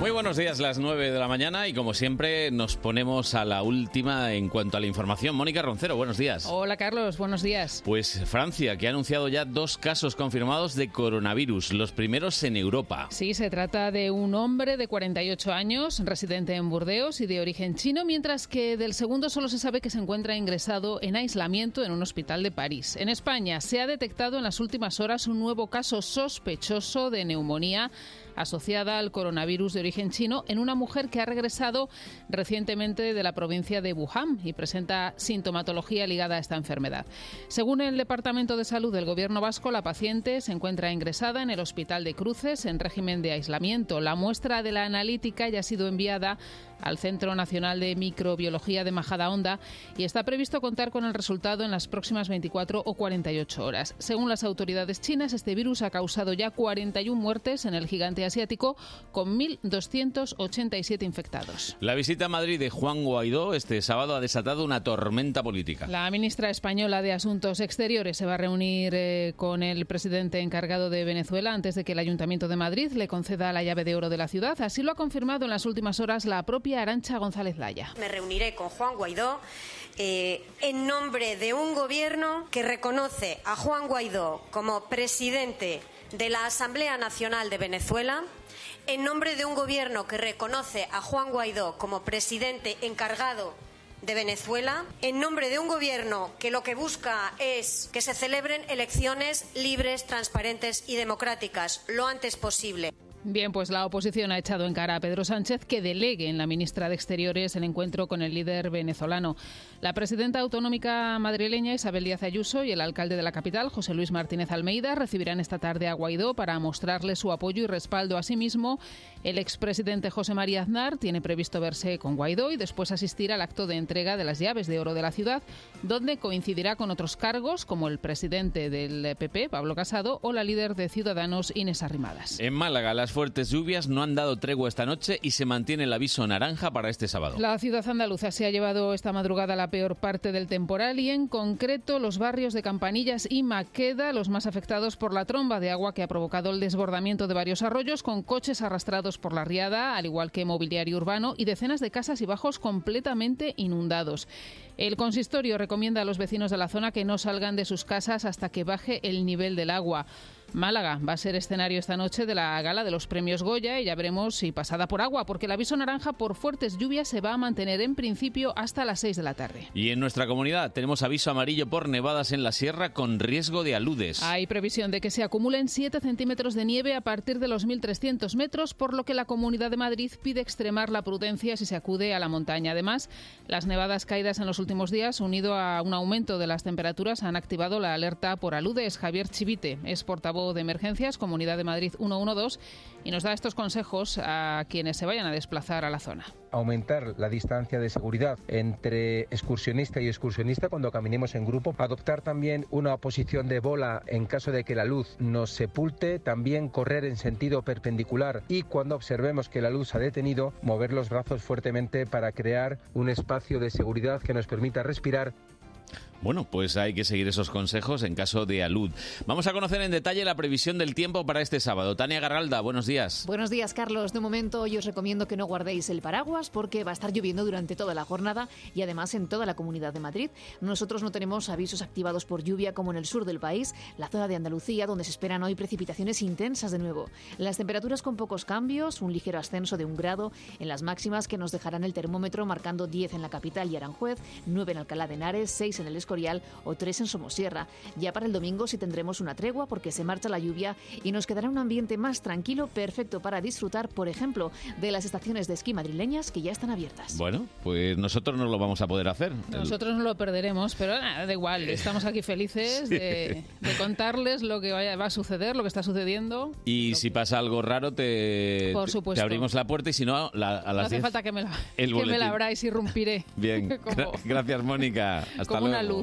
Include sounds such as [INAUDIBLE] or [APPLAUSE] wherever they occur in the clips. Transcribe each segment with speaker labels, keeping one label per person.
Speaker 1: Muy buenos días, las 9 de la mañana y como siempre nos ponemos a la última en cuanto a la información. Mónica Roncero, buenos días.
Speaker 2: Hola Carlos, buenos días.
Speaker 1: Pues Francia, que ha anunciado ya dos casos confirmados de coronavirus, los primeros en Europa.
Speaker 2: Sí, se trata de un hombre de 48 años, residente en Burdeos y de origen chino, mientras que del segundo solo se sabe que se encuentra ingresado en aislamiento en un hospital de París. En España se ha detectado en las últimas horas un nuevo caso sospechoso de neumonía asociada al coronavirus de origen chino en una mujer que ha regresado recientemente de la provincia de Wuhan y presenta sintomatología ligada a esta enfermedad. Según el Departamento de Salud del Gobierno vasco, la paciente se encuentra ingresada en el Hospital de Cruces en régimen de aislamiento. La muestra de la analítica ya ha sido enviada al Centro Nacional de Microbiología de Majadahonda y está previsto contar con el resultado en las próximas 24 o 48 horas. Según las autoridades chinas, este virus ha causado ya 41 muertes en el gigante asiático con 1.287 infectados.
Speaker 1: La visita a Madrid de Juan Guaidó este sábado ha desatado una tormenta política.
Speaker 2: La ministra española de Asuntos Exteriores se va a reunir eh, con el presidente encargado de Venezuela antes de que el Ayuntamiento de Madrid le conceda la llave de oro de la ciudad. Así lo ha confirmado en las últimas horas la propia Arancha González Laya.
Speaker 3: Me reuniré con Juan Guaidó eh, en nombre de un gobierno que reconoce a Juan Guaidó como presidente de la Asamblea Nacional de Venezuela, en nombre de un gobierno que reconoce a Juan Guaidó como presidente encargado de Venezuela, en nombre de un gobierno que lo que busca es que se celebren elecciones libres, transparentes y democráticas lo antes posible.
Speaker 2: Bien, pues la oposición ha echado en cara a Pedro Sánchez que delegue en la ministra de Exteriores el encuentro con el líder venezolano. La presidenta autonómica madrileña Isabel Díaz Ayuso y el alcalde de la capital, José Luis Martínez Almeida, recibirán esta tarde a Guaidó para mostrarle su apoyo y respaldo a sí mismo. El expresidente José María Aznar tiene previsto verse con Guaidó y después asistir al acto de entrega de las llaves de oro de la ciudad, donde coincidirá con otros cargos como el presidente del PP, Pablo Casado, o la líder de Ciudadanos, Inés Arrimadas.
Speaker 1: En Málaga, las fuertes lluvias no han dado tregua esta noche y se mantiene el aviso naranja para este sábado.
Speaker 2: La ciudad andaluza se ha llevado esta madrugada la peor parte del temporal y en concreto los barrios de Campanillas y Maqueda, los más afectados por la tromba de agua que ha provocado el desbordamiento de varios arroyos con coches arrastrados por la riada, al igual que mobiliario urbano y decenas de casas y bajos completamente inundados. El consistorio recomienda a los vecinos de la zona que no salgan de sus casas hasta que baje el nivel del agua. Málaga va a ser escenario esta noche de la gala de los premios Goya y ya veremos si pasada por agua, porque el aviso naranja por fuertes lluvias se va a mantener en principio hasta las 6 de la tarde.
Speaker 1: Y en nuestra comunidad tenemos aviso amarillo por nevadas en la sierra con riesgo de aludes.
Speaker 2: Hay previsión de que se acumulen 7 centímetros de nieve a partir de los 1.300 metros, por lo que la Comunidad de Madrid pide extremar la prudencia si se acude a la montaña. Además, las nevadas caídas en los últimos días, unido a un aumento de las temperaturas, han activado la alerta por aludes. Javier Chivite es portavoz de Emergencias, Comunidad de Madrid 112, y nos da estos consejos a quienes se vayan a desplazar a la zona.
Speaker 4: Aumentar la distancia de seguridad entre excursionista y excursionista cuando caminemos en grupo. Adoptar también una posición de bola en caso de que la luz nos sepulte. También correr en sentido perpendicular y cuando observemos que la luz ha detenido, mover los brazos fuertemente para crear un espacio de seguridad que nos permita respirar
Speaker 1: bueno, pues hay que seguir esos consejos en caso de alud. Vamos a conocer en detalle la previsión del tiempo para este sábado. Tania Garralda, buenos días.
Speaker 5: Buenos días, Carlos. De momento, yo os recomiendo que no guardéis el paraguas porque va a estar lloviendo durante toda la jornada y además en toda la comunidad de Madrid. Nosotros no tenemos avisos activados por lluvia como en el sur del país, la zona de Andalucía, donde se esperan hoy precipitaciones intensas de nuevo. Las temperaturas con pocos cambios, un ligero ascenso de un grado en las máximas que nos dejarán el termómetro marcando 10 en la capital y Aranjuez, 9 en Alcalá de Henares, 6 en el Esco o tres en Somosierra. Ya para el domingo sí tendremos una tregua porque se marcha la lluvia y nos quedará un ambiente más tranquilo, perfecto para disfrutar, por ejemplo, de las estaciones de esquí madrileñas que ya están abiertas.
Speaker 1: Bueno, pues nosotros no lo vamos a poder hacer.
Speaker 2: Nosotros no lo perderemos, pero nada, da igual. Estamos aquí felices sí. de, de, contarles lo que vaya, va a suceder, lo que está sucediendo.
Speaker 1: Y si que... pasa algo raro, te,
Speaker 2: por supuesto.
Speaker 1: te abrimos la puerta y si no, la, a las
Speaker 2: No hace
Speaker 1: 10,
Speaker 2: falta que me, la, el que me la abráis y
Speaker 6: [LAUGHS]
Speaker 2: irrumpiré.
Speaker 1: Bien,
Speaker 2: [LAUGHS]
Speaker 1: Como... gracias Mónica. Hasta
Speaker 2: Como
Speaker 1: luego.
Speaker 2: Una luz.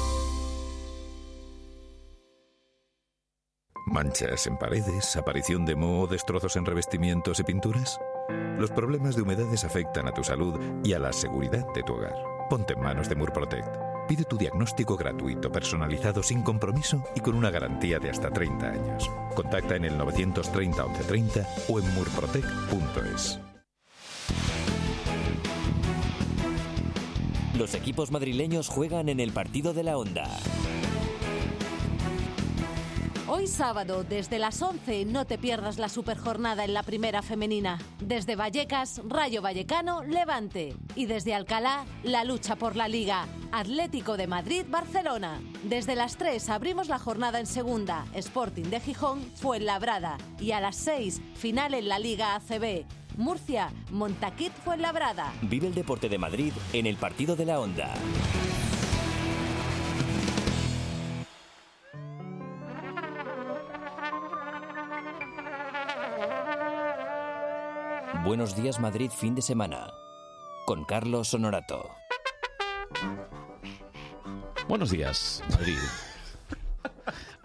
Speaker 7: Manchas en paredes, aparición de moho, destrozos en revestimientos y pinturas. Los problemas de humedades afectan a tu salud y a la seguridad de tu hogar. Ponte en manos de Murprotect. Pide tu diagnóstico gratuito, personalizado, sin compromiso y con una garantía de hasta 30 años. Contacta en el 930 1130 o en murprotect.es.
Speaker 8: Los equipos madrileños juegan en el partido de la onda.
Speaker 9: Hoy sábado, desde las 11, no te pierdas la superjornada en la primera femenina. Desde Vallecas, Rayo Vallecano, Levante. Y desde Alcalá, la lucha por la Liga. Atlético de Madrid, Barcelona. Desde las 3 abrimos la jornada en segunda. Sporting de Gijón, Fuenlabrada. Y a las 6, final en la Liga ACB. Murcia, Montaquit, Fuenlabrada.
Speaker 8: Vive el deporte de Madrid en el partido de la onda. Buenos días Madrid fin de semana con Carlos Sonorato.
Speaker 1: Buenos días, Madrid. [LAUGHS]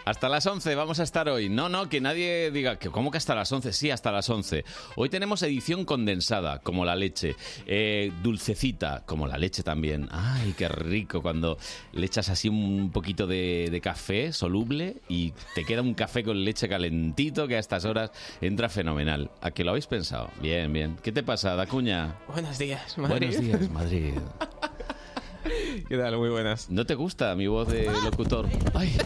Speaker 1: Hasta las 11 vamos a estar hoy. No, no, que nadie diga que cómo que hasta las 11. Sí, hasta las 11. Hoy tenemos edición condensada, como la leche. Eh, dulcecita, como la leche también. Ay, qué rico cuando le echas así un poquito de, de café soluble y te queda un café con leche calentito que a estas horas entra fenomenal. ¿A que lo habéis pensado? Bien, bien. ¿Qué te pasa, Dacuña?
Speaker 10: Buenos días, Madrid.
Speaker 1: Buenos días, Madrid.
Speaker 10: ¿Qué tal? Muy buenas.
Speaker 1: ¿No te gusta mi voz de locutor? Ay.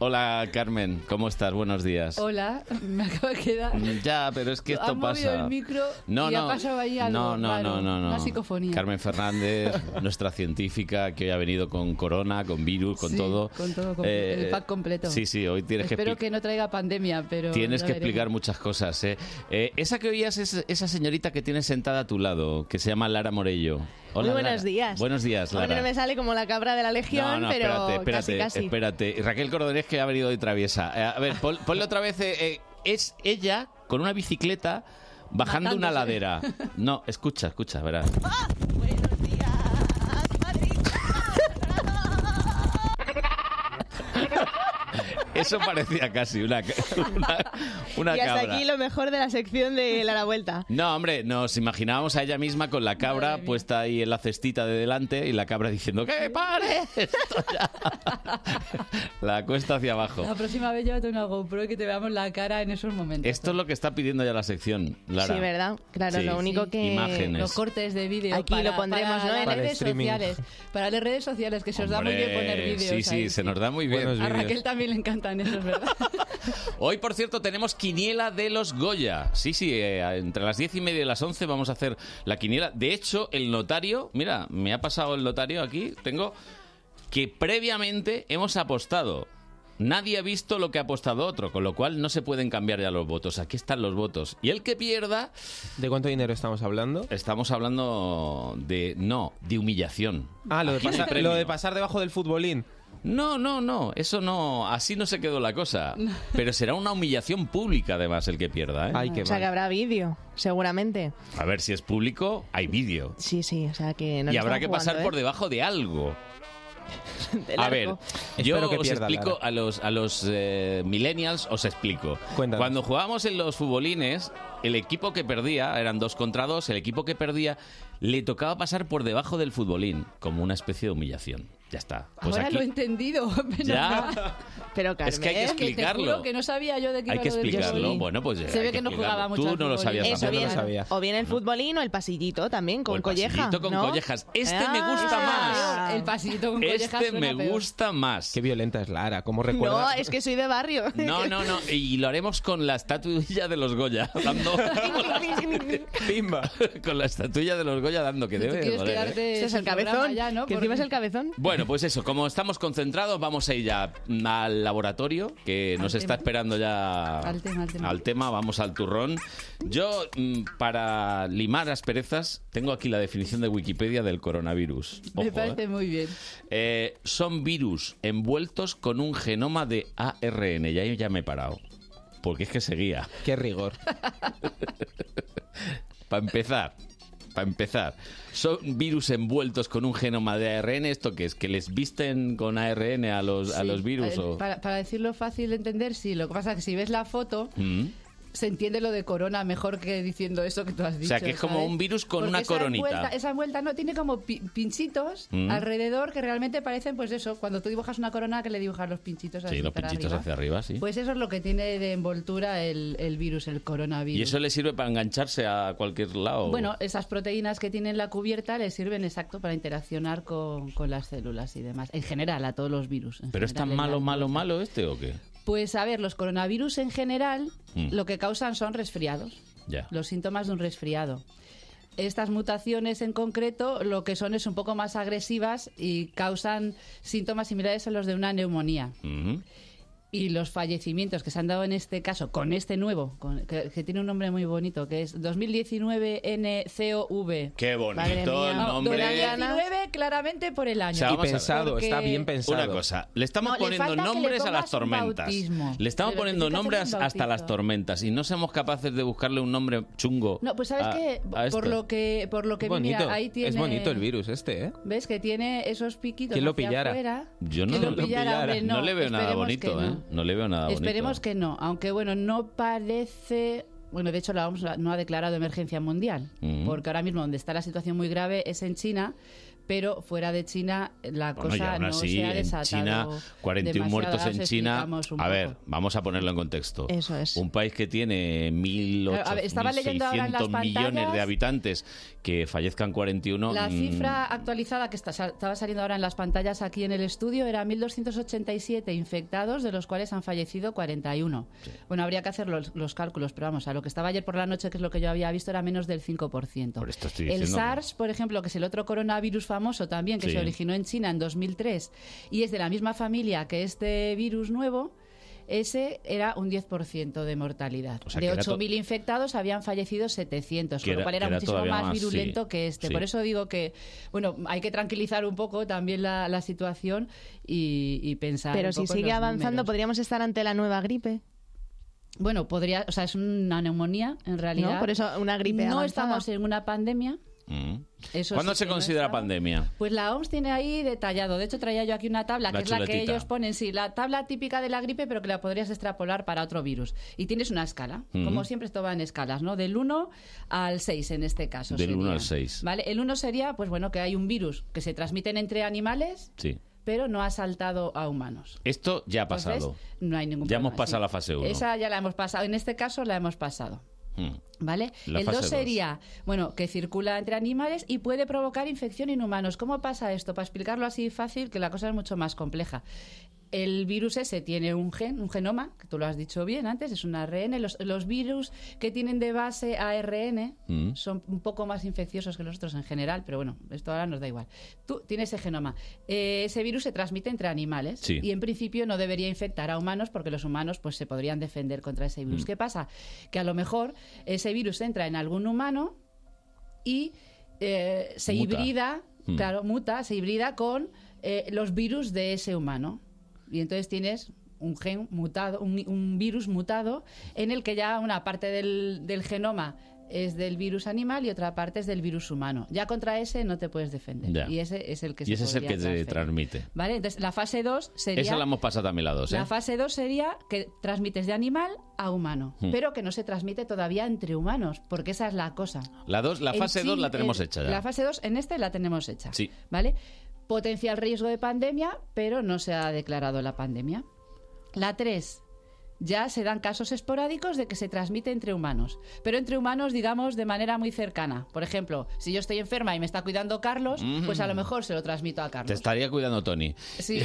Speaker 1: Hola, Carmen. ¿Cómo estás? Buenos días.
Speaker 6: Hola, [LAUGHS] me acaba de quedar.
Speaker 1: Ya, pero es que esto
Speaker 6: Han movido
Speaker 1: pasa.
Speaker 6: el micro
Speaker 1: No,
Speaker 6: y
Speaker 1: no.
Speaker 6: ha pasado ahí algo
Speaker 1: No, no,
Speaker 6: raro,
Speaker 1: no, no, no.
Speaker 6: Una psicofonía. [LAUGHS]
Speaker 1: Carmen Fernández, nuestra científica que hoy ha venido con corona, con virus, con
Speaker 6: Sí,
Speaker 1: todo. Eh,
Speaker 6: con todo, con el pack completo.
Speaker 1: Sí, sí, hoy tienes que
Speaker 6: Espero
Speaker 1: expli-
Speaker 6: que, no traiga pandemia, pero.
Speaker 1: Tienes
Speaker 6: ya
Speaker 1: que
Speaker 6: veremos.
Speaker 1: explicar muchas cosas, ¿eh? Eh, Esa que oías es esa señorita que tienes sentada a tu lado, que se llama Lara Morello. Hola,
Speaker 11: Muy buenos
Speaker 1: Lara.
Speaker 11: días.
Speaker 1: Buenos días, Lara.
Speaker 11: Bueno, no me sale como la cabra de la legión, pero
Speaker 1: espérate, espérate,
Speaker 11: casi, casi.
Speaker 1: espérate. Raquel Cordonés que ha venido de traviesa. Eh, a ver, pon- ponle otra vez. eh, eh, es ella con una bicicleta bajando una
Speaker 12: Matándose.
Speaker 1: ladera. No, escucha, escucha, verás.
Speaker 11: Ah,
Speaker 1: Eso parecía casi una, una, una
Speaker 11: y hasta
Speaker 1: cabra.
Speaker 11: aquí lo mejor de la sección de la,
Speaker 1: [LAUGHS]
Speaker 11: la vuelta.
Speaker 1: No, hombre, nos imaginábamos a ella misma con la cabra puesta ahí en la cestita de delante y la cabra diciendo que pare esto ya. la cuesta hacia abajo.
Speaker 6: [LAUGHS] La próxima vez llévate una GoPro y que te veamos la cara en esos momentos.
Speaker 1: Esto es lo que está pidiendo ya la sección, Lara.
Speaker 11: Sí, ¿verdad? Claro,
Speaker 1: Sí.
Speaker 11: lo único que...
Speaker 1: Imágenes.
Speaker 6: Los cortes de vídeo.
Speaker 11: Aquí
Speaker 6: para-
Speaker 11: lo pondremos,
Speaker 6: para
Speaker 11: ¿no?
Speaker 6: Las
Speaker 11: Para
Speaker 6: redes
Speaker 11: streaming.
Speaker 6: sociales. Para las redes sociales, que se os da muy bien
Speaker 1: Hombre,
Speaker 6: poner vídeos.
Speaker 1: sí, sí,
Speaker 6: ahí.
Speaker 1: se nos da muy bien.
Speaker 6: A Raquel también le encantan esos, ¿verdad?
Speaker 1: Hoy, por cierto, tenemos quiniela de los Goya. Sí, sí, eh, entre las diez y media y las once vamos a hacer la quiniela. De hecho, el notario, mira, me ha pasado el notario aquí, tengo que previamente hemos apostado. Nadie ha visto lo que ha apostado otro, con lo cual no se pueden cambiar ya los votos. Aquí están los votos. Y el que pierda... ¿De cuánto dinero estamos hablando? Estamos hablando de... No, de humillación.
Speaker 10: Ah, lo de,
Speaker 1: Aquí no hay
Speaker 10: pasar,
Speaker 1: premio.
Speaker 10: lo de pasar debajo del futbolín.
Speaker 1: No, no, no, eso no, así no se quedó la
Speaker 11: [LAUGHS]
Speaker 1: cosa. Pero será una humillación pública además el que pierda, ¿eh?
Speaker 11: o sea, que habrá vídeo, seguramente.
Speaker 1: A ver si es público, hay vídeo.
Speaker 11: Sí, sí, o sea, que no
Speaker 1: y
Speaker 11: lo
Speaker 1: habrá
Speaker 11: estamos
Speaker 1: que
Speaker 11: jugando,
Speaker 1: pasar por
Speaker 11: ¿eh?
Speaker 1: debajo de algo.
Speaker 11: [LAUGHS] Del
Speaker 1: A
Speaker 11: arco.
Speaker 1: ver, yo
Speaker 10: Espero que
Speaker 1: os
Speaker 10: pierda,
Speaker 1: explico a los, a los eh, millennials, os explico. Cuando jugábamos en los futbolines, el equipo que perdía, eran dos contra dos, el equipo que perdía le tocaba pasar por debajo del futbolín, como una especie de humillación. Ya está. Pues
Speaker 6: Ahora
Speaker 1: aquí
Speaker 6: lo he entendido. [LAUGHS] pero-
Speaker 1: Ya.
Speaker 11: Pero
Speaker 1: Es que hay que
Speaker 6: te
Speaker 1: explicarlo.
Speaker 6: juro que no sabía yo de qué
Speaker 1: hay
Speaker 6: iba
Speaker 1: que
Speaker 6: lo del
Speaker 1: explicarlo.
Speaker 6: futbolín.
Speaker 1: Bueno, pues
Speaker 6: Se
Speaker 1: hay
Speaker 6: ve que, no
Speaker 1: explicarlo.
Speaker 6: jugaba mucho.
Speaker 1: Tú
Speaker 6: al
Speaker 1: no
Speaker 6: futbolín.
Speaker 1: lo sabías
Speaker 11: Eso
Speaker 1: tampoco.
Speaker 11: bien, o bien el futbolín o el pasillito también, con
Speaker 1: el
Speaker 11: colleja.
Speaker 1: pasillito con
Speaker 11: ¿no?
Speaker 1: collejas. Este me
Speaker 11: Ah,
Speaker 1: gusta más.
Speaker 6: El pasillito con collejas
Speaker 1: Este
Speaker 6: suena
Speaker 1: me
Speaker 6: peor.
Speaker 1: gusta más. Qué
Speaker 10: violenta es Lara, ¿cómo
Speaker 11: No,
Speaker 10: recuerda?
Speaker 11: es que soy de barrio.
Speaker 1: No, no,
Speaker 11: [LAUGHS]
Speaker 1: no. Y lo haremos con la estatuilla de los Goya.
Speaker 6: [LAUGHS]
Speaker 1: Dando. Con la estatuilla de los Goya dando, que
Speaker 11: Tú
Speaker 1: debe.
Speaker 11: quieres
Speaker 1: doler, ¿eh?
Speaker 11: Este es el cabezón.
Speaker 6: ya, ¿no?
Speaker 11: Que encima es el cabezón.
Speaker 1: Bueno, pues eso, como estamos concentrados, vamos a ir ya al laboratorio, que nos
Speaker 6: Al
Speaker 1: está
Speaker 6: tema.
Speaker 1: esperando ya
Speaker 6: Al tema, al tema.
Speaker 1: al tema, vamos al turrón. Yo, mm, para limar asperezas, tengo aquí la definición de Wikipedia del coronavirus.
Speaker 6: Me
Speaker 1: Ojo, ¿eh?
Speaker 6: parece muy bien.
Speaker 1: Eh, son virus envueltos con un genoma de ARN. Y ahí ya me he parado. Porque es que seguía. Qué [LAUGHS] rigor. para empezar. Para empezar, son virus envueltos con un genoma de ARN. ¿Esto qué es? ¿Que les visten con ARN a los, a
Speaker 6: Sí,
Speaker 1: los virus?
Speaker 6: eh,
Speaker 1: o...
Speaker 6: Para, para decirlo fácil de entender, sí. Lo que pasa es que si ves la foto,
Speaker 1: Mm.
Speaker 6: se entiende lo de corona mejor que diciendo eso que tú has
Speaker 1: O
Speaker 6: dicho.
Speaker 1: sea, que es como
Speaker 6: ¿sabes?
Speaker 1: un virus con
Speaker 6: Porque
Speaker 1: una
Speaker 6: esa
Speaker 1: coronita.
Speaker 6: vuelta- esa vuelta no tiene como pi- pinchitos
Speaker 1: Mm.
Speaker 6: alrededor que realmente parecen, pues eso, cuando tú dibujas una corona, que le dibujas los pinchitos así
Speaker 1: Sí, los
Speaker 6: para
Speaker 1: pinchitos
Speaker 6: arriba.
Speaker 1: hacia arriba, sí.
Speaker 6: Pues eso es lo que tiene de envoltura el, el virus, el coronavirus.
Speaker 1: ¿Y eso le sirve para engancharse a cualquier lado?
Speaker 6: Bueno, esas proteínas que tienen la cubierta le sirven exacto para interaccionar con, con las células y demás. En general, a todos los virus. en
Speaker 1: ¿Pero es
Speaker 6: general,
Speaker 1: tan
Speaker 6: en la-
Speaker 1: malo, malo, malo este o qué?
Speaker 6: Pues a ver, los coronavirus en general
Speaker 1: Mm.
Speaker 6: lo que causan son resfriados,
Speaker 1: Ya.
Speaker 6: los síntomas de un resfriado. Estas mutaciones en concreto lo que son es un poco más agresivas y causan síntomas similares a los de una neumonía.
Speaker 1: Ujú.
Speaker 6: Y los fallecimientos que se han dado en este caso, con este nuevo, con- que, que tiene un nombre muy bonito, que es 2019-NCOV.
Speaker 1: Qué
Speaker 6: Madre
Speaker 1: bonito
Speaker 6: mía.
Speaker 1: el
Speaker 6: No,
Speaker 1: nombre.
Speaker 6: 2019 claramente por el año.
Speaker 1: O sea, vamos a ver.
Speaker 6: Porque-
Speaker 1: Una cosa, le estamos
Speaker 6: No, le
Speaker 1: poniendo
Speaker 6: falta que le
Speaker 1: nombres a las
Speaker 6: pongas un
Speaker 1: tormentas.
Speaker 6: bautismo.
Speaker 1: Le estamos
Speaker 6: Pero
Speaker 1: poniendo
Speaker 6: tiene que
Speaker 1: nombres
Speaker 6: hacerle un
Speaker 1: hasta las
Speaker 6: bautizo.
Speaker 1: tormentas y no somos capaces de buscarle un nombre chungo.
Speaker 6: No, pues sabes
Speaker 1: a-
Speaker 6: que
Speaker 1: Ah, a este.
Speaker 6: por
Speaker 1: esto.
Speaker 6: lo que por lo que mira, ahí tiene
Speaker 1: virus este, ¿eh?
Speaker 6: ¿Ves que tiene esos piquitos
Speaker 1: ¿Quién lo
Speaker 6: hacia
Speaker 1: pillara?
Speaker 6: afuera?
Speaker 1: Yo no,
Speaker 6: ¿Quién lo pillara? Hombre, no,
Speaker 1: no le veo nada
Speaker 6: esperemos que
Speaker 1: bonito,
Speaker 6: no.
Speaker 1: ¿eh? No le veo nada bonito.
Speaker 6: Esperemos que no, aunque bueno, no parece. Bueno, de hecho, la OMS la- no ha declarado emergencia mundial,
Speaker 1: Ujú.
Speaker 6: porque ahora mismo donde está la situación muy grave es en China, pero fuera de China la
Speaker 1: Bueno, Pues y
Speaker 6: cosa
Speaker 1: aún
Speaker 6: no
Speaker 1: así,
Speaker 6: se ha
Speaker 1: en
Speaker 6: desatado.
Speaker 1: China, 41
Speaker 6: demasiado.
Speaker 1: muertos
Speaker 6: Ahora
Speaker 1: en
Speaker 6: os
Speaker 1: China.
Speaker 6: explicamos un
Speaker 1: A ver,
Speaker 6: poco.
Speaker 1: vamos a ponerlo en contexto.
Speaker 6: Eso es.
Speaker 1: Un país que tiene 1.800
Speaker 6: Claro, a ver, estaba leyendo ahora en las
Speaker 1: 1.600 millones de
Speaker 6: pantallas-
Speaker 1: habitantes que fallezcan 41.
Speaker 6: La
Speaker 1: mm,
Speaker 6: cifra actualizada que está- estaba saliendo ahora en las pantallas aquí en el estudio era 1.287 infectados, de los cuales han fallecido 41. Bueno, habría que hacer los, los cálculos, pero vamos, a lo que estaba ayer por la noche, que es lo que yo había visto, era menos del 5%.
Speaker 1: Por esto estoy
Speaker 6: el
Speaker 1: diciendo,
Speaker 6: SARS, por ejemplo, que es el otro coronavirus famoso también, que
Speaker 1: Sí.
Speaker 6: se originó en China en 2003 y es de la misma familia que este virus nuevo, ese era un 10% de mortalidad.
Speaker 1: sea,
Speaker 6: de
Speaker 1: que era to-
Speaker 6: 8.000 infectados habían fallecido 700,
Speaker 1: Que
Speaker 6: con lo
Speaker 1: era-
Speaker 6: cual era,
Speaker 1: que era
Speaker 6: muchísimo
Speaker 1: todavía
Speaker 6: más,
Speaker 1: más, sí,
Speaker 6: virulento que este.
Speaker 1: sí.
Speaker 6: Por eso digo que, bueno, hay que tranquilizar un poco también la, la situación y, y pensar.
Speaker 11: Pero
Speaker 6: un
Speaker 11: si
Speaker 6: poco en
Speaker 11: sigue
Speaker 6: los
Speaker 11: avanzando,
Speaker 6: números.
Speaker 11: podríamos estar ante la nueva gripe.
Speaker 6: Bueno, podría, o sea, es una neumonía en realidad.
Speaker 11: No, por eso una gripe
Speaker 6: No
Speaker 11: avanzada.
Speaker 6: estamos en una pandemia.
Speaker 1: mm.
Speaker 6: Eso
Speaker 1: ¿Cuándo
Speaker 6: sí
Speaker 1: se
Speaker 6: que no
Speaker 1: considera pandemia?
Speaker 6: Pues la OMS tiene ahí detallado. De hecho, traía yo aquí una tabla,
Speaker 1: La
Speaker 6: que es la que
Speaker 1: chuletita.
Speaker 6: ellos ponen, sí, la tabla típica de la gripe, pero que la podrías extrapolar para otro virus. Y tienes una escala.
Speaker 1: Ujú.
Speaker 6: Como siempre, esto va en escalas, ¿no? Del 1 al 6 en este caso.
Speaker 1: Del
Speaker 6: sería.
Speaker 1: 1 al 6.
Speaker 6: ¿Vale? El 1 sería, pues bueno, que hay un virus que se transmiten entre animales,
Speaker 1: Sí.
Speaker 6: pero no ha saltado a humanos.
Speaker 1: Esto ya ha
Speaker 6: Entonces,
Speaker 1: pasado.
Speaker 6: no hay ningún
Speaker 1: Ya
Speaker 6: problema,
Speaker 1: hemos pasado
Speaker 6: sí.
Speaker 1: la fase Mm. 1.
Speaker 6: Esa ya la hemos pasado. En este caso la hemos pasado. ¿Vale?
Speaker 1: La
Speaker 6: el
Speaker 1: fase
Speaker 6: 2
Speaker 1: dos.
Speaker 6: sería, bueno, que circula entre animales y puede provocar infección en humanos. ¿Cómo pasa esto? Para explicarlo así fácil, que la cosa es mucho más compleja. El virus ese tiene un gen, un genoma, que tú lo has dicho bien antes, es un ARN. Los, los virus que tienen de base ARN
Speaker 12: Mm.
Speaker 6: son un poco más infecciosos que los otros en general, pero bueno, esto ahora nos da igual. Tú tienes ese genoma. Eh, ese virus se transmite entre animales
Speaker 12: Sí.
Speaker 6: y en principio no debería infectar a humanos porque los humanos pues se podrían defender contra ese virus.
Speaker 12: Mm.
Speaker 6: ¿Qué pasa? Que a lo mejor ese virus entra en algún humano y eh, se
Speaker 12: Muta.
Speaker 6: hibrida,
Speaker 12: Mm.
Speaker 6: claro, muta, se hibrida con eh, los virus de ese humano. Y entonces tienes un gen mutado, un, un virus mutado, en el que ya una parte del, del genoma es del virus animal y otra parte es del virus humano. Ya contra ese no te puedes defender.
Speaker 1: Ya.
Speaker 6: Y ese es el que
Speaker 1: Y
Speaker 6: se
Speaker 1: ese es el
Speaker 6: podría
Speaker 1: que se
Speaker 6: transferir.
Speaker 1: transmite.
Speaker 6: Vale, entonces la fase 2 sería...
Speaker 1: Esa la hemos pasado también la 2, ¿eh?
Speaker 6: La fase 2 sería que transmites de animal a humano,
Speaker 1: Hmm.
Speaker 6: pero que no se transmite todavía entre humanos, porque esa es la cosa.
Speaker 1: La, dos- la
Speaker 6: En
Speaker 1: fase 2
Speaker 6: Chin-
Speaker 1: la tenemos
Speaker 6: en-
Speaker 1: hecha ya.
Speaker 6: La fase 2 en este la tenemos hecha.
Speaker 1: Sí.
Speaker 6: ¿Vale? Potencial riesgo de pandemia, pero no se ha declarado la pandemia. La 3 ya se dan casos esporádicos de que se transmite entre humanos, pero entre humanos, digamos, de manera muy cercana. Por ejemplo, si yo estoy enferma y me está cuidando Carlos,
Speaker 1: Mm.
Speaker 6: pues a lo mejor se lo transmito a
Speaker 1: Te
Speaker 6: Carlos.
Speaker 1: estaría cuidando Tony.
Speaker 6: Sí.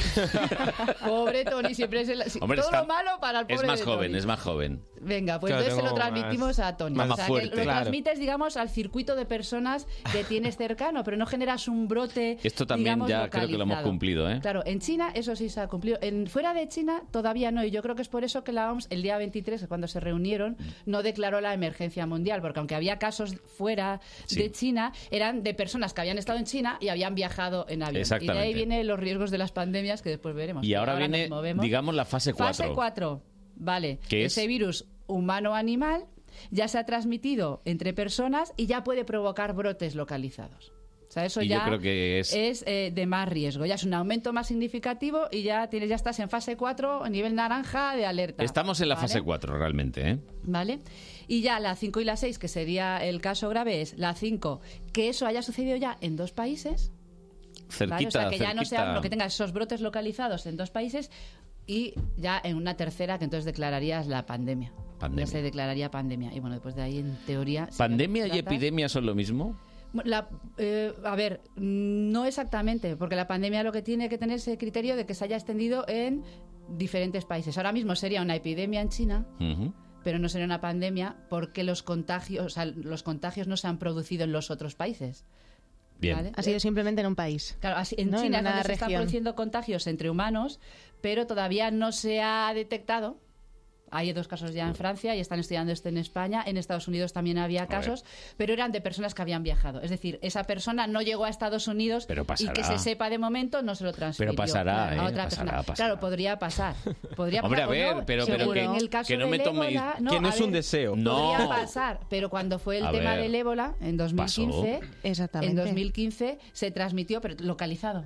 Speaker 6: pobre Tony, siempre es el... sí,
Speaker 1: [LAUGHS] Hombre,
Speaker 6: todo
Speaker 1: está-
Speaker 6: lo malo para el pobre
Speaker 1: Es más
Speaker 6: de
Speaker 1: joven,
Speaker 6: Tony.
Speaker 1: es más joven.
Speaker 6: Venga, pues
Speaker 1: Claro,
Speaker 6: entonces se lo
Speaker 1: tengo más-
Speaker 6: transmitimos a Tony.
Speaker 1: más
Speaker 6: o sea,
Speaker 1: fuerte.
Speaker 6: que lo
Speaker 1: Claro.
Speaker 6: transmites, digamos, al circuito de personas que tienes cercano, pero no generas un brote.
Speaker 1: Esto también
Speaker 6: digamos,
Speaker 1: ya creo que lo hemos
Speaker 6: localizado.
Speaker 1: cumplido, ¿eh?
Speaker 6: Claro, en China eso sí se ha cumplido. En, fuera de China todavía no, y yo creo que es por eso que la OMS el día 23, cuando se reunieron, no declaró la emergencia mundial, porque aunque había casos fuera
Speaker 1: Sí.
Speaker 6: de China, eran de personas que habían estado en China y habían viajado en avión. Y de ahí
Speaker 1: Exactamente.
Speaker 6: vienen los riesgos de las pandemias que después veremos.
Speaker 1: Y ahora,
Speaker 6: nos
Speaker 1: viene,
Speaker 6: movemos.
Speaker 1: digamos, la fase 4.
Speaker 6: Fase 4. Vale.
Speaker 1: ¿Qué
Speaker 6: Ese
Speaker 1: es?
Speaker 6: virus humano-animal ya se ha transmitido entre personas y ya puede provocar brotes localizados. O sea, eso
Speaker 1: Y yo
Speaker 6: ya
Speaker 1: creo que es-
Speaker 6: eh, de más riesgo. Ya es un aumento más significativo y ya tienes, ya estás en fase 4, a nivel naranja de alerta.
Speaker 1: Estamos en la
Speaker 6: ¿Vale?
Speaker 1: fase 4 realmente, ¿eh?
Speaker 6: ¿Vale? Y ya la 5 y la 6, que sería el caso grave, es la 5, que eso haya sucedido ya en dos países.
Speaker 1: Cerquita,
Speaker 6: ¿vale? O sea, que ya no sea
Speaker 1: cerquita.
Speaker 6: uno que tenga esos brotes localizados en dos países y ya en una tercera que entonces declararías la pandemia.
Speaker 1: Pandemia.
Speaker 6: Ya se declararía pandemia. Y bueno, después de ahí, en teoría... si
Speaker 1: ¿Pandemia
Speaker 6: la
Speaker 1: y
Speaker 6: tratas-
Speaker 1: epidemia son lo mismo?
Speaker 6: La, eh, a ver, mm, no exactamente, porque la pandemia lo que tiene que tener es el criterio de que se haya extendido en diferentes países. Ahora mismo sería una epidemia en China,
Speaker 1: Ujú.
Speaker 6: pero no sería una pandemia porque los contagios, o sea, los contagios no se han producido en los otros países.
Speaker 1: Bien.
Speaker 6: ¿vale? Eh,
Speaker 11: Ha sido simplemente en un país.
Speaker 6: Claro, así- en
Speaker 11: ¿no?
Speaker 6: China es
Speaker 11: una
Speaker 6: donde se están
Speaker 11: región.
Speaker 6: produciendo contagios entre humanos, pero todavía no se ha detectado. Hay dos casos ya en Francia y están estudiando este en España. En Estados Unidos también había
Speaker 1: ver.
Speaker 6: casos, pero eran de personas que habían viajado. Es decir, esa persona no llegó a Estados Unidos
Speaker 1: Pero
Speaker 6: y
Speaker 1: pasará.
Speaker 6: que se sepa de momento no se lo transfirió
Speaker 1: pasará,
Speaker 6: a
Speaker 1: ¿eh?
Speaker 6: otra
Speaker 1: Pasará,
Speaker 6: persona.
Speaker 1: pasará.
Speaker 6: Claro, podría pasar.
Speaker 1: [LAUGHS]
Speaker 6: Podría
Speaker 1: Hombre,
Speaker 6: pasar
Speaker 1: a
Speaker 6: o
Speaker 1: ver,
Speaker 6: no,
Speaker 1: pero, pero
Speaker 6: seguro.
Speaker 1: que,
Speaker 6: En el caso
Speaker 1: que no
Speaker 6: del
Speaker 1: me toméis...
Speaker 6: ébola, no, a ver,
Speaker 1: deseo. No.
Speaker 6: Podría pasar, pero cuando fue el
Speaker 1: A
Speaker 6: tema
Speaker 1: ver.
Speaker 6: del ébola, en 2015,
Speaker 11: Pasó. Exactamente.
Speaker 6: en 2015 se transmitió, pero localizado.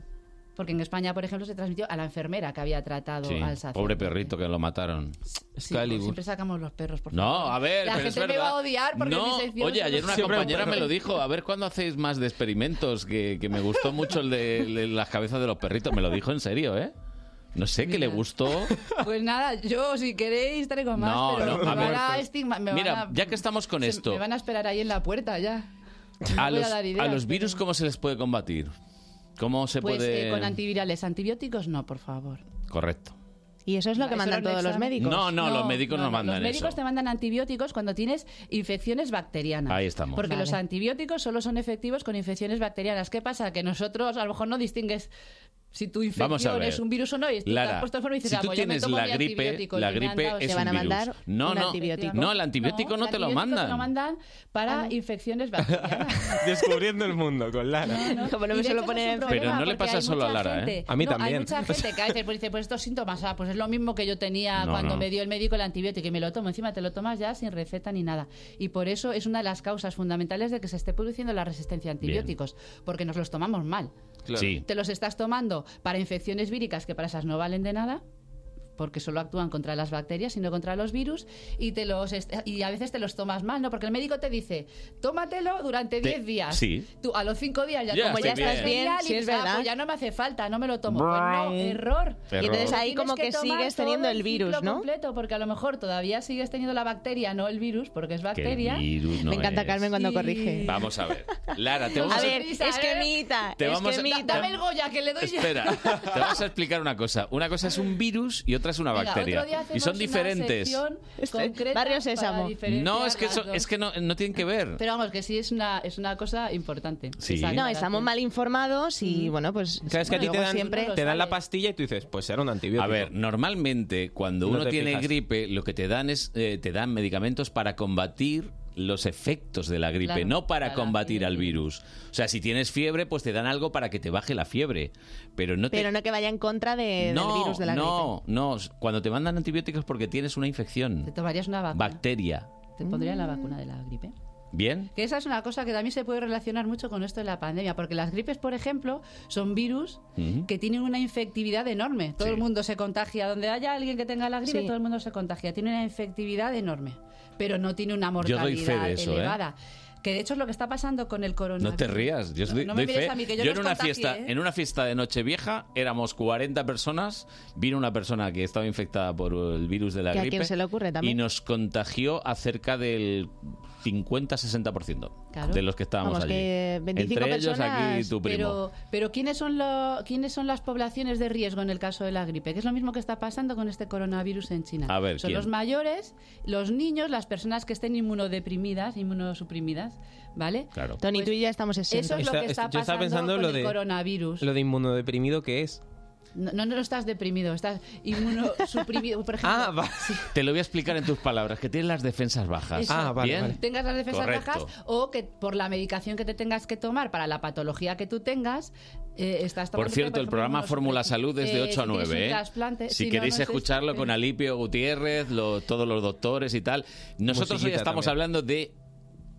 Speaker 6: Porque en España, por ejemplo, se transmitió a la enfermera que había tratado
Speaker 1: Sí,
Speaker 6: al sacerdote.
Speaker 1: Pobre perrito que lo mataron.
Speaker 6: Sí, pues siempre sacamos los perros, por favor.
Speaker 1: No, a ver,
Speaker 6: La
Speaker 1: pero es
Speaker 6: gente me
Speaker 1: verdad.
Speaker 6: va a odiar [LAUGHS] porque
Speaker 1: no,
Speaker 6: mi sección
Speaker 1: oye,
Speaker 6: es
Speaker 1: ayer una
Speaker 6: Siempre
Speaker 1: compañera
Speaker 6: un perro.
Speaker 1: me lo dijo. A ver cuándo hacéis más de experimentos, que, que me gustó mucho el de, el de las cabezas de los perritos. Me lo dijo en serio, ¿eh? No sé qué le gustó.
Speaker 6: [LAUGHS] Pues nada, yo si queréis traigo más,
Speaker 1: No,
Speaker 6: pero
Speaker 1: no,
Speaker 6: me
Speaker 1: a
Speaker 6: van
Speaker 1: ver.
Speaker 6: a estigma- [LAUGHS] me van
Speaker 1: Mira,
Speaker 6: a-
Speaker 1: ya que estamos con esto,
Speaker 6: me [LAUGHS] van a esperar ahí en la puerta ya.
Speaker 1: a
Speaker 6: voy a
Speaker 1: los,
Speaker 6: dar
Speaker 1: a
Speaker 6: ideas,
Speaker 1: los virus, ¿cómo se les puede combatir? ¿Cómo se
Speaker 6: Pues eh,
Speaker 1: puede...?
Speaker 6: con antivirales, antibióticos no, por favor.
Speaker 1: Correcto.
Speaker 11: Y eso es lo que
Speaker 6: Eso
Speaker 11: mandan
Speaker 6: los
Speaker 11: todos los
Speaker 6: exámenes.
Speaker 11: médicos.
Speaker 1: No, no, los médicos no mandan
Speaker 6: Los médicos
Speaker 1: eso.
Speaker 6: te mandan antibióticos cuando tienes infecciones bacterianas.
Speaker 1: Ahí estamos.
Speaker 6: Porque los
Speaker 1: Vale.
Speaker 6: antibióticos solo son efectivos con infecciones bacterianas. ¿Qué pasa? Que nosotros a lo mejor no distingues si tu
Speaker 1: Vamos a
Speaker 6: infección
Speaker 1: ver.
Speaker 6: es un virus o no. Y tú te has
Speaker 1: Lara,
Speaker 6: puesto enfermo y dices,
Speaker 1: si
Speaker 6: "Ah,
Speaker 1: tú
Speaker 6: pues yo me
Speaker 1: tienes
Speaker 6: tomo
Speaker 1: la
Speaker 6: mi
Speaker 1: gripe,
Speaker 6: antibiótico", y
Speaker 1: la
Speaker 6: te me han
Speaker 1: gripe
Speaker 6: dado-
Speaker 1: es
Speaker 6: te
Speaker 1: un
Speaker 6: van a
Speaker 1: virus.
Speaker 6: mandar
Speaker 1: no,
Speaker 6: un
Speaker 1: no,
Speaker 6: antibiótico.
Speaker 1: no, el antibiótico no, te lo
Speaker 6: antibióticos
Speaker 1: mandan.
Speaker 6: te lo mandan para infecciones bacterianas.
Speaker 10: [LAUGHS] Descubriendo el mundo con Lara.
Speaker 6: Como
Speaker 11: no me suelo poner
Speaker 6: en
Speaker 10: enferma. Pero no le pasa solo a Lara, ¿eh? A mí
Speaker 6: Hay
Speaker 10: también.
Speaker 6: mucha gente que a veces pues, dice, pues estos síntomas, ah, pues es lo mismo que yo tenía
Speaker 10: No,
Speaker 6: cuando
Speaker 10: no.
Speaker 6: me dio el médico el antibiótico y me lo tomo. Encima te lo tomas ya sin receta ni nada. Y por eso es una de las causas fundamentales de que se esté produciendo la resistencia a antibióticos, porque nos los tomamos mal.
Speaker 1: Sí.
Speaker 6: Te los estás tomando para infecciones víricas que para esas no valen de nada porque solo actúan contra las bacterias y no contra los virus y te los est- y a veces te los tomas mal, ¿no? Porque el médico te dice, "Tómatelo durante
Speaker 1: Te-
Speaker 6: 10 días."
Speaker 1: sí.
Speaker 6: Tú a los 5 días ya,
Speaker 1: Ya
Speaker 6: como ya
Speaker 1: estoy
Speaker 6: estás bien,
Speaker 1: bien.
Speaker 11: Bien,
Speaker 6: y
Speaker 11: sí, es
Speaker 6: dices, "Ah,
Speaker 11: verdad.
Speaker 6: pues ya no me hace falta, no me lo tomo. Pues no, error.
Speaker 11: Y entonces
Speaker 6: Error.
Speaker 11: Pues ahí como
Speaker 6: Tienes
Speaker 11: que
Speaker 6: tomar
Speaker 11: sigues
Speaker 6: todo
Speaker 11: teniendo el virus,
Speaker 6: ciclo
Speaker 11: ¿no?
Speaker 6: completo porque a lo mejor todavía sigues teniendo la bacteria, no el virus, porque es bacteria.
Speaker 1: virus no Me encanta es. Carmen
Speaker 11: cuando corrige.
Speaker 1: Vamos a ver. Lara, te vamos
Speaker 11: A
Speaker 1: a,
Speaker 11: ver,
Speaker 6: Prisa,
Speaker 11: es que
Speaker 6: ¿eh?
Speaker 11: Mita,
Speaker 1: Te
Speaker 11: es
Speaker 1: vamos
Speaker 11: que
Speaker 1: a-
Speaker 11: Mita.
Speaker 6: Dame el Goya que le doy yo.
Speaker 1: Espera, te vamos a explicar una cosa. Una cosa es un virus y otra es
Speaker 6: [LAUGHS]
Speaker 1: una
Speaker 6: Venga,
Speaker 1: bacteria.
Speaker 6: otro día hacemos
Speaker 1: y son
Speaker 6: una
Speaker 1: diferentes.
Speaker 6: sección concreta
Speaker 11: Este, Barrio
Speaker 6: para
Speaker 11: Sésamo.
Speaker 6: diferenciar
Speaker 1: No, es que,
Speaker 6: las
Speaker 1: eso-
Speaker 6: dos.
Speaker 1: es que no, no tienen que ver.
Speaker 6: Pero vamos, que sí es una, es una cosa importante.
Speaker 1: Sí.
Speaker 6: Esa
Speaker 11: No,
Speaker 6: aclaración.
Speaker 11: estamos mal informados y bueno, pues
Speaker 10: Claro, es que a ti te
Speaker 11: luego
Speaker 10: dan,
Speaker 11: siempre
Speaker 10: te dan la pastilla y tú dices, pues era un antibiótico.
Speaker 1: A ver, normalmente cuando
Speaker 10: No
Speaker 1: uno
Speaker 10: te
Speaker 1: tiene
Speaker 10: fijas.
Speaker 1: gripe, lo que te dan es eh, te dan medicamentos para combatir los efectos de la gripe,
Speaker 10: Claro,
Speaker 1: no para
Speaker 10: para
Speaker 1: combatir al virus. O sea, si tienes fiebre, pues te dan algo para que te baje la fiebre, pero no te
Speaker 11: Pero no que vaya en contra de-
Speaker 1: no,
Speaker 11: del virus de la gripe.
Speaker 1: no, no, cuando te mandan antibióticos es porque tienes una infección,
Speaker 6: Te tomarías una vacuna.
Speaker 1: bacteria,
Speaker 6: Te pondrían la vacuna de la gripe.
Speaker 1: ¿bien?
Speaker 6: Que esa es una cosa que también se puede relacionar mucho con esto de la pandemia, porque las gripes, por ejemplo, son virus
Speaker 1: Ujú.
Speaker 6: que tienen una infectividad enorme. Todo el mundo se contagia. Donde haya alguien que tenga la gripe,
Speaker 11: Sí.
Speaker 6: todo el mundo se contagia. Tiene una infectividad enorme, pero no tiene una
Speaker 1: Yo
Speaker 6: mortalidad
Speaker 1: doy fe de eso, ¿eh?
Speaker 6: elevada. Que de hecho es lo que está pasando con el coronavirus.
Speaker 1: No te rías, yo
Speaker 6: Pues No,
Speaker 1: doy-
Speaker 6: no me
Speaker 1: doy
Speaker 6: mires
Speaker 1: fe.
Speaker 6: a mí, que yo no
Speaker 1: en
Speaker 6: os
Speaker 1: una
Speaker 6: contagié,
Speaker 1: fiesta,
Speaker 6: ¿eh?
Speaker 1: en una fiesta de Nochevieja éramos 40 personas, vino una persona que estaba infectada por el virus de la
Speaker 11: Que a
Speaker 1: gripe
Speaker 11: quien se le ocurre también.
Speaker 1: y nos contagió a cerca del 50-60%
Speaker 6: Claro.
Speaker 1: de los que estábamos
Speaker 11: Vamos,
Speaker 1: allí.
Speaker 11: que 25
Speaker 1: Entre ellos aquí
Speaker 11: personas,
Speaker 1: tu primo.
Speaker 6: Pero, pero ¿quiénes, son lo- ¿quiénes son las poblaciones de riesgo en el caso de la gripe? Que es lo mismo que está pasando con este coronavirus en China.
Speaker 1: A ver,
Speaker 6: son
Speaker 1: ¿quién?
Speaker 6: los mayores, los niños, las personas que estén inmunodeprimidas, inmunosuprimidas, ¿vale? Pues
Speaker 1: Claro.
Speaker 11: Tony, tú y yo estamos exentos.
Speaker 6: Eso es lo que está
Speaker 10: yo estaba
Speaker 6: pasando
Speaker 10: pensando
Speaker 6: con
Speaker 10: lo
Speaker 6: el
Speaker 10: de
Speaker 6: coronavirus.
Speaker 10: Lo de inmunodeprimido que es.
Speaker 6: No, no, no estás deprimido, estás inmunosuprimido.
Speaker 1: [LAUGHS]
Speaker 6: Por
Speaker 1: Ah,
Speaker 6: ejemplo,
Speaker 1: Te lo voy a explicar en tus palabras, que tienes las defensas bajas.
Speaker 6: Eso.
Speaker 1: ¿Bien?
Speaker 6: Tengas las defensas
Speaker 1: Correcto.
Speaker 6: bajas o que por la medicación que te tengas que tomar para la patología que tú tengas, eh, estás tomando.
Speaker 1: Por cierto, el programa Fórmula Salud es de
Speaker 6: Eh,
Speaker 1: 8 a
Speaker 6: si tienes
Speaker 1: 9.
Speaker 6: un
Speaker 1: ¿eh?
Speaker 6: trasplante-
Speaker 1: si
Speaker 6: sí, no,
Speaker 1: queréis
Speaker 6: no es
Speaker 1: escucharlo
Speaker 6: este,
Speaker 1: con
Speaker 6: pero-
Speaker 1: Alipio Gutiérrez, lo- todos los doctores y tal. Nosotros hoy
Speaker 10: Musiquita
Speaker 1: estamos
Speaker 10: también.
Speaker 1: hablando de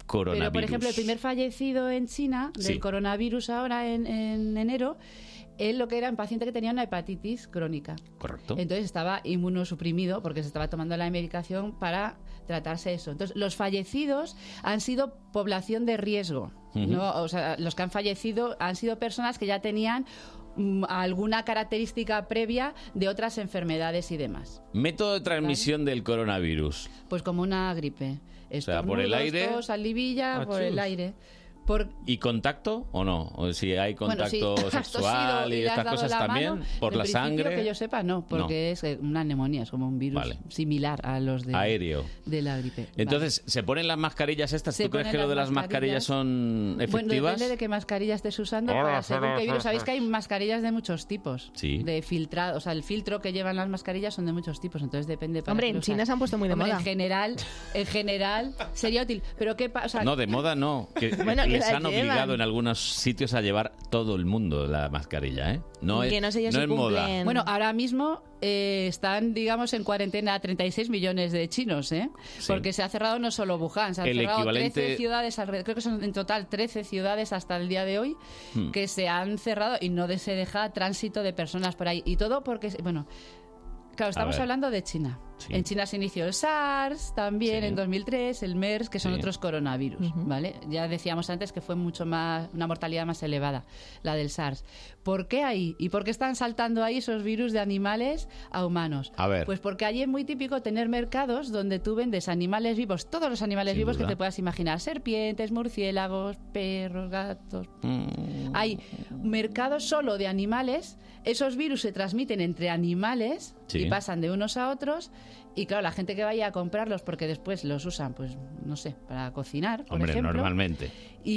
Speaker 1: coronavirus.
Speaker 6: Pero, por ejemplo, el primer fallecido en China del
Speaker 1: Sí.
Speaker 6: coronavirus ahora en, en enero, él lo que era un paciente que tenía una hepatitis crónica.
Speaker 1: Correcto.
Speaker 6: Entonces estaba inmunosuprimido porque se estaba tomando la medicación para tratarse eso. Entonces, los fallecidos han sido población de riesgo.
Speaker 12: Ujú.
Speaker 6: ¿no? O sea, los que han fallecido han sido personas que ya tenían mm, alguna característica previa de otras enfermedades y demás.
Speaker 1: Método de transmisión del coronavirus.
Speaker 6: Pues como una gripe.
Speaker 1: O sea, Ah, por el
Speaker 6: Estornudos,
Speaker 1: aire
Speaker 6: tos, salivilla, por el
Speaker 1: Achús.
Speaker 6: aire. Por,
Speaker 1: y contacto o no. O si hay
Speaker 6: [LAUGHS]
Speaker 1: contacto
Speaker 6: bueno, si has
Speaker 1: sexual
Speaker 6: tosido
Speaker 1: y
Speaker 6: le has
Speaker 1: estas
Speaker 6: dado
Speaker 1: cosas
Speaker 6: la
Speaker 1: también,
Speaker 6: mano,
Speaker 1: por
Speaker 6: en
Speaker 1: la
Speaker 6: principio,
Speaker 1: sangre.
Speaker 6: Que yo sepa, no, porque es eh, una neumonía, es como un virus
Speaker 1: Vale.
Speaker 6: similar a los de,
Speaker 1: Aéreo.
Speaker 6: de la gripe.
Speaker 1: Entonces, ¿se ponen las mascarillas estas?
Speaker 6: Se
Speaker 1: ¿Tú crees
Speaker 6: ponen
Speaker 1: que lo de
Speaker 6: las
Speaker 1: las mascarillas, son
Speaker 6: Vale. Bueno,
Speaker 1: efectivas?
Speaker 6: depende de qué mascarilla estés usando
Speaker 1: Ahora,
Speaker 6: para según
Speaker 1: ahora,
Speaker 6: qué virus.
Speaker 1: ahora,
Speaker 6: Sabéis que hay
Speaker 1: ahora.
Speaker 6: mascarillas de muchos tipos.
Speaker 1: Sí.
Speaker 6: De filtrado, o sea, el filtro que llevan las mascarillas son de muchos tipos, entonces depende para
Speaker 11: Hombre,
Speaker 6: qué
Speaker 11: en
Speaker 6: lo
Speaker 11: China
Speaker 6: usas.
Speaker 11: se han puesto muy de
Speaker 6: Hombre,
Speaker 11: moda.
Speaker 6: En general, en general sería útil, pero qué pasa?
Speaker 1: No, de moda no.
Speaker 6: [LAUGHS]
Speaker 1: Que
Speaker 11: Bueno,
Speaker 1: les
Speaker 11: que la
Speaker 1: han obligado
Speaker 11: llevan.
Speaker 1: en algunos sitios a llevar todo el mundo la mascarilla, ¿eh? No es, no es moda.
Speaker 6: Bueno, ahora mismo eh, están, digamos, en cuarentena 36 millones de chinos, ¿eh? Porque se ha cerrado no solo Wuhan, se han
Speaker 1: El
Speaker 6: cerrado
Speaker 1: equivalente-
Speaker 6: 13 ciudades, alrededor- creo que son en total 13 ciudades hasta el día de hoy
Speaker 2: Mm.
Speaker 1: Hmm.
Speaker 6: que se han cerrado y no de- se deja tránsito de personas por ahí. Y todo porque, bueno, claro, estamos
Speaker 1: ver.
Speaker 6: hablando de China. En China se inició el SARS también en 2003, el MERS, que son
Speaker 11: Sí.
Speaker 6: otros coronavirus, ¿vale? Ya decíamos antes que fue mucho más una mortalidad más elevada la del SARS. ¿Por qué ahí? ¿Y por qué están saltando ahí esos virus de animales a humanos?
Speaker 1: A ver.
Speaker 6: Pues porque allí es muy típico tener mercados donde tú vendes animales vivos, todos los animales
Speaker 1: Sin
Speaker 6: vivos
Speaker 1: duda.
Speaker 6: que te puedas imaginar, serpientes, murciélagos, perros, gatos, hay mercados solo de animales, esos virus se transmiten entre animales
Speaker 1: Sí.
Speaker 6: y pasan de unos a otros y claro, la gente que vaya a comprarlos porque después los usan, pues no sé, para cocinar, por
Speaker 1: Hombre,
Speaker 6: ejemplo. [LAUGHS]
Speaker 1: normalmente.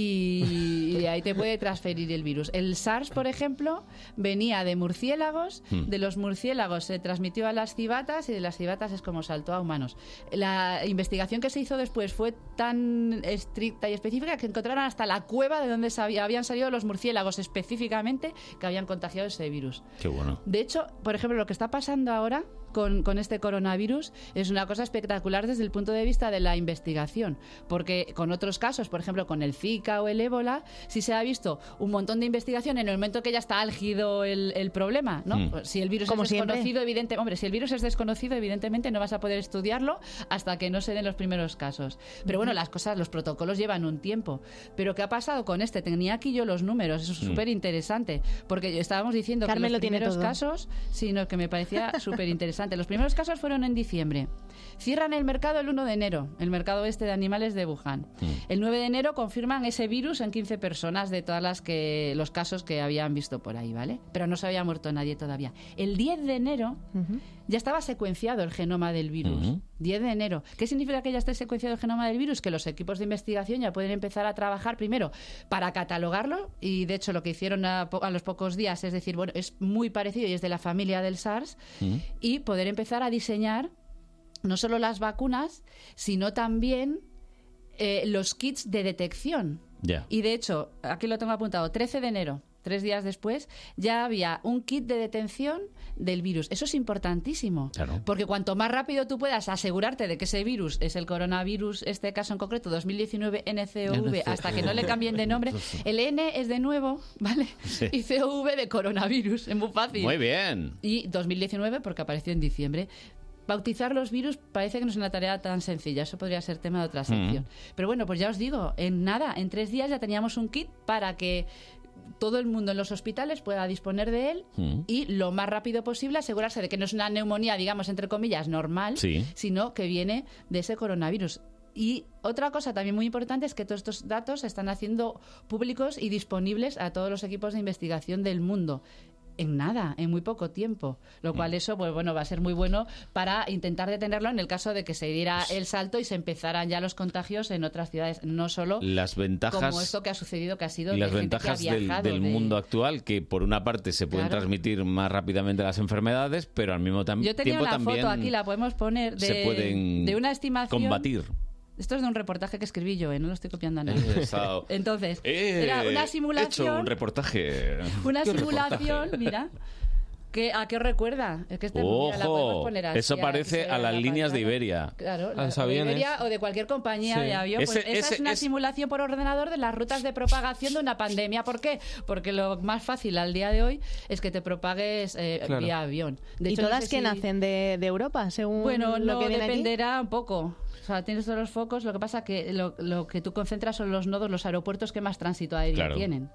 Speaker 6: Y, y de ahí te puede transferir el virus. El SARS, por ejemplo, venía de murciélagos,
Speaker 1: Hmm.
Speaker 6: de los murciélagos se transmitió a las cibatas y de las cibatas es como saltó a humanos. La investigación que se hizo después fue tan estricta y específica que encontraron hasta la cueva de donde se había- habían salido los murciélagos específicamente que habían contagiado ese virus.
Speaker 1: Qué bueno.
Speaker 6: De hecho, por ejemplo, lo que está pasando ahora con, con este coronavirus es una cosa espectacular desde el punto de vista de la investigación, porque con otros casos, por ejemplo, con el Zika o el ébola, sí se ha visto un montón de investigación en el momento que ya está álgido el, el problema, ¿no? Pues
Speaker 11: Mm.
Speaker 6: Si el virus
Speaker 11: Como
Speaker 6: es
Speaker 11: siempre.
Speaker 6: desconocido, evidente, hombre, si el virus es desconocido, evidentemente no vas a poder estudiarlo hasta que no se den los primeros casos. Pero bueno, las cosas, los protocolos llevan un tiempo. Pero ¿qué ha pasado con este? Tenía aquí yo los números, eso es
Speaker 11: Mm.
Speaker 6: súper interesante, porque estábamos diciendo
Speaker 11: Carmen
Speaker 6: que los
Speaker 11: lo tiene
Speaker 6: primeros
Speaker 11: todo.
Speaker 6: casos casos, sino que me parecía súper interesante. Los primeros casos fueron en diciembre. Cierran el mercado el 1 de enero, el mercado este de animales de Wuhan. El 9 de enero confirman ese virus en 15 personas de todas las que los casos que habían visto por ahí, ¿vale? Pero no se había muerto nadie todavía. El 10 de enero ya estaba secuenciado el genoma del virus.
Speaker 12: Ujú.
Speaker 6: 10 de enero. ¿Qué significa que ya esté secuenciado el genoma del virus? Que los equipos de investigación ya pueden empezar a trabajar primero para catalogarlo y de hecho lo que hicieron a, po- a los pocos días es decir, bueno, es muy parecido y es de la familia del SARS
Speaker 2: Mm.
Speaker 6: y poder empezar a diseñar no solo las vacunas, sino también eh, los kits de detección.
Speaker 1: Ya.
Speaker 6: Y de hecho, aquí lo tengo apuntado, 13 de enero, tres días después, ya había un kit de detención del virus. Eso es importantísimo.
Speaker 1: Claro.
Speaker 6: Porque cuanto más rápido tú puedas asegurarte de que ese virus es el coronavirus, este caso en concreto, 2019 NCOV,
Speaker 12: NCOV.
Speaker 6: hasta que no le cambien de
Speaker 1: [LAUGHS]
Speaker 6: nombre, el N es de nuevo, ¿vale? [LAUGHS]
Speaker 1: Sí.
Speaker 6: Y COV de coronavirus, es muy fácil.
Speaker 1: Muy bien.
Speaker 6: Y 2019 porque apareció en diciembre. Bautizar los virus parece que no es una tarea tan sencilla, eso podría ser tema de otra
Speaker 12: Mm.
Speaker 6: sección. Pero bueno, pues ya os digo, en nada, en tres días ya teníamos un kit para que todo el mundo en los hospitales pueda disponer de él
Speaker 12: Mm.
Speaker 6: y lo más rápido posible asegurarse de que no es una neumonía, digamos, entre comillas, normal,
Speaker 12: Sí.
Speaker 6: sino que viene de ese coronavirus. Y otra cosa también muy importante es que todos estos datos se están haciendo públicos y disponibles a todos los equipos de investigación del mundo. En nada, en muy poco tiempo. Lo
Speaker 1: Mm.
Speaker 6: cual eso, pues bueno, va a ser muy bueno para intentar detenerlo en el caso de que se diera
Speaker 1: Pues
Speaker 6: el salto y se empezaran ya los contagios en otras ciudades, no solo
Speaker 1: Las
Speaker 6: como
Speaker 1: ventajas
Speaker 6: esto que ha sucedido, que ha sido
Speaker 1: y
Speaker 6: de
Speaker 1: las
Speaker 6: gente que ha
Speaker 1: ventajas del,
Speaker 6: viajado,
Speaker 1: del
Speaker 6: de-
Speaker 1: mundo actual, que por una parte se pueden
Speaker 6: Claro.
Speaker 1: transmitir más rápidamente las enfermedades, pero al mismo tam-
Speaker 6: Yo tenía
Speaker 1: tiempo
Speaker 6: la
Speaker 1: también
Speaker 6: foto aquí, la podemos poner, de,
Speaker 1: se pueden
Speaker 6: de una estimación.
Speaker 1: combatir.
Speaker 6: Esto es de un reportaje que escribí yo, ¿eh? no lo estoy copiando a
Speaker 1: He
Speaker 6: nadie.
Speaker 1: estado-
Speaker 6: [LAUGHS] Entonces,
Speaker 1: Eh,
Speaker 6: era
Speaker 1: he
Speaker 6: una
Speaker 1: hecho
Speaker 6: simulación.
Speaker 1: un reportaje.
Speaker 6: Una
Speaker 1: ¿Qué reportaje?
Speaker 6: simulación, mira. que- ¿A qué os recuerda? Es que esta mira, la podemos
Speaker 1: Ojo,
Speaker 6: poner así,
Speaker 1: eso
Speaker 6: a-
Speaker 1: parece
Speaker 6: que
Speaker 1: a
Speaker 6: se-
Speaker 1: las líneas de Iberia.
Speaker 6: Claro, la- o de Iberia o de cualquier compañía
Speaker 1: Sí.
Speaker 6: de avión. pues esa
Speaker 1: Ese- ese-
Speaker 6: es una
Speaker 1: ese-
Speaker 6: simulación por ordenador de las rutas de propagación de una pandemia. ¿Por qué? Porque lo más fácil al día de hoy es que te propagues eh,
Speaker 11: Claro.
Speaker 6: vía avión. De
Speaker 11: ¿Y
Speaker 6: hecho, no
Speaker 11: todas
Speaker 6: sé
Speaker 11: que
Speaker 6: si-
Speaker 11: nacen de, de Europa, según
Speaker 6: bueno,
Speaker 11: lo
Speaker 6: no
Speaker 11: que viene aquí?
Speaker 6: dependerá un poco. O sea, tienes todos los focos. Lo que pasa que lo, lo que tú concentras son los nodos, los aeropuertos que más tránsito aéreo
Speaker 1: Claro.
Speaker 6: tienen.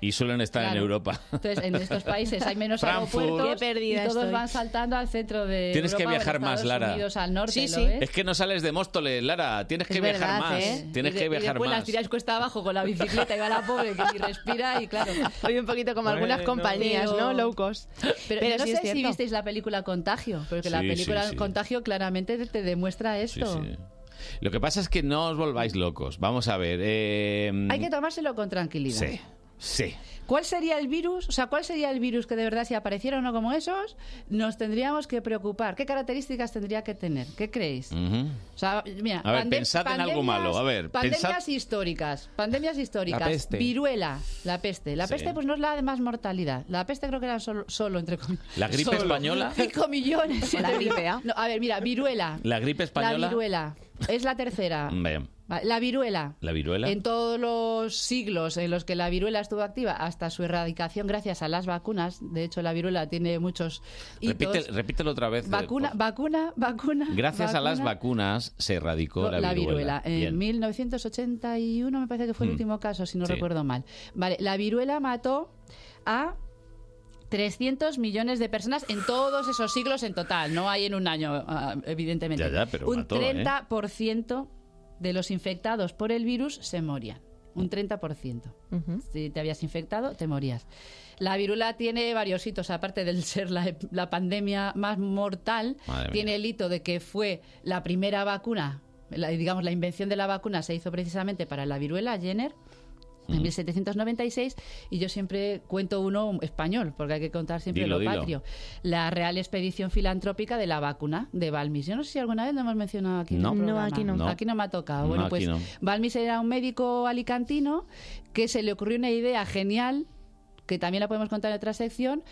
Speaker 1: Y suelen estar en
Speaker 6: Claro.
Speaker 1: Europa.
Speaker 6: Entonces, en
Speaker 1: [LAUGHS]
Speaker 6: estos países hay menos
Speaker 1: Frankfurt.
Speaker 6: aeropuertos
Speaker 11: Qué perdida
Speaker 6: y todos
Speaker 11: estoy.
Speaker 6: van saltando al centro de
Speaker 1: Tienes que
Speaker 6: Europa o en
Speaker 1: viajar más,
Speaker 6: Estados
Speaker 1: Lara.
Speaker 6: Unidos, al norte,
Speaker 11: Sí,
Speaker 6: ¿lo
Speaker 11: sí.
Speaker 6: ves?
Speaker 1: Es que no sales de Móstoles, Lara. Tienes que
Speaker 6: Es
Speaker 1: viajar
Speaker 6: verdad,
Speaker 1: más.
Speaker 6: ¿eh?
Speaker 1: Tienes
Speaker 6: Y de-
Speaker 1: que
Speaker 6: y
Speaker 1: viajar
Speaker 6: después
Speaker 1: más.
Speaker 6: las tiráis cuesta abajo [LAUGHS] con la bicicleta y va la pobre que ni respira y
Speaker 11: [LAUGHS]
Speaker 6: claro.
Speaker 11: Hoy un poquito como algunas
Speaker 6: Bueno.
Speaker 11: compañías,
Speaker 6: Pero-
Speaker 11: ¿no? Low cost.
Speaker 6: Pero,
Speaker 11: Pero
Speaker 6: no
Speaker 11: sí es
Speaker 6: sé si
Speaker 11: cierto.
Speaker 6: visteis la película Contagio, porque la
Speaker 1: Sí, sí,
Speaker 6: película
Speaker 1: sí.
Speaker 6: Contagio claramente te- te demuestra
Speaker 1: Sí,
Speaker 6: esto.
Speaker 1: sí. Lo que pasa es que no os volváis locos. Vamos a ver. eh,
Speaker 6: Hay que tomárselo con tranquilidad.
Speaker 1: Sí, sí.
Speaker 6: ¿Cuál sería el virus? O sea, ¿cuál sería el virus que de verdad si apareciera uno como esos, nos tendríamos que preocupar? ¿Qué características tendría que tener? ¿Qué creéis?
Speaker 1: Ujú.
Speaker 6: O sea, mira,
Speaker 1: A ver,
Speaker 6: pandem-
Speaker 1: pensad en algo
Speaker 6: pandemias-
Speaker 1: malo, a ver,
Speaker 6: pandemias
Speaker 1: pensad-
Speaker 6: históricas, pandemias históricas,
Speaker 1: La peste.
Speaker 6: viruela, la peste, la
Speaker 1: Sí.
Speaker 6: peste pues no es la de más mortalidad, la peste creo que era solo, solo entre comillas.
Speaker 1: La gripe
Speaker 6: Solo.
Speaker 1: española.
Speaker 6: 5 millones.
Speaker 11: O [LAUGHS] la gripe ¿ah?
Speaker 6: No, a ver, mira, viruela,
Speaker 1: La gripe
Speaker 6: la
Speaker 1: española. Mm.
Speaker 6: viruela, es la tercera,
Speaker 1: Vaya,
Speaker 6: Va, la viruela.
Speaker 1: la viruela.
Speaker 6: En todos los siglos en los que la viruela estuvo activa, hasta su erradicación gracias a las vacunas, de hecho la viruela tiene muchos hitos.
Speaker 1: Repite- repítelo otra vez. eh,
Speaker 6: vacuna, vacuna, vacuna.
Speaker 1: por- Gracias a las
Speaker 6: vacuna.
Speaker 1: vacunas se erradicó la,
Speaker 6: La viruela. em. En
Speaker 1: Bien.
Speaker 6: 1981 me parece que fue el
Speaker 1: Hmm.
Speaker 6: último caso, si no
Speaker 1: Sí.
Speaker 6: recuerdo mal. Vale, la viruela mató a 300 millones de personas en todos esos siglos en total. No hay en un año, ah, evidentemente.
Speaker 1: Ya, ya, pero
Speaker 6: un
Speaker 1: mató, ¿eh?
Speaker 6: 30% de los infectados por el virus se morían. Un 30%. Si te habías infectado, te morías. La viruela tiene varios hitos, aparte del ser la, la pandemia más mortal,
Speaker 12: Madre mía.
Speaker 6: tiene el hito de que fue la primera vacuna, la- digamos, la invención de la vacuna se hizo precisamente para la viruela, Jenner,
Speaker 12: Mm.
Speaker 6: en 1796, y yo siempre cuento uno español, porque hay que contar siempre
Speaker 12: Dilo,
Speaker 6: lo
Speaker 12: dilo.
Speaker 6: patrio. La Real Expedición Filantrópica de la Vacuna de Balmis. Yo no sé si alguna vez lo hemos mencionado aquí. en el
Speaker 1: No. No,
Speaker 6: programa.
Speaker 1: aquí no. No.
Speaker 6: Aquí no me ha tocado.
Speaker 1: No,
Speaker 6: bueno,
Speaker 1: aquí
Speaker 6: pues
Speaker 1: no.
Speaker 6: Balmis era un médico alicantino que se le ocurrió una idea genial, que también la podemos contar en otra sección,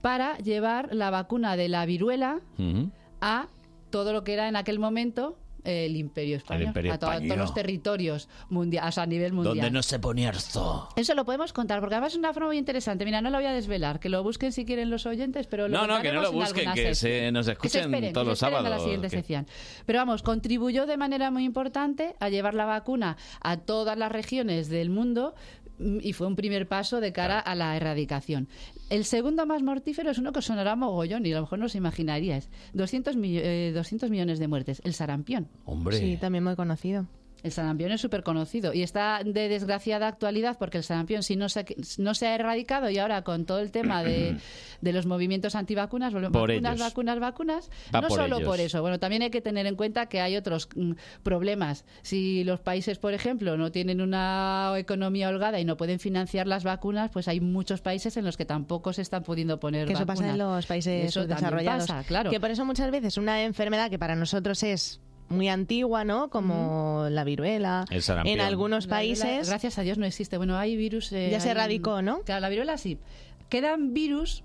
Speaker 6: para llevar la vacuna de la viruela
Speaker 1: Ujú.
Speaker 6: a todo lo que era en aquel momento eh, el imperio español,
Speaker 1: imperio
Speaker 6: a to- a todos
Speaker 1: español.
Speaker 6: los territorios mundiales, a nivel mundial.
Speaker 1: Donde no se pone arzo.
Speaker 6: Eso lo podemos contar, porque además es una forma muy interesante. Mira, no la voy a desvelar, que lo busquen si quieren los oyentes, pero lo
Speaker 1: No, no, que no
Speaker 6: contaremos
Speaker 1: lo
Speaker 6: en
Speaker 1: busquen,
Speaker 6: alguna
Speaker 1: que
Speaker 6: sección.
Speaker 1: se nos
Speaker 6: Que se
Speaker 1: escuchen
Speaker 6: esperen,
Speaker 1: todos
Speaker 6: que
Speaker 1: los
Speaker 6: se esperen
Speaker 1: sábados.
Speaker 6: a la siguiente
Speaker 1: que-
Speaker 6: sección. Pero vamos, contribuyó de manera muy importante a llevar la vacuna a todas las regiones del mundo mm, y fue un primer paso de cara a la erradicación. El segundo más mortífero es uno que sonará mogollón y a lo mejor no os imaginaríais. 200, mi- eh, 200 millones de muertes, el sarampión.
Speaker 1: Hombre.
Speaker 11: Sí, también muy conocido.
Speaker 6: El sarampión es súper conocido y está de desgraciada actualidad porque el sarampión si no se, no se ha erradicado y ahora con todo el tema
Speaker 1: [CLEARS THROAT]
Speaker 6: de, de los movimientos antivacunas, volvemos-
Speaker 1: Por
Speaker 6: vacunas,
Speaker 1: ellos.
Speaker 6: vacunas, vacunas,
Speaker 1: Va
Speaker 6: no
Speaker 1: por
Speaker 6: solo
Speaker 1: ellos.
Speaker 6: por eso, bueno, también hay que tener en cuenta que hay otros mm, problemas. Si los países, por ejemplo, no tienen una economía holgada y no pueden financiar las vacunas, pues hay muchos países en los que tampoco se están pudiendo poner
Speaker 11: Que eso
Speaker 6: vacunas.
Speaker 11: pasa en los países
Speaker 6: Eso también
Speaker 11: desarrollados.
Speaker 6: pasa, claro.
Speaker 11: Que por eso muchas veces una enfermedad que para nosotros es muy antigua, ¿no? Como la viruela.
Speaker 1: El sarampión.
Speaker 11: En algunos
Speaker 6: La viruela,
Speaker 11: países.
Speaker 6: gracias a Dios no existe. Bueno, hay virus. eh,
Speaker 11: Ya se
Speaker 6: hay-
Speaker 11: erradicó, ¿no?
Speaker 6: Claro, la viruela sí. Quedan virus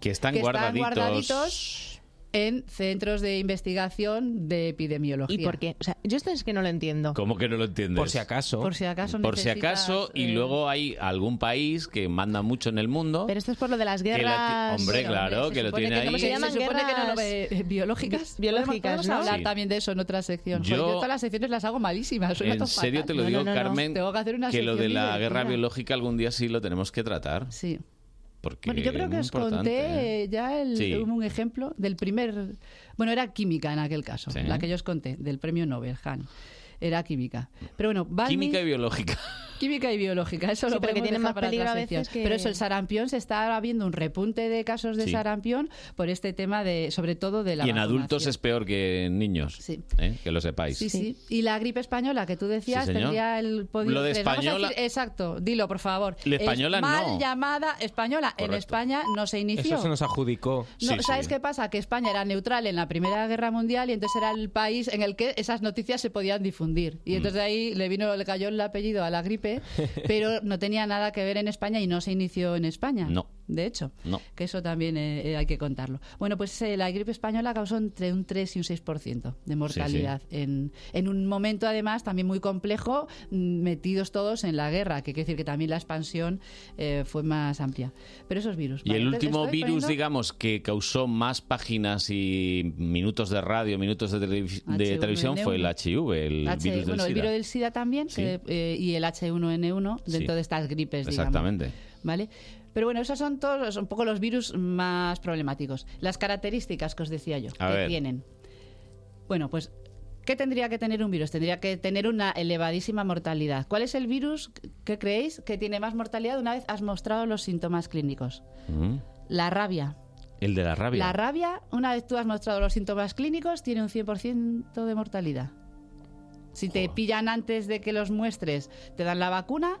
Speaker 1: Que están
Speaker 6: que
Speaker 1: guardaditos.
Speaker 6: están guardaditos en centros de investigación de epidemiología.
Speaker 11: ¿Y por qué? O sea, yo esto es que no lo entiendo.
Speaker 1: ¿Cómo que no lo entiendes?
Speaker 10: Por si acaso.
Speaker 6: Por si acaso
Speaker 1: Por si
Speaker 6: necesitas,
Speaker 1: acaso, y
Speaker 6: eh,
Speaker 1: luego hay algún país que manda mucho en el mundo.
Speaker 11: Pero esto es por lo de las
Speaker 1: que la ti-
Speaker 11: guerras.
Speaker 1: hombre, claro, que lo tiene ahí.
Speaker 6: ¿Cómo se llaman?
Speaker 11: Se supone que no lo
Speaker 6: guerras [LAUGHS] biológicas.
Speaker 11: Biológicas,
Speaker 6: Podemos
Speaker 11: ¿no?
Speaker 6: hablar
Speaker 1: Sí.
Speaker 6: también de eso en otra sección. Joder, Yo,
Speaker 1: Yo-
Speaker 6: todas las secciones las hago malísimas. soy [LAUGHS] una
Speaker 1: En
Speaker 6: tos
Speaker 1: serio
Speaker 6: fatal.
Speaker 1: te lo digo, Carmen,
Speaker 6: Tengo que hacer una
Speaker 1: lo de
Speaker 6: sección
Speaker 1: la guerra
Speaker 6: divertida.
Speaker 1: biológica algún día sí lo tenemos que tratar.
Speaker 6: Sí.
Speaker 1: Porque
Speaker 6: Bueno, yo creo
Speaker 1: es
Speaker 6: que
Speaker 1: muy
Speaker 6: os
Speaker 1: importante, ¿eh?
Speaker 6: conté eh, ya el,
Speaker 1: Sí.
Speaker 6: hubo un ejemplo del primer... Bueno, era química en aquel caso,
Speaker 1: Sí.
Speaker 6: la que yo os conté, del premio Nobel, Han. Era química. Pero bueno, Balmi-
Speaker 1: Química y biológica.
Speaker 6: Química y biológica, eso
Speaker 11: Sí,
Speaker 6: lo
Speaker 11: pero que
Speaker 6: podemos
Speaker 11: tienen
Speaker 6: dejar
Speaker 11: más
Speaker 6: para
Speaker 11: peligro
Speaker 6: otra
Speaker 11: a veces
Speaker 6: sección.
Speaker 11: que-
Speaker 6: Pero eso, el sarampión, se está habiendo un repunte de casos de
Speaker 1: Sí.
Speaker 6: sarampión por este tema de, sobre todo de la
Speaker 1: Y en
Speaker 6: vacunación.
Speaker 1: adultos es peor que en niños.
Speaker 6: Sí.
Speaker 1: ¿eh? Que lo sepáis.
Speaker 6: Sí, sí. Y la gripe española que tú decías
Speaker 1: Sí, señor.
Speaker 6: tendría el podio.
Speaker 1: Lo de
Speaker 6: tres. Vamos a
Speaker 1: española-
Speaker 6: decir- exacto, dilo por favor.
Speaker 1: La española
Speaker 6: Es mal
Speaker 1: no.
Speaker 6: llamada española. En
Speaker 1: Correcto.
Speaker 6: España no se inició.
Speaker 10: Eso se nos adjudicó.
Speaker 6: No, ¿Sabes qué pasa? Que España era neutral en la Primera Guerra Mundial y entonces era el país en el que esas noticias se podían difundir.
Speaker 1: Mm.
Speaker 6: Y entonces de ahí le vino, le cayó el apellido a la
Speaker 1: [LAUGHS]
Speaker 6: gripe, pero no tenía nada que ver en España y no se inició en España.
Speaker 1: No.
Speaker 6: De hecho,
Speaker 1: No.
Speaker 6: que eso también eh, eh, hay que contarlo. Bueno, pues eh, la gripe española causó entre un 3 y un 6% de mortalidad. En, en un momento, además, también muy complejo, mm, metidos todos en la guerra, que quiere decir que también la expansión eh, fue más amplia. Pero esos virus.
Speaker 1: Y
Speaker 6: vale,
Speaker 1: el
Speaker 6: te-
Speaker 1: último
Speaker 6: estoy
Speaker 1: virus,
Speaker 6: poniendo-
Speaker 1: digamos, que causó más páginas y minutos de radio, minutos de, televi- de
Speaker 6: H1N1.
Speaker 1: televisión fue el HIV, el
Speaker 6: H-
Speaker 1: virus del
Speaker 6: bueno, el
Speaker 1: SIDA.
Speaker 6: virus del SIDA también que, eh, y el H1N1
Speaker 1: Sí.
Speaker 6: dentro de estas gripes, digamos.
Speaker 1: Exactamente.
Speaker 6: ¿Vale? Pero bueno, esos son todos los- un poco los virus más problemáticos. Las características que os decía yo
Speaker 1: A
Speaker 6: que
Speaker 1: ver.
Speaker 6: tienen. Bueno, pues ¿qué tendría que tener un virus? Tendría que tener una elevadísima mortalidad. ¿Cuál es el virus que creéis que tiene más mortalidad una vez has mostrado los síntomas clínicos?
Speaker 1: Mm.
Speaker 6: La rabia.
Speaker 1: El de la rabia.
Speaker 6: La rabia, una vez tú has mostrado los síntomas clínicos, tiene un 100% de mortalidad. Si te pillan antes de que los muestres, te dan la vacuna.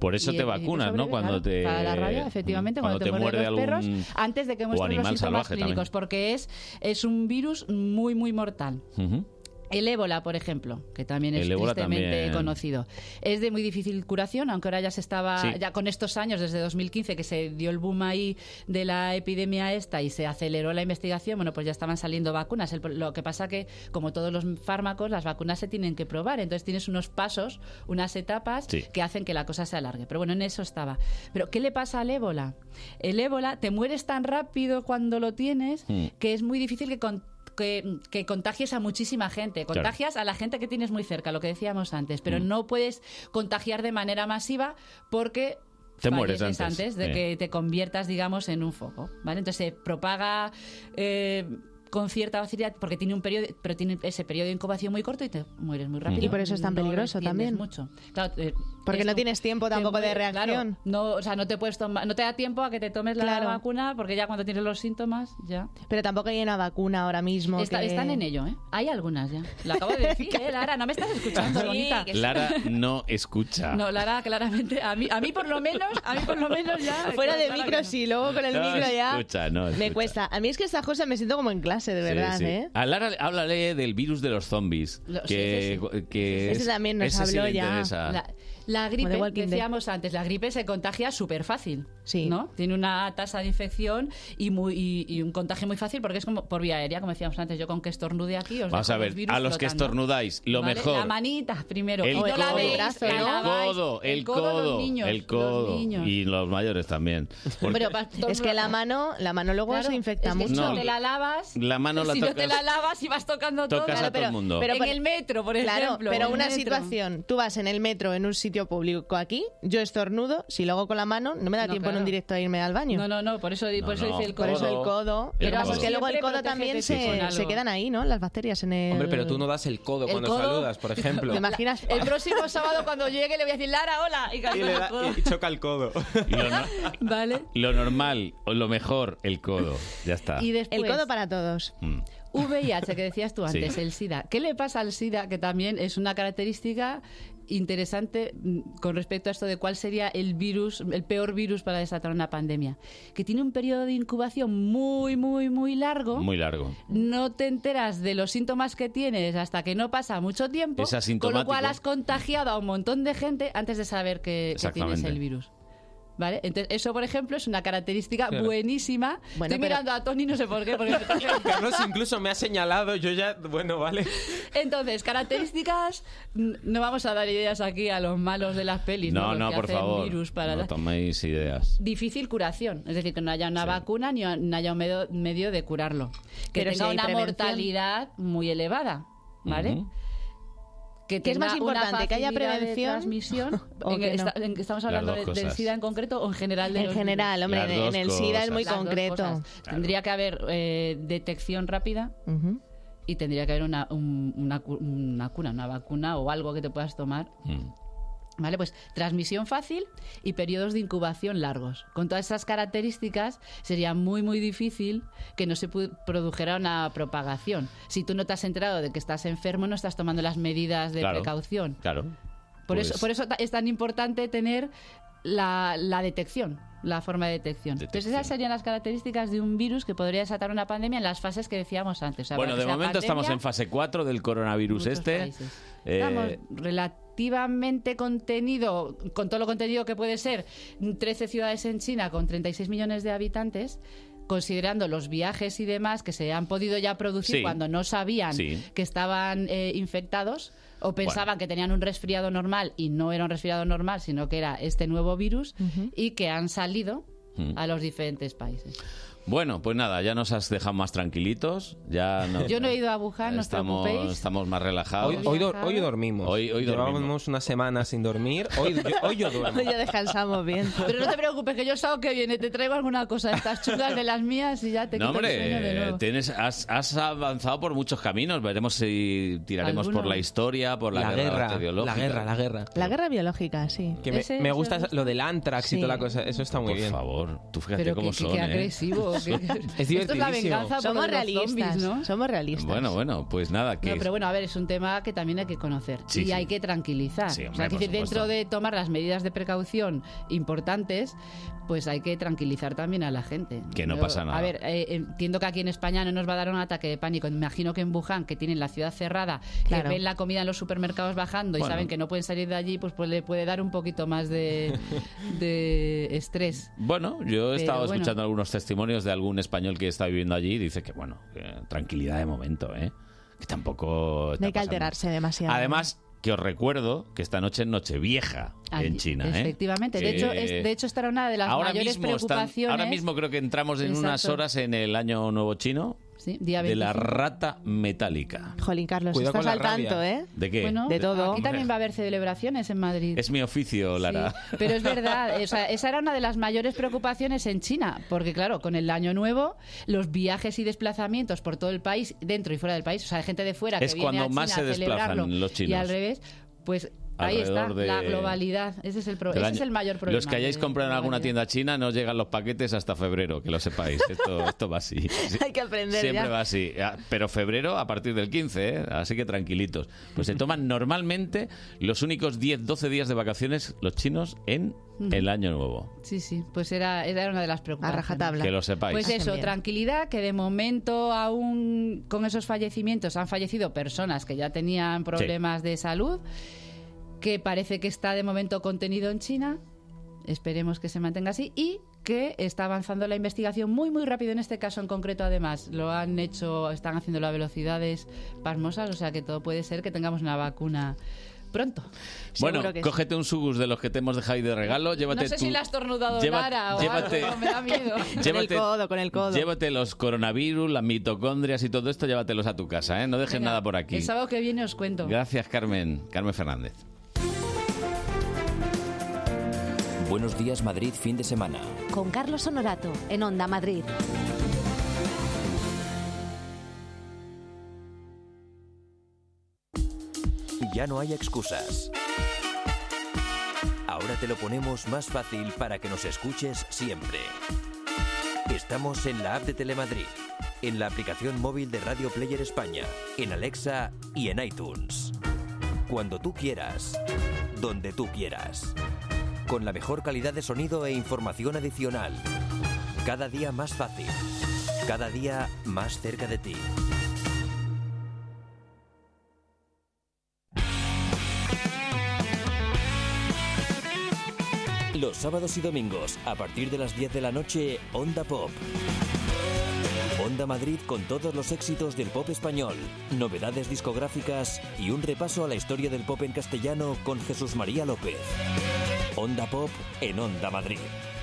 Speaker 1: Por eso
Speaker 6: y- y
Speaker 1: te vacunas, ¿no?
Speaker 6: sobrevives,
Speaker 1: Cuando
Speaker 6: claro,
Speaker 1: te. mm,
Speaker 6: Para la rabia, efectivamente, cuando, te, muerden
Speaker 1: muerde
Speaker 6: los
Speaker 1: algún. [LAUGHS]
Speaker 6: perros, antes de que
Speaker 1: o
Speaker 6: muestres los
Speaker 1: animal
Speaker 6: síntomas
Speaker 1: salvaje también.
Speaker 6: clínicos, porque es, es un virus muy, muy mortal.
Speaker 1: Ujú.
Speaker 6: El ébola, por ejemplo, que también es
Speaker 1: El ébola
Speaker 6: tristemente
Speaker 1: también.
Speaker 6: conocido. Es de muy difícil curación, aunque ahora ya se estaba,
Speaker 1: Sí.
Speaker 6: ya con estos años, desde 2015, que se dio el boom ahí de la epidemia esta y se aceleró la investigación, bueno, pues ya estaban saliendo vacunas. El pro- lo que pasa que, como todos los fármacos, las vacunas se tienen que probar. Entonces tienes unos pasos, unas etapas
Speaker 1: Sí.
Speaker 6: que hacen que la cosa se alargue. Pero bueno, en eso estaba. Pero, ¿qué le pasa al ébola? El ébola, te mueres tan rápido cuando lo tienes
Speaker 1: Mm.
Speaker 6: que es muy difícil que, con- que, que contagies a muchísima gente.
Speaker 1: Claro.
Speaker 6: Contagias a la gente que tienes muy cerca, lo que decíamos antes, pero
Speaker 1: Mm.
Speaker 6: no puedes contagiar de manera masiva porque
Speaker 1: Te mueres
Speaker 6: falleces
Speaker 1: antes,
Speaker 6: de
Speaker 1: eh.
Speaker 6: que te conviertas, digamos, en un foco. ¿vale? Entonces se propaga... eh, con cierta facilidad porque tiene un periodo pero tiene ese periodo de incubación muy corto y te mueres muy rápido
Speaker 11: Y por eso es tan
Speaker 6: No lo
Speaker 11: peligroso
Speaker 6: extiendes
Speaker 11: también.
Speaker 6: mucho Claro, eh,
Speaker 11: Porque
Speaker 6: esto-
Speaker 11: no tienes tiempo
Speaker 6: te
Speaker 11: tampoco de
Speaker 6: muere- claro,
Speaker 11: reacción.
Speaker 6: no, o sea, no te puedes tomar, no te da tiempo a que te tomes la
Speaker 11: Claro.
Speaker 6: vacuna porque ya cuando tienes los síntomas ya.
Speaker 11: Pero tampoco hay una vacuna ahora mismo.
Speaker 6: Está-
Speaker 11: que-
Speaker 6: Están en ello, ¿eh? Hay algunas ya. Lo acabo de [LAUGHS] decir, ¿eh, Lara? No me estás escuchando, bonita.
Speaker 1: Lara no escucha.
Speaker 6: No, Lara, claramente, a mí, a mí por lo menos, a mí por lo menos ya.
Speaker 11: Fuera de
Speaker 6: claro que
Speaker 11: micro
Speaker 6: no.
Speaker 11: sí, luego con el
Speaker 1: No
Speaker 11: micro ya.
Speaker 1: escucha, no
Speaker 11: Me
Speaker 1: escucha.
Speaker 11: cuesta. A mí es que estas cosas me siento como en clase, de
Speaker 1: Sí,
Speaker 11: verdad,
Speaker 1: sí.
Speaker 11: ¿eh?
Speaker 1: A Lara háblale del virus de los zombies.
Speaker 6: Lo- sí,
Speaker 1: que, que
Speaker 11: Ese
Speaker 1: es-
Speaker 11: también nos
Speaker 1: ese sí
Speaker 11: habló
Speaker 1: le
Speaker 11: ya.
Speaker 1: interesa.
Speaker 6: La, la
Speaker 11: Como
Speaker 6: gripe,
Speaker 11: The Walking Dead.
Speaker 6: decíamos antes, la gripe se contagia súper fácil,
Speaker 11: Sí.
Speaker 6: ¿no? Tiene una tasa de infección y, muy, y, y un contagio muy fácil porque es como por vía aérea, como decíamos antes, yo con que estornude aquí os
Speaker 1: Vamos
Speaker 6: dejo
Speaker 1: a ver,
Speaker 6: los virus
Speaker 1: a los que
Speaker 6: flotando.
Speaker 1: estornudáis, lo
Speaker 6: ¿Vale?
Speaker 1: mejor.
Speaker 6: La manita primero.
Speaker 1: El
Speaker 6: O
Speaker 1: codo,
Speaker 6: no lavéis,
Speaker 1: el,
Speaker 6: la laváis.
Speaker 1: codo, el
Speaker 6: los
Speaker 1: codo,
Speaker 6: niños,
Speaker 1: el codo
Speaker 6: los niños.
Speaker 1: y los mayores también. Porque
Speaker 11: Pero es que la mano, la mano luego
Speaker 6: Claro,
Speaker 11: se infecta
Speaker 6: es que
Speaker 11: mucho.
Speaker 6: si no
Speaker 1: No.
Speaker 6: te la lavas,
Speaker 1: la mano la
Speaker 6: si no te
Speaker 1: tocas-
Speaker 6: la lavas y vas tocando todo.
Speaker 1: tocas
Speaker 6: Claro,
Speaker 1: a todo
Speaker 6: pero-
Speaker 1: el mundo.
Speaker 11: pero
Speaker 6: en
Speaker 11: por-
Speaker 6: el metro, por
Speaker 11: Claro,
Speaker 6: ejemplo.
Speaker 11: pero
Speaker 6: en
Speaker 11: una
Speaker 6: el metro.
Speaker 11: situación, tú vas en el metro en un sitio público aquí, yo estornudo, si lo hago con la mano, no me da
Speaker 6: No,
Speaker 11: tiempo en
Speaker 6: claro.
Speaker 11: un directo a irme al baño.
Speaker 6: No, no, no, por eso,
Speaker 1: No,
Speaker 6: por eso
Speaker 1: no,
Speaker 6: dice el
Speaker 11: Por
Speaker 6: codo.
Speaker 11: eso el codo.
Speaker 1: El
Speaker 11: lo que pasa
Speaker 1: codo.
Speaker 11: es que luego el
Speaker 6: Siempre
Speaker 11: codo también
Speaker 6: protégete tú con
Speaker 11: se,
Speaker 6: algo.
Speaker 11: se quedan ahí, ¿no? Las bacterias en el...
Speaker 10: Hombre, pero tú no das el codo
Speaker 6: El
Speaker 10: cuando
Speaker 6: codo- [LAUGHS]
Speaker 10: saludas, por ejemplo.
Speaker 11: ¿Te imaginas?
Speaker 6: El próximo
Speaker 11: [LAUGHS]
Speaker 6: sábado cuando llegue le voy a decir Lara, hola. Y,
Speaker 10: Y, le da- y choca el codo.
Speaker 1: Lo, no-
Speaker 6: [LAUGHS] Vale.
Speaker 1: lo normal o lo mejor, el codo. Ya está.
Speaker 6: Y después,
Speaker 11: El codo para todos.
Speaker 1: Mm.
Speaker 6: VIH que decías tú antes,
Speaker 1: Sí.
Speaker 6: el SIDA. ¿Qué le pasa al SIDA? Que también es una característica interesante mm, con respecto a esto de cuál sería el virus, el peor virus para desatar una pandemia. Que tiene un periodo de incubación muy, muy, muy largo.
Speaker 1: Muy largo.
Speaker 6: no te enteras de los síntomas que tienes hasta que no pasa mucho tiempo,
Speaker 1: Es
Speaker 6: con lo
Speaker 1: asintomático.
Speaker 6: cual has contagiado a un montón de gente antes de saber que, que tienes
Speaker 1: Exactamente.
Speaker 6: el virus. ¿Vale? Entonces, eso, por ejemplo, es una característica
Speaker 10: Claro.
Speaker 6: buenísima.
Speaker 10: Bueno,
Speaker 6: Estoy
Speaker 10: pero-
Speaker 6: mirando a Tony, no sé por qué.
Speaker 10: [LAUGHS]
Speaker 6: Porque...
Speaker 10: Carlos incluso me ha señalado, yo ya, bueno, vale.
Speaker 6: Entonces, características. n- No vamos a dar ideas aquí a los malos de las pelis.
Speaker 1: No,
Speaker 6: Lo
Speaker 1: no,
Speaker 6: que
Speaker 1: por
Speaker 6: hace el
Speaker 1: favor.
Speaker 6: virus para
Speaker 1: No
Speaker 6: la-
Speaker 1: toméis ideas.
Speaker 6: Difícil curación, es decir, que no haya una vacuna ni a- no haya un medio, medio de curarlo. Que
Speaker 5: Pero si
Speaker 6: tenga
Speaker 5: hay
Speaker 6: una
Speaker 5: prevención.
Speaker 6: mortalidad muy elevada, ¿vale?
Speaker 1: Ujú.
Speaker 11: ¿Qué es
Speaker 6: tenga
Speaker 11: más
Speaker 6: una
Speaker 11: importante, que haya
Speaker 6: facilidad de
Speaker 11: prevención [LAUGHS]
Speaker 6: transmisión?
Speaker 11: o
Speaker 6: En-
Speaker 11: que no?
Speaker 6: esta- en- estamos
Speaker 11: Las
Speaker 6: hablando
Speaker 11: dos
Speaker 6: de- del
Speaker 11: cosas.
Speaker 6: SIDA en concreto o en general de
Speaker 11: En
Speaker 6: los
Speaker 11: general,
Speaker 6: virus?
Speaker 11: hombre, Las en- dos en el SIDA es muy
Speaker 6: Las dos
Speaker 11: concreto.
Speaker 6: cosas. Tendría que haber eh, detección rápida y tendría que haber una, un- una, cu- una cuna, una vacuna o algo que te puedas tomar.
Speaker 1: Mm.
Speaker 6: Vale, pues transmisión fácil y periodos de incubación largos. Con todas esas características sería muy muy difícil que no se pu- produjera una propagación. Si tú no te has enterado de que estás enfermo, no estás tomando las medidas de
Speaker 1: Claro.
Speaker 6: precaución.
Speaker 1: Claro.
Speaker 6: Por
Speaker 1: Pues-
Speaker 6: eso por eso ta- es tan importante tener la, la detección, la forma de detección. Entonces esas serían las características de un virus que podría desatar una pandemia en las fases que decíamos antes. O sea,
Speaker 1: Bueno,
Speaker 6: para que
Speaker 1: de
Speaker 6: sea
Speaker 1: momento estamos
Speaker 6: pandemia,
Speaker 1: en fase 4 del coronavirus
Speaker 6: muchos
Speaker 1: este.
Speaker 6: países.
Speaker 1: Eh,
Speaker 6: Estamos relativamente contenido, con todo lo contenido que puede ser, 13 ciudades en China con 36 millones de habitantes, considerando los viajes y demás que se han podido ya producir
Speaker 12: Sí.
Speaker 6: cuando no sabían
Speaker 12: Sí.
Speaker 6: que estaban eh, infectados o pensaban que tenían un resfriado normal y no era un resfriado normal, sino que era este nuevo virus y que han salido
Speaker 1: Mm.
Speaker 6: a los diferentes países.
Speaker 1: Bueno, pues nada, ya nos has dejado más tranquilitos. Ya no-
Speaker 6: Yo no he ido a Wuhan, no os
Speaker 1: estamos,
Speaker 6: preocupéis.
Speaker 1: estamos más relajados.
Speaker 10: Hoy, hoy dor- hoy dormimos. Hoy, Llevábamos una semana sin dormir. Hoy, yo, hoy yo duermo.
Speaker 11: Ya descansamos [LAUGHS] bien.
Speaker 6: Pero no te preocupes, que yo sábado que viene te traigo alguna cosa de estas chulas de las mías y ya te
Speaker 1: No,
Speaker 6: quito el sueño de
Speaker 1: hombre,
Speaker 6: nuevo. [LAUGHS]
Speaker 1: tienes, has, has avanzado por muchos caminos. Veremos si tiraremos
Speaker 10: Alguno.
Speaker 1: por la historia, por la,
Speaker 10: La guerra,
Speaker 1: bacteriológica.
Speaker 10: la guerra, la guerra.
Speaker 11: La guerra biológica, sí.
Speaker 10: Que me, me gusta lo del antrax y
Speaker 11: Sí.
Speaker 10: toda la cosa. Eso está muy bien. Por
Speaker 1: favor, tú fíjate
Speaker 11: Pero cómo que- que- son, que ¿eh? agresivo, que-
Speaker 10: es
Speaker 6: Esto es la
Speaker 10: divertidísimo.
Speaker 6: venganza
Speaker 11: Somos
Speaker 6: por los
Speaker 11: realistas,
Speaker 6: zombies, ¿no?
Speaker 11: somos realistas.
Speaker 1: Bueno, bueno, pues nada, que
Speaker 6: No, pero bueno, a ver, es un tema que también hay que conocer
Speaker 1: Sí,
Speaker 6: y
Speaker 1: sí.
Speaker 6: hay que tranquilizar.
Speaker 1: Sí,
Speaker 6: o sea,
Speaker 1: hombre, por
Speaker 6: decir, dentro
Speaker 1: supuesto.
Speaker 6: de tomar las medidas de precaución importantes, pues hay que tranquilizar también a la gente.
Speaker 1: Que no
Speaker 6: Yo-
Speaker 1: pasa nada.
Speaker 6: A ver, eh, entiendo que aquí en España no nos va a dar un ataque de pánico. Imagino que en Wuhan, que tienen la ciudad cerrada,
Speaker 11: Claro.
Speaker 6: que ven la comida en los supermercados bajando y
Speaker 1: Bueno.
Speaker 6: saben que no pueden salir de allí, pues, pues le puede dar un poquito más
Speaker 1: [LAUGHS]
Speaker 6: de, de estrés.
Speaker 1: Bueno, yo
Speaker 6: Pero
Speaker 1: he estado
Speaker 6: bueno.
Speaker 1: escuchando algunos testimonios de algún español que está viviendo allí y dice que, bueno, que tranquilidad de momento, ¿eh? Que tampoco... está
Speaker 11: No hay que
Speaker 1: pasando.
Speaker 11: alterarse demasiado.
Speaker 1: Además, que os recuerdo que esta noche es Nochevieja en
Speaker 6: Allí,
Speaker 1: China, ¿eh?
Speaker 6: Efectivamente. De,
Speaker 1: Que-
Speaker 6: hecho, es- de hecho, esta era una de las
Speaker 1: eh, ahora
Speaker 6: mayores
Speaker 1: mismo están-
Speaker 6: preocupaciones.
Speaker 1: ahora mismo creo que entramos en
Speaker 6: Exacto.
Speaker 1: unas horas en el año nuevo chino
Speaker 6: Sí, día
Speaker 1: de la
Speaker 6: 25.
Speaker 1: rata metálica.
Speaker 11: Jolín, Carlos,
Speaker 1: Cuidado
Speaker 11: estás
Speaker 1: con la
Speaker 11: al tanto,
Speaker 1: rabia.
Speaker 11: ¿eh?
Speaker 1: ¿De qué?
Speaker 6: Bueno,
Speaker 1: De todo.
Speaker 6: Aquí también va a haber celebraciones en Madrid.
Speaker 1: Es mi oficio, Lara. [LAUGHS]
Speaker 6: Pero es verdad, o sea, esa era una de las mayores preocupaciones en China, porque claro, con el año nuevo, los viajes y desplazamientos por todo el país, dentro y fuera del país, o sea, hay gente de fuera
Speaker 1: Es
Speaker 6: que viene
Speaker 1: cuando
Speaker 6: a China
Speaker 1: más se
Speaker 6: a
Speaker 1: desplazan
Speaker 6: celebrarlo,
Speaker 1: los
Speaker 6: Y
Speaker 1: chinos.
Speaker 6: al revés, pues ahí está,
Speaker 1: Alrededor de-
Speaker 6: la globalidad. Ese es el, pro-
Speaker 1: Del
Speaker 6: ese
Speaker 1: año-
Speaker 6: es el mayor problema.
Speaker 1: Los que hayáis
Speaker 6: de-
Speaker 1: comprado en
Speaker 6: de
Speaker 1: alguna
Speaker 6: globalidad.
Speaker 1: tienda china no llegan los paquetes hasta febrero, que
Speaker 6: [LAUGHS]
Speaker 1: lo sepáis. Esto, esto va así. Sí.
Speaker 11: Hay que aprender
Speaker 1: Siempre
Speaker 11: ya.
Speaker 1: va así. Ah, Pero febrero a partir del 15, ¿eh? así que tranquilitos. Pues se toman normalmente los únicos 10, 12 días de vacaciones los chinos en el año nuevo.
Speaker 6: Sí, sí, pues era, era una de las preocupaciones.
Speaker 1: Que lo sepáis.
Speaker 6: Pues
Speaker 1: Hacen
Speaker 6: eso,
Speaker 1: bien.
Speaker 6: tranquilidad, que de momento aún con esos fallecimientos han fallecido personas que ya tenían problemas de salud, que parece que está de momento contenido en China, esperemos que se mantenga así, y que está avanzando la investigación muy, muy rápido en este caso en concreto, además. Lo han hecho, están haciéndolo a velocidades pasmosas, o sea que todo puede ser que tengamos una vacuna pronto.
Speaker 1: bueno, cógete un sugus de los que te hemos dejado ahí de regalo. Llévate
Speaker 6: no sé
Speaker 1: tu-
Speaker 6: si la has tornudado
Speaker 1: lleva-
Speaker 6: Lara o
Speaker 1: llévate-
Speaker 6: algo,
Speaker 1: [LAUGHS]
Speaker 6: me da miedo.
Speaker 1: Llévate-
Speaker 11: con el
Speaker 1: Llévate los coronavirus, las mitocondrias y todo esto, llévatelos a tu casa, ¿eh? No dejes nada por aquí.
Speaker 6: El sábado que viene os cuento.
Speaker 1: Gracias, Carmen. Carmen Fernández.
Speaker 8: Buenos días Madrid, fin de semana.
Speaker 9: Con Carlos Honorato, en Onda Madrid.
Speaker 8: Ya no hay excusas. Ahora te lo ponemos más fácil para que nos escuches siempre. Estamos en la app de Telemadrid, en la aplicación móvil de Radio Player España, en Alexa y en iTunes. Cuando tú quieras, donde tú quieras. Con la mejor calidad de sonido e información adicional. Cada día más fácil. Cada día más cerca de ti. Los sábados y domingos, a partir de las 10 de la noche, Onda Pop. Onda Madrid con todos los éxitos del pop español, novedades discográficas y un repaso a la historia del pop en castellano con Jesús María López. Onda Pop en Onda Madrid.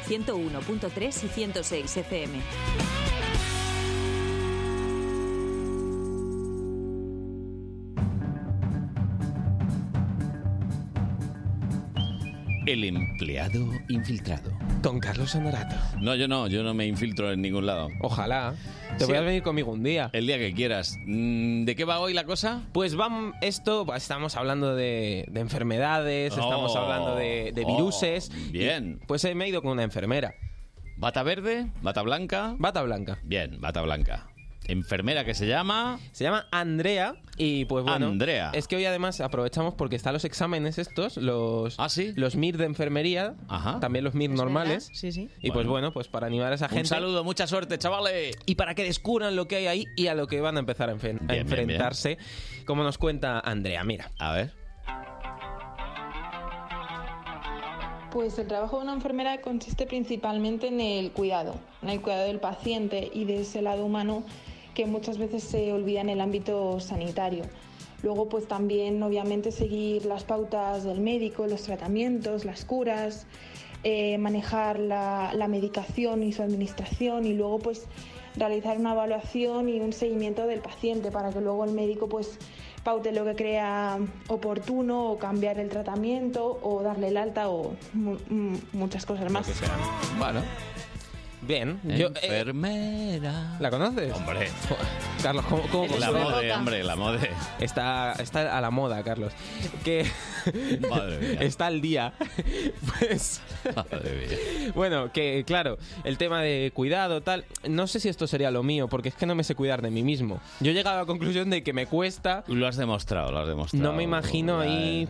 Speaker 12: 101.3 y 106 FM.
Speaker 1: El empleado infiltrado.
Speaker 10: Con Carlos Honorato.
Speaker 1: No, yo no, yo no me infiltro en ningún lado.
Speaker 10: Ojalá. Te voy a venir conmigo un día.
Speaker 1: El día que quieras. Mm, ¿De qué va hoy la cosa?
Speaker 10: Pues vamos, esto, pues, estamos hablando de, de enfermedades, estamos
Speaker 1: Oh,
Speaker 10: hablando de, de
Speaker 1: oh,
Speaker 10: viruses.
Speaker 1: bien.
Speaker 10: Y, pues eh, me he ido con una enfermera.
Speaker 1: ¿Bata verde? ¿Bata blanca?
Speaker 10: Bata blanca.
Speaker 1: Bien, bata blanca. Enfermera que se llama.
Speaker 10: Se llama Andrea y pues bueno.
Speaker 1: Andrea.
Speaker 10: Es que hoy además aprovechamos porque están los exámenes estos, los.
Speaker 1: Ah,
Speaker 10: Los MIR de enfermería. También los MIR normales.
Speaker 11: ¿Verdad? Sí, sí.
Speaker 10: Y pues bueno, pues para animar a esa gente.
Speaker 1: Un saludo, mucha suerte, chavales.
Speaker 10: Y para que descubran lo que hay ahí y a lo que van a empezar a, enfe- a
Speaker 1: bien,
Speaker 10: enfrentarse, como nos cuenta Andrea. Mira.
Speaker 1: A ver.
Speaker 13: Pues el trabajo de una enfermera consiste principalmente en el cuidado, en el cuidado del paciente y de ese lado humano que muchas veces se olvida en el ámbito sanitario. Luego, pues también, obviamente, seguir las pautas del médico, los tratamientos, las curas, eh, manejar la, la medicación y su administración y luego, pues, realizar una evaluación y un seguimiento del paciente para que luego el médico, pues, paute lo que crea oportuno o cambiar el tratamiento o darle el alta o mu- mm, muchas cosas más.
Speaker 10: Bueno. Bien.
Speaker 1: Eh,
Speaker 10: eh,
Speaker 1: Enfermera.
Speaker 10: ¿La conoces?
Speaker 1: Hombre.
Speaker 10: [LAUGHS] Carlos, ¿cómo, cómo
Speaker 1: La
Speaker 10: consuela?
Speaker 1: mode, hombre, la mode.
Speaker 10: Está, está a la moda, Carlos. Que
Speaker 1: [LAUGHS] Madre mía.
Speaker 10: está al día. [LAUGHS] Pues. Bueno, que claro, el tema de cuidado, tal. No sé si esto sería lo mío, porque es que no me sé cuidar de mí mismo. Yo he llegado a la conclusión de que me cuesta.
Speaker 1: Lo has demostrado, lo has demostrado.
Speaker 10: No me imagino
Speaker 1: Ya
Speaker 10: ahí-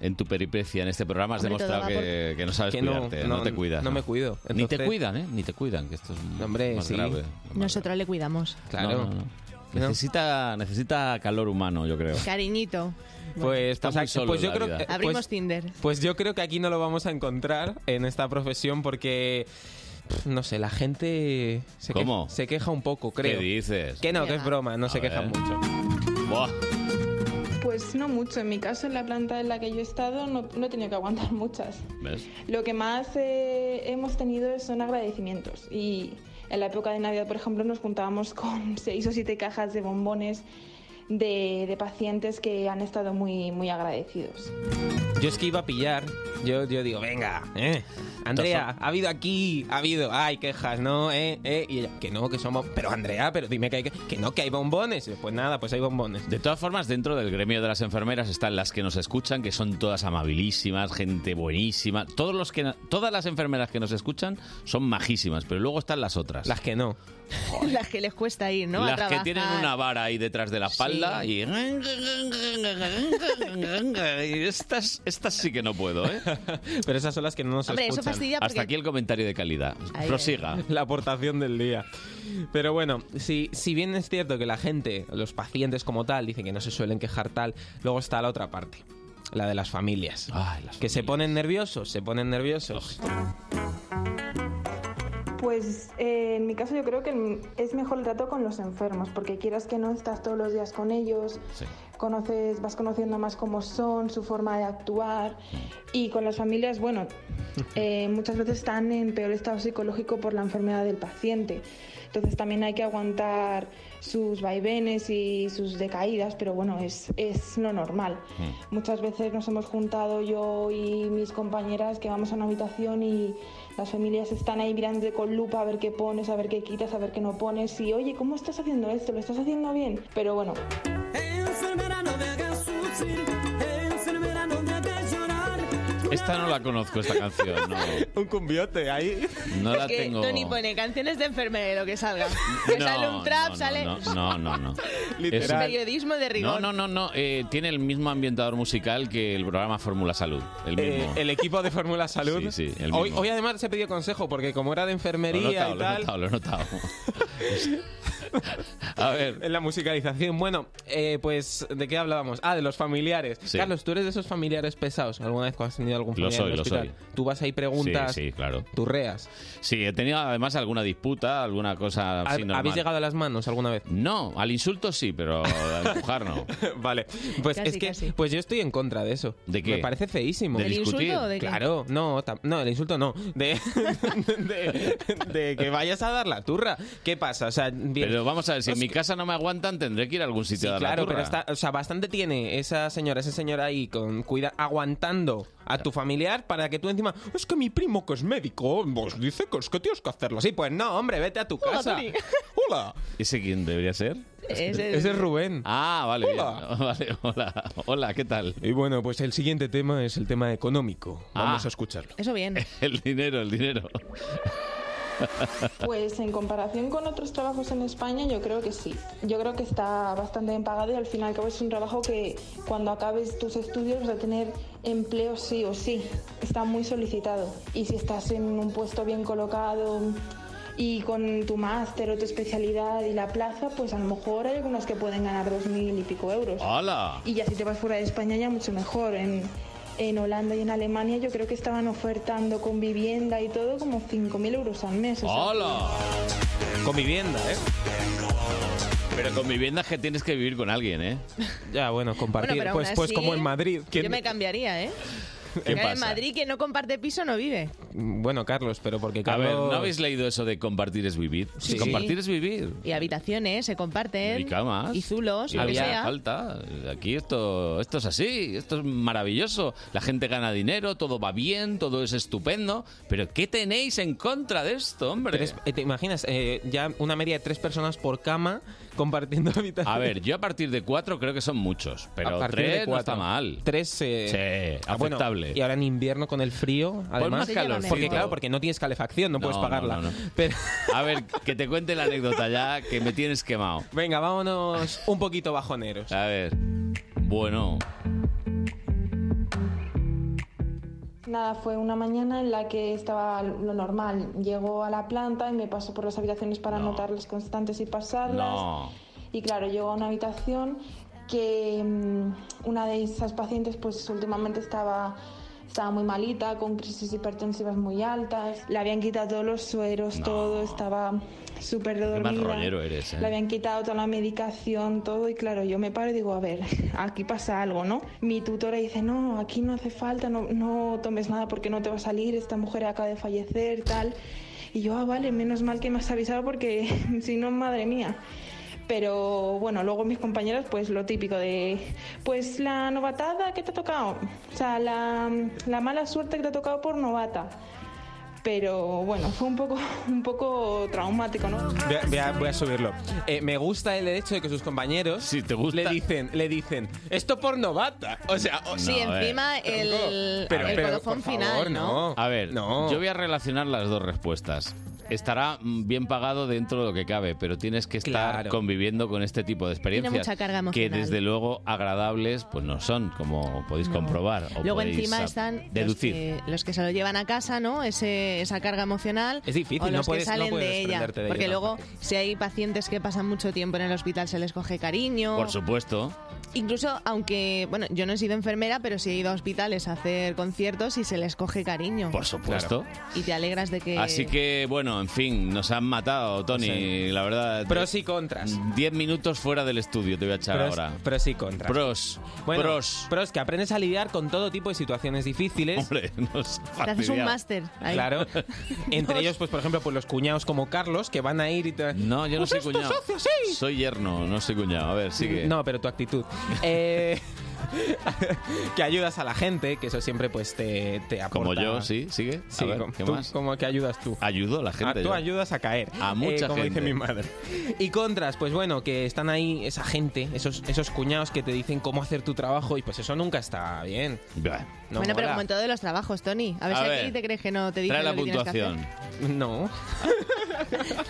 Speaker 1: En, en tu peripecia en este programa has
Speaker 10: Hombre, todo
Speaker 1: demostrado
Speaker 10: va
Speaker 1: que,
Speaker 10: por-
Speaker 1: que no sabes
Speaker 10: que no,
Speaker 1: cuidarte, no,
Speaker 10: no,
Speaker 1: te cuidas.
Speaker 10: no me cuido.
Speaker 1: Ni te
Speaker 10: Entonces-
Speaker 1: cuidan, ¿eh? Ni te cuidan, que esto es
Speaker 10: Hombre,
Speaker 1: más
Speaker 10: sí.
Speaker 1: grave.
Speaker 11: Nosotros le cuidamos.
Speaker 1: No, no, no. Necesita, necesita calor humano, yo creo.
Speaker 11: Cariñito.
Speaker 10: Pues,
Speaker 1: Está
Speaker 10: pues,
Speaker 1: muy
Speaker 10: aquí-
Speaker 1: solo
Speaker 10: pues
Speaker 1: en
Speaker 10: yo
Speaker 1: la
Speaker 10: creo
Speaker 1: vida.
Speaker 10: que.
Speaker 11: Abrimos
Speaker 10: pues-
Speaker 11: Tinder. [LAUGHS]
Speaker 10: Pues yo creo que aquí no lo vamos a encontrar en esta profesión porque. pff, No sé, la gente se, que-
Speaker 1: ¿Cómo?
Speaker 10: se queja un poco, creo.
Speaker 1: ¿Qué dices?
Speaker 10: Que no, que es broma, no se quejan mucho.
Speaker 1: Buah.
Speaker 13: Pues no mucho, en mi caso, en la planta en la que yo he estado, no, no he tenido que aguantar [LAUGHS] muchas. Lo que más eh, hemos tenido son agradecimientos. Y en la época de Navidad, por ejemplo, nos juntábamos [LAUGHS] con seis o siete cajas de bombones de, de pacientes que han estado muy, muy agradecidos.
Speaker 10: Yo es que iba a pillar. Yo, yo digo, venga, eh. Andrea, ha habido aquí, ha habido, ay, quejas, no, eh, eh. Y ella, que no, que somos. Pero Andrea, pero dime que hay que. Que no, que hay bombones. Y yo, Pues nada, pues hay bombones.
Speaker 1: De todas formas, dentro del gremio de las enfermeras están las que nos escuchan, que son todas amabilísimas, gente buenísima. Todos los que, todas las enfermeras que nos escuchan son majísimas, pero luego están las otras. Las
Speaker 10: que no.
Speaker 11: Las que les cuesta ir, ¿no? A
Speaker 1: las que
Speaker 11: trabajar.
Speaker 1: tienen una vara ahí detrás de la espalda y... y [LAUGHS] estas, estas sí que no puedo, ¿eh?
Speaker 10: [LAUGHS] Pero esas son las que no nos
Speaker 11: Hombre, eso escuchan. fastidia porque-
Speaker 1: Hasta aquí el comentario de calidad.
Speaker 11: Ahí,
Speaker 1: Prosiga.
Speaker 10: [LAUGHS] La aportación del día. Pero bueno, si, si bien es cierto que la gente, los pacientes como tal, dicen que no se suelen quejar tal, luego está la otra parte, la de las familias. que se ponen nerviosos, se ponen nerviosos.
Speaker 13: Pues eh, en mi caso yo creo que es mejor el trato con los enfermos, porque quieras que no estás todos los días con ellos, conoces, vas conociendo más cómo son, su forma de actuar y con las familias, bueno, eh, muchas veces están en peor estado psicológico por la enfermedad del paciente. Entonces también hay que aguantar sus vaivenes y sus decaídas, pero bueno, es, es lo normal. Muchas veces nos hemos juntado yo y mis compañeras que vamos a una habitación y las familias están ahí mirando con lupa a ver qué pones, a ver qué quitas, a ver qué no pones y oye, ¿cómo estás haciendo esto? ¿Lo estás haciendo bien? Pero bueno,
Speaker 1: Esta no la conozco, esta canción. No,
Speaker 10: Un cumbiote ahí.
Speaker 1: no la
Speaker 11: Es que
Speaker 1: tengo.
Speaker 11: Tony pues, pone canciones de enfermero que salga. Que
Speaker 1: No,
Speaker 11: sale un trap,
Speaker 1: no, no,
Speaker 11: sale.
Speaker 1: No, no, no.
Speaker 11: [LAUGHS]
Speaker 1: no.
Speaker 11: Es
Speaker 1: Es un-
Speaker 11: periodismo de rigor.
Speaker 1: No, no, no, no. eh, tiene el mismo ambientador musical que el programa Fórmula Salud. El
Speaker 10: Eh,
Speaker 1: mismo.
Speaker 10: el equipo de Fórmula Salud.
Speaker 1: Sí, sí, el
Speaker 10: Hoy,
Speaker 1: mismo.
Speaker 10: hoy además se pidió consejo porque como era de
Speaker 1: Lo he
Speaker 10: enfermería y
Speaker 1: notado, lo he
Speaker 10: tal,
Speaker 1: notado, lo he notado. A ver.
Speaker 10: En la musicalización. Bueno, eh, pues, ¿de qué hablábamos? Ah, de los familiares.
Speaker 1: Sí.
Speaker 10: Carlos, tú eres de esos familiares pesados. ¿Alguna vez has tenido algún
Speaker 1: Lo
Speaker 10: familiar en
Speaker 1: soy,
Speaker 10: el
Speaker 1: lo
Speaker 10: hospital?
Speaker 1: soy.
Speaker 10: Tú vas ahí preguntas.
Speaker 1: Sí, sí, claro.
Speaker 10: Turreas.
Speaker 1: Sí, he tenido además alguna disputa, alguna cosa así
Speaker 10: ¿Hab-
Speaker 1: normal.
Speaker 10: ¿Habéis llegado a las manos alguna vez?
Speaker 1: No, al insulto sí, pero a empujar no.
Speaker 10: [LAUGHS] vale, Pues es que pues yo estoy en contra de eso. ¿De
Speaker 1: qué?
Speaker 10: Me parece feísimo.
Speaker 1: ¿Del ¿Del discutir? insulto o de qué?
Speaker 10: Claro, no, tam- no, el insulto no. De, [LAUGHS] de- de que vayas a dar [LAUGHS] la turra. ¿Qué pasa? O sea, bien.
Speaker 1: Pero vamos a ver, si en mi casa no me aguantan, tendré que ir a algún sitio a dar la
Speaker 10: claro,
Speaker 1: turra.
Speaker 10: pero está, o sea, bastante tiene esa señora, ese señor ahí con cuida aguantando a tu familiar para que tú encima, es que mi primo que es médico, pues dice que es que tienes que hacerlo así, pues no, hombre, vete a tu
Speaker 1: Hola,
Speaker 10: casa.
Speaker 1: Tony. [LAUGHS]
Speaker 10: Hola.
Speaker 1: ¿Ese quién debería ser?
Speaker 10: Ese- Ese es Rubén.
Speaker 1: Ah, vale. bien.
Speaker 10: Hola.
Speaker 1: [LAUGHS] Vale, hola. Hola, ¿qué tal?
Speaker 10: Y bueno, pues el siguiente tema es el tema económico. Vamos
Speaker 1: Ah.
Speaker 10: a escucharlo.
Speaker 11: Eso bien.
Speaker 1: [LAUGHS] El dinero, el dinero.
Speaker 13: Pues en comparación con otros trabajos en España, yo creo que sí. Yo creo que está bastante bien pagado y al final cabo es un trabajo que cuando acabes tus estudios vas a tener empleo sí o sí. Está muy solicitado. Y si estás en un puesto bien colocado y con tu máster o tu especialidad y la plaza, pues a lo mejor hay algunos que pueden ganar dos mil y pico euros.
Speaker 1: Ah. ¡Hala!
Speaker 13: Y ya si te vas fuera de España ya mucho mejor. En, en Holanda y en Alemania yo creo que estaban ofertando con vivienda y todo como 5.000 euros al mes. o sea,
Speaker 1: ¡Hola!
Speaker 10: Con vivienda, ¿eh?
Speaker 1: Pero con vivienda es que tienes que vivir con alguien, ¿eh?
Speaker 10: [LAUGHS] Ya, bueno, compartir.
Speaker 11: Bueno, pero aún Pues- pues así, como en
Speaker 10: Madrid.
Speaker 11: Yo me cambiaría, ¿eh?
Speaker 1: ¿Qué
Speaker 11: Claro, En
Speaker 1: pasa?
Speaker 11: Madrid quien no comparte piso no vive.
Speaker 10: Bueno, Carlos, pero porque
Speaker 1: A
Speaker 10: Carlos...
Speaker 1: ver, ¿no habéis leído eso de compartir es vivir?
Speaker 11: Sí.
Speaker 1: Compartir es vivir.
Speaker 11: Y habitaciones se comparten.
Speaker 1: Y camas.
Speaker 11: Y zulos,
Speaker 1: Y
Speaker 11: lo que
Speaker 1: había
Speaker 11: sea.
Speaker 1: falta. Aquí esto, esto es así, esto es maravilloso. La gente gana dinero, todo va bien, todo es estupendo. Pero ¿qué tenéis en contra de esto, hombre?
Speaker 10: Tres- eh, ¿Te imaginas? eh, ya una media de tres personas por cama compartiendo [LAUGHS] habitación.
Speaker 1: A ver, yo a partir de cuatro creo que son muchos,
Speaker 10: A
Speaker 1: pero
Speaker 10: partir de
Speaker 1: tres no
Speaker 10: cuatro.
Speaker 1: está mal.
Speaker 10: Tres,
Speaker 1: eh, sí,
Speaker 10: Ah, bueno,
Speaker 1: aceptable.
Speaker 10: y ahora en invierno con el frío, además.
Speaker 1: más Se calorcito.
Speaker 10: porque claro, porque no tienes calefacción, no, puedes
Speaker 1: No,
Speaker 10: pagarla.
Speaker 1: no, no, no.
Speaker 10: Pero
Speaker 1: A ver, que te cuente la anécdota ya, que me tienes quemado.
Speaker 10: venga, vámonos un poquito bajoneros.
Speaker 1: A ver, bueno,
Speaker 13: Nada, fue una mañana en la que estaba lo normal. Llego a la planta y me paso por las habitaciones para anotar las constantes y pasarlas.
Speaker 1: [LAUGHS]
Speaker 14: No.
Speaker 13: Y claro, llego a una habitación que mm, una de esas pacientes pues últimamente estaba, estaba muy malita, con crisis hipertensivas muy altas. Le habían quitado todos los sueros, todo, estaba súper dormida.
Speaker 1: rollero eres, ¿eh?
Speaker 13: Le habían quitado toda la medicación, todo. Y claro, yo me paro y digo, a ver, [LAUGHS] aquí pasa algo, ¿no? Mi tutora dice, no, aquí no hace falta, no, no tomes nada porque no te va a salir, esta mujer acaba de fallecer, tal. Y yo, ah, vale, menos mal que me has avisado porque [LAUGHS] si no, madre mía. Pero bueno, luego mis compañeros, pues lo típico de, pues la novatada que te ha tocado, o sea, la, la mala suerte que te ha tocado por novata. Pero bueno, fue un poco, [LAUGHS] un poco traumático, ¿no?
Speaker 10: Voy a, voy a- voy a subirlo. Eh, me gusta el hecho de que sus compañeros le dicen, le dicen, esto por novata. O sea, o-
Speaker 11: Sí, encima el,
Speaker 10: Pero-
Speaker 11: el
Speaker 10: pero,
Speaker 11: colofón
Speaker 10: por
Speaker 11: final,
Speaker 10: favor,
Speaker 11: ¿no?
Speaker 1: a ver, yo voy a relacionar las dos respuestas. Estará mm, bien pagado dentro de lo que cabe, pero tienes que estar
Speaker 11: Claro.
Speaker 1: conviviendo con este tipo de experiencias
Speaker 11: mucha carga
Speaker 1: que
Speaker 11: emocional.
Speaker 1: desde luego agradables pues no son, como podéis comprobar o
Speaker 11: Luego
Speaker 1: podéis,
Speaker 11: encima
Speaker 1: ah,
Speaker 11: están
Speaker 1: deducir.
Speaker 11: Los, que, los que se lo llevan a casa, ¿no? Ese, esa carga emocional.
Speaker 1: Es difícil,
Speaker 11: o los
Speaker 1: no puedes-
Speaker 11: que
Speaker 1: no
Speaker 11: salen
Speaker 1: puedes
Speaker 11: de ella.
Speaker 1: desprenderte de
Speaker 11: porque
Speaker 1: ello
Speaker 11: luego, si hay pacientes que pasan mucho tiempo en el hospital, se les coge cariño.
Speaker 1: Por supuesto.
Speaker 11: Incluso, aunque, bueno, yo no he sido enfermera, pero sí he ido a hospitales a hacer conciertos y se les coge cariño.
Speaker 1: Por supuesto.
Speaker 11: Y te alegras de que...
Speaker 1: Así que, bueno, en fin, nos han matado, Tony,
Speaker 10: Sí.
Speaker 1: la verdad.
Speaker 10: Pros y contras.
Speaker 1: Diez minutos fuera del estudio te voy a echar
Speaker 10: Pros-
Speaker 1: ahora.
Speaker 10: Pros y contras.
Speaker 1: Pros.
Speaker 10: Bueno,
Speaker 1: pros.
Speaker 10: que aprendes a lidiar con todo tipo de situaciones difíciles.
Speaker 1: Hombre, no es
Speaker 11: Te haces un máster. ahí. [LAUGHS]
Speaker 10: Claro. Entre ellos, pues, por ejemplo, pues los cuñados como Carlos, que van a ir y te...
Speaker 1: No, yo no
Speaker 10: Pues
Speaker 1: soy
Speaker 10: esto
Speaker 1: cuñado.
Speaker 10: se hace así.
Speaker 1: Soy yerno, no soy cuñado. A ver, sigue.
Speaker 10: No, pero tu
Speaker 1: [LAUGHS]
Speaker 10: actitud. Eh, [LAUGHS] que ayudas a la gente, que eso siempre pues te, te aporta.
Speaker 1: Como yo, sí, sigue.
Speaker 10: Sí,
Speaker 1: a ver,
Speaker 10: como,
Speaker 1: ¿qué
Speaker 10: tú,
Speaker 1: más?
Speaker 10: como que ayudas tú.
Speaker 1: Ayudo a la gente.
Speaker 10: Ah, tú
Speaker 1: yo.
Speaker 10: ayudas a caer. eh,
Speaker 1: A mucha
Speaker 10: como
Speaker 1: gente.
Speaker 10: dice mi madre. Y contras, pues bueno, que están ahí esa gente, esos, esos cuñados que te dicen cómo hacer tu trabajo y pues eso nunca está bien. No
Speaker 11: bueno, pero
Speaker 10: mola.
Speaker 11: como en todos los trabajos, Tony. A ver
Speaker 10: A
Speaker 11: si
Speaker 10: ver,
Speaker 11: aquí te crees que no te dicen
Speaker 1: Trae la
Speaker 11: lo que tienes que
Speaker 1: puntuación. [LAUGHS]
Speaker 10: No.
Speaker 11: hacer. [LAUGHS]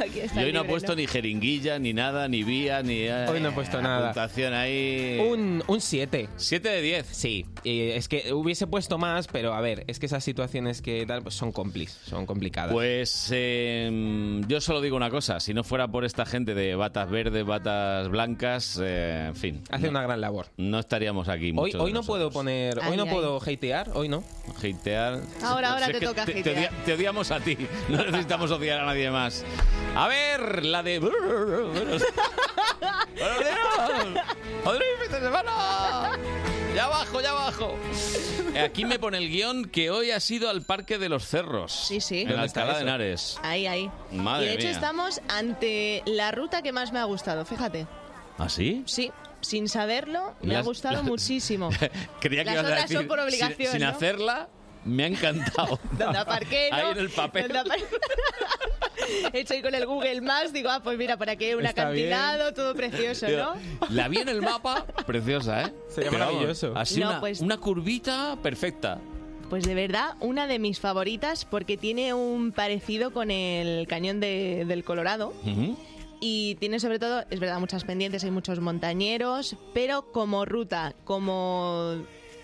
Speaker 11: Aquí
Speaker 1: Yo
Speaker 11: está
Speaker 1: hoy no he
Speaker 11: libre,
Speaker 1: puesto ni jeringuilla, ni nada, ni vía, ni. eh,
Speaker 10: Hoy no he puesto nada.
Speaker 1: Puntuación ahí.
Speaker 10: Un 7.
Speaker 1: ¿7 de 10?
Speaker 10: Eh, Sí. Eh, es que hubiese puesto más, pero a ver, es que esas situaciones que tal pues son complis, son complicadas.
Speaker 1: Pues eh, yo solo digo una cosa, si no fuera por esta gente de batas verdes, batas blancas, eh, en fin.
Speaker 10: Hace
Speaker 1: no-
Speaker 10: una gran labor.
Speaker 1: No estaríamos aquí.
Speaker 10: Hoy,
Speaker 1: muchos de
Speaker 10: hoy no
Speaker 1: nosotros.
Speaker 10: puedo poner, hoy
Speaker 11: Ay,
Speaker 10: no
Speaker 11: ay.
Speaker 10: puedo hatear, hoy no.
Speaker 1: Hatear.
Speaker 11: Ahora, ahora
Speaker 1: Si es
Speaker 11: te
Speaker 1: que
Speaker 11: toca
Speaker 1: te,
Speaker 11: hatear.
Speaker 1: odia- te odiamos a ti, no necesitamos odiar a nadie más. A ver, la de...
Speaker 11: [LAUGHS]
Speaker 1: ¡Madrid, fin de semana! ¡Ya abajo, ya abajo! Aquí me pone el guión que hoy ha sido al Parque de los Cerros.
Speaker 11: Sí, sí.
Speaker 1: En
Speaker 11: ¿Dónde está
Speaker 1: Alcalá de Henares.
Speaker 11: eso? Ahí, ahí.
Speaker 1: Madre
Speaker 11: y de hecho
Speaker 1: mía.
Speaker 11: estamos ante la ruta que más me ha gustado, fíjate.
Speaker 1: ¿Ah, sí?
Speaker 11: Sí, sin saberlo, me
Speaker 1: Las-
Speaker 11: ha gustado
Speaker 1: las-
Speaker 11: muchísimo.
Speaker 1: [LAUGHS] Creía que
Speaker 11: Las
Speaker 1: ibas a
Speaker 11: otras
Speaker 1: decir,
Speaker 11: son por
Speaker 1: sin-
Speaker 11: obligación,
Speaker 1: Sin,
Speaker 11: ¿no?
Speaker 1: hacerla, me ha
Speaker 11: [LAUGHS]
Speaker 1: encantado.
Speaker 11: ¿Dónde aparqué? ¿no?
Speaker 1: Ahí en el papel.
Speaker 11: ¿Dónde apar- [LAUGHS] Estoy con el Google Maps, digo, ah, pues mira, por aquí hay un
Speaker 1: Está bien.
Speaker 11: acantilado, todo precioso,
Speaker 1: Digo, [LAUGHS]
Speaker 11: ¿no?
Speaker 1: La vi en el mapa, preciosa, ¿eh? Sería
Speaker 10: maravilloso.
Speaker 1: Así
Speaker 11: No,
Speaker 1: una,
Speaker 11: pues-
Speaker 1: una curvita perfecta.
Speaker 11: Pues de verdad, una de mis favoritas porque tiene un parecido con el cañón de- del Colorado.
Speaker 1: Ujú.
Speaker 11: Y tiene sobre todo, es verdad, muchas pendientes, hay muchos montañeros, pero como ruta, como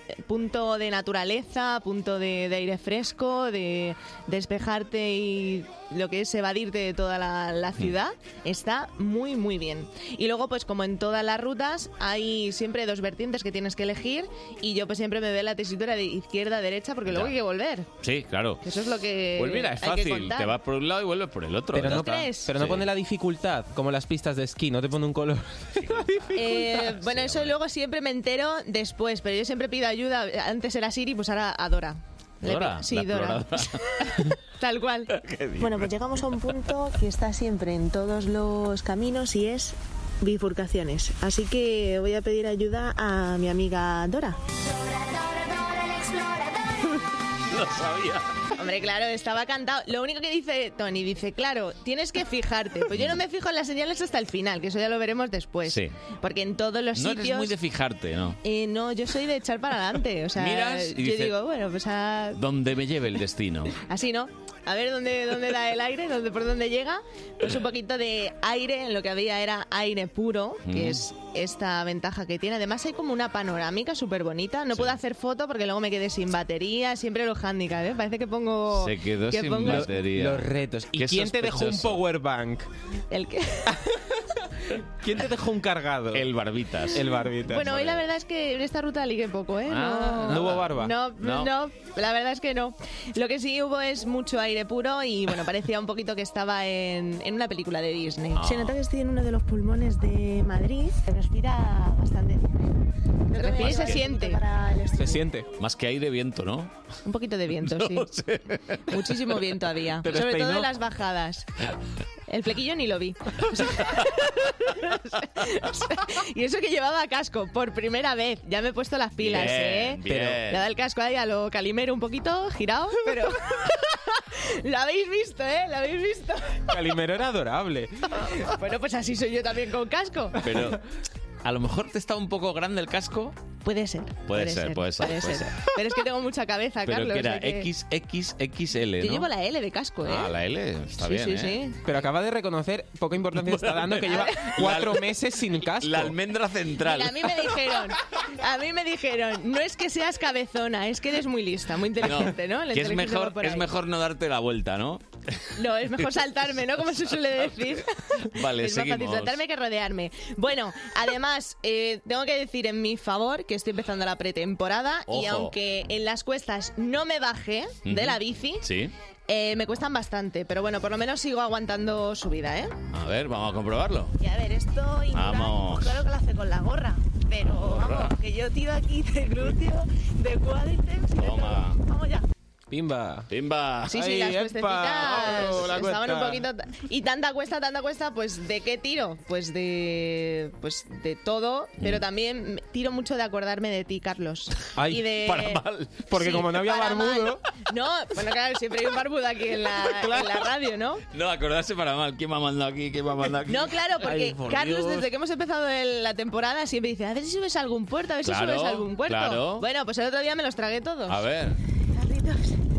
Speaker 11: eh, punto de naturaleza, punto de, de aire fresco, de despejarte y lo que es evadirte de toda la,
Speaker 1: Mm.
Speaker 11: la ciudad, está muy, muy bien. Y luego, pues como en todas las rutas, hay siempre dos vertientes que tienes que elegir y yo pues siempre me veo en la tesitura de izquierda a derecha porque luego
Speaker 1: Ya.
Speaker 11: hay que volver.
Speaker 1: Sí, claro.
Speaker 11: Eso es lo que
Speaker 1: Pues mira, [LAUGHS] es
Speaker 11: hay que
Speaker 1: fácil.
Speaker 11: contar.
Speaker 1: Te vas por un lado y vuelves por el otro.
Speaker 10: Pero
Speaker 1: ya
Speaker 10: no,
Speaker 1: está.
Speaker 10: pero no
Speaker 1: Sí.
Speaker 10: pone la dificultad, como las pistas de esquí, no te pone un color.
Speaker 1: [LAUGHS]
Speaker 11: Eh, bueno, eso luego siempre me entero después, pero yo siempre pido ayuda. Antes era Siri, pues ahora a Dora. Le
Speaker 1: Dora,
Speaker 11: pe- sí,
Speaker 1: la
Speaker 11: Dora.
Speaker 1: exploradora.
Speaker 11: [LAUGHS] Tal cual.
Speaker 1: [LAUGHS]
Speaker 11: Bueno, pues llegamos a un punto que está siempre en todos los caminos y es bifurcaciones. Así que voy a pedir ayuda a mi amiga Dora.
Speaker 1: Lo sabía.
Speaker 11: [LAUGHS] Hombre, claro, estaba cantado. Lo único que dice Tony, dice, claro, tienes que fijarte. Pues yo no me fijo en las señales hasta el final, que eso ya lo veremos después.
Speaker 1: Sí.
Speaker 11: Porque en todos los
Speaker 1: No
Speaker 11: sitios...
Speaker 1: eres muy de fijarte, ¿no?
Speaker 11: Eh, no, yo soy de echar para adelante. O sea,
Speaker 1: Miras y
Speaker 11: yo
Speaker 1: dices-
Speaker 11: digo, bueno, pues ah,
Speaker 1: Donde me lleve el destino.
Speaker 11: así, ¿no? A ver dónde, dónde da el aire, dónde, por dónde llega. Pues un poquito de aire, en lo que había era aire puro, que
Speaker 1: Mm.
Speaker 11: es esta ventaja que tiene. Además hay como una panorámica súper bonita. No puedo hacer foto porque luego me quedé sin batería. Siempre los handicaps, ¿eh? Parece que pongo...
Speaker 1: Se quedó
Speaker 11: que
Speaker 1: sin
Speaker 11: pongo-
Speaker 1: batería.
Speaker 10: Los retos. ¿Y
Speaker 1: Qué
Speaker 10: quién te dejó un
Speaker 1: sospechoso.
Speaker 10: power bank?
Speaker 11: El que...
Speaker 10: ¿Quién te dejó un cargado? El
Speaker 1: barbitas.
Speaker 10: El barbitas.
Speaker 11: Bueno, hoy la verdad es que en esta ruta ligué poco, ¿eh?
Speaker 10: Ah, ¿no hubo barba?
Speaker 11: No,
Speaker 10: No.
Speaker 11: no, la verdad es que no. Lo que sí hubo es mucho aire puro y bueno, [LAUGHS] parecía un poquito que estaba en, en una película de Disney.
Speaker 1: Ah. Se nota
Speaker 11: que estoy en uno de los pulmones de Madrid. Se respira bastante. Se respira y se siente.
Speaker 10: Se siente.
Speaker 1: Más que aire, viento, ¿no?
Speaker 11: Un poquito
Speaker 10: [LAUGHS]
Speaker 11: de viento,
Speaker 1: [LAUGHS]
Speaker 11: sí.
Speaker 1: No sé.
Speaker 11: Muchísimo viento había.
Speaker 1: Te
Speaker 11: Sobre todo
Speaker 1: despeinó.
Speaker 11: en las bajadas. El flequillo ni lo vi. [LAUGHS] y eso que llevaba casco, por primera vez. Ya me he puesto las pilas,
Speaker 14: Bien,
Speaker 11: ¿eh?
Speaker 14: bien.
Speaker 11: Le he dado el casco ahí a lo calimero un poquito, girado, pero... [LAUGHS] lo habéis visto, ¿eh? Lo
Speaker 14: [LAUGHS]
Speaker 11: habéis visto.
Speaker 10: Calimero era adorable.
Speaker 11: bueno, pues así soy yo también con casco.
Speaker 1: Pero a lo mejor te está un poco grande el casco.
Speaker 11: Puede ser.
Speaker 1: Puede ser, puede ser, puede ser.
Speaker 11: Pero es que tengo mucha cabeza,
Speaker 1: Pero
Speaker 11: Carlos.
Speaker 1: que era
Speaker 11: o sea que-
Speaker 1: XXXL, ¿no?
Speaker 11: Yo llevo la L de casco, ¿eh?
Speaker 1: Ah, la L, está
Speaker 11: Sí,
Speaker 1: bien,
Speaker 11: sí,
Speaker 1: ¿eh?
Speaker 11: sí.
Speaker 10: Pero acaba de reconocer poca importancia está dando que lleva cuatro meses sin casco. La
Speaker 1: almendra
Speaker 11: [LAUGHS]
Speaker 1: central.
Speaker 11: Mira, a mí me dijeron, a mí me dijeron, no es que seas cabezona, es que eres muy lista, muy inteligente, ¿no? La
Speaker 1: que es
Speaker 11: inteligencia va
Speaker 1: mejor,
Speaker 11: por
Speaker 1: es
Speaker 11: ahí.
Speaker 1: mejor no darte la vuelta,
Speaker 11: [LAUGHS]
Speaker 1: ¿no?
Speaker 11: No, es mejor saltarme, ¿no? Como se suele
Speaker 1: [LAUGHS]
Speaker 11: decir.
Speaker 1: Vale,
Speaker 11: es más fácil
Speaker 1: seguimos.
Speaker 11: saltarme que rodearme. Bueno, además, eh, tengo que decir en mi favor que estoy empezando la pretemporada
Speaker 1: Ojo.
Speaker 11: y aunque en las cuestas no me bajé de la bici,
Speaker 1: Sí.
Speaker 11: eh, me cuestan bastante, pero bueno, por lo menos sigo aguantando subida, ¿eh?
Speaker 1: A ver, vamos a comprobarlo.
Speaker 11: Y a ver, esto
Speaker 1: Vamos.
Speaker 11: claro que lo hace con la gorra, pero vamos, que yo tiro aquí de glúteo, de cuádriceps y de
Speaker 1: Toma.
Speaker 11: todo. Vamos ya.
Speaker 10: Pimba.
Speaker 1: Pimba.
Speaker 11: Sí, sí,
Speaker 10: Ay,
Speaker 11: las
Speaker 10: epa,
Speaker 11: cuestecitas
Speaker 10: oh, la
Speaker 11: estaban un
Speaker 10: cuesta.
Speaker 11: poquito... Y tanta cuesta, tanta cuesta, pues ¿de qué tiro? Pues de... pues de todo,
Speaker 1: Mm.
Speaker 11: pero también me- tiro mucho de acordarme de ti, Carlos.
Speaker 10: Ay,
Speaker 11: y de...
Speaker 10: para mal. Porque
Speaker 11: Sí,
Speaker 10: como no había
Speaker 11: para
Speaker 10: barbudo.
Speaker 11: No, bueno, claro, siempre hay un barbudo aquí en la, en la radio, ¿no?
Speaker 1: [LAUGHS] No, acordarse para mal. ¿Quién me ha mandado aquí? ¿Quién me ha mandado aquí?
Speaker 11: No, claro, porque
Speaker 1: Ay, por
Speaker 11: Carlos,
Speaker 1: Dios.
Speaker 11: desde que hemos empezado el- la temporada, siempre dice, a ver si subes a algún puerto, a ver
Speaker 1: Claro,
Speaker 11: si subes a algún puerto.
Speaker 1: claro.
Speaker 11: Bueno, pues el otro día me los tragué todos.
Speaker 1: A ver.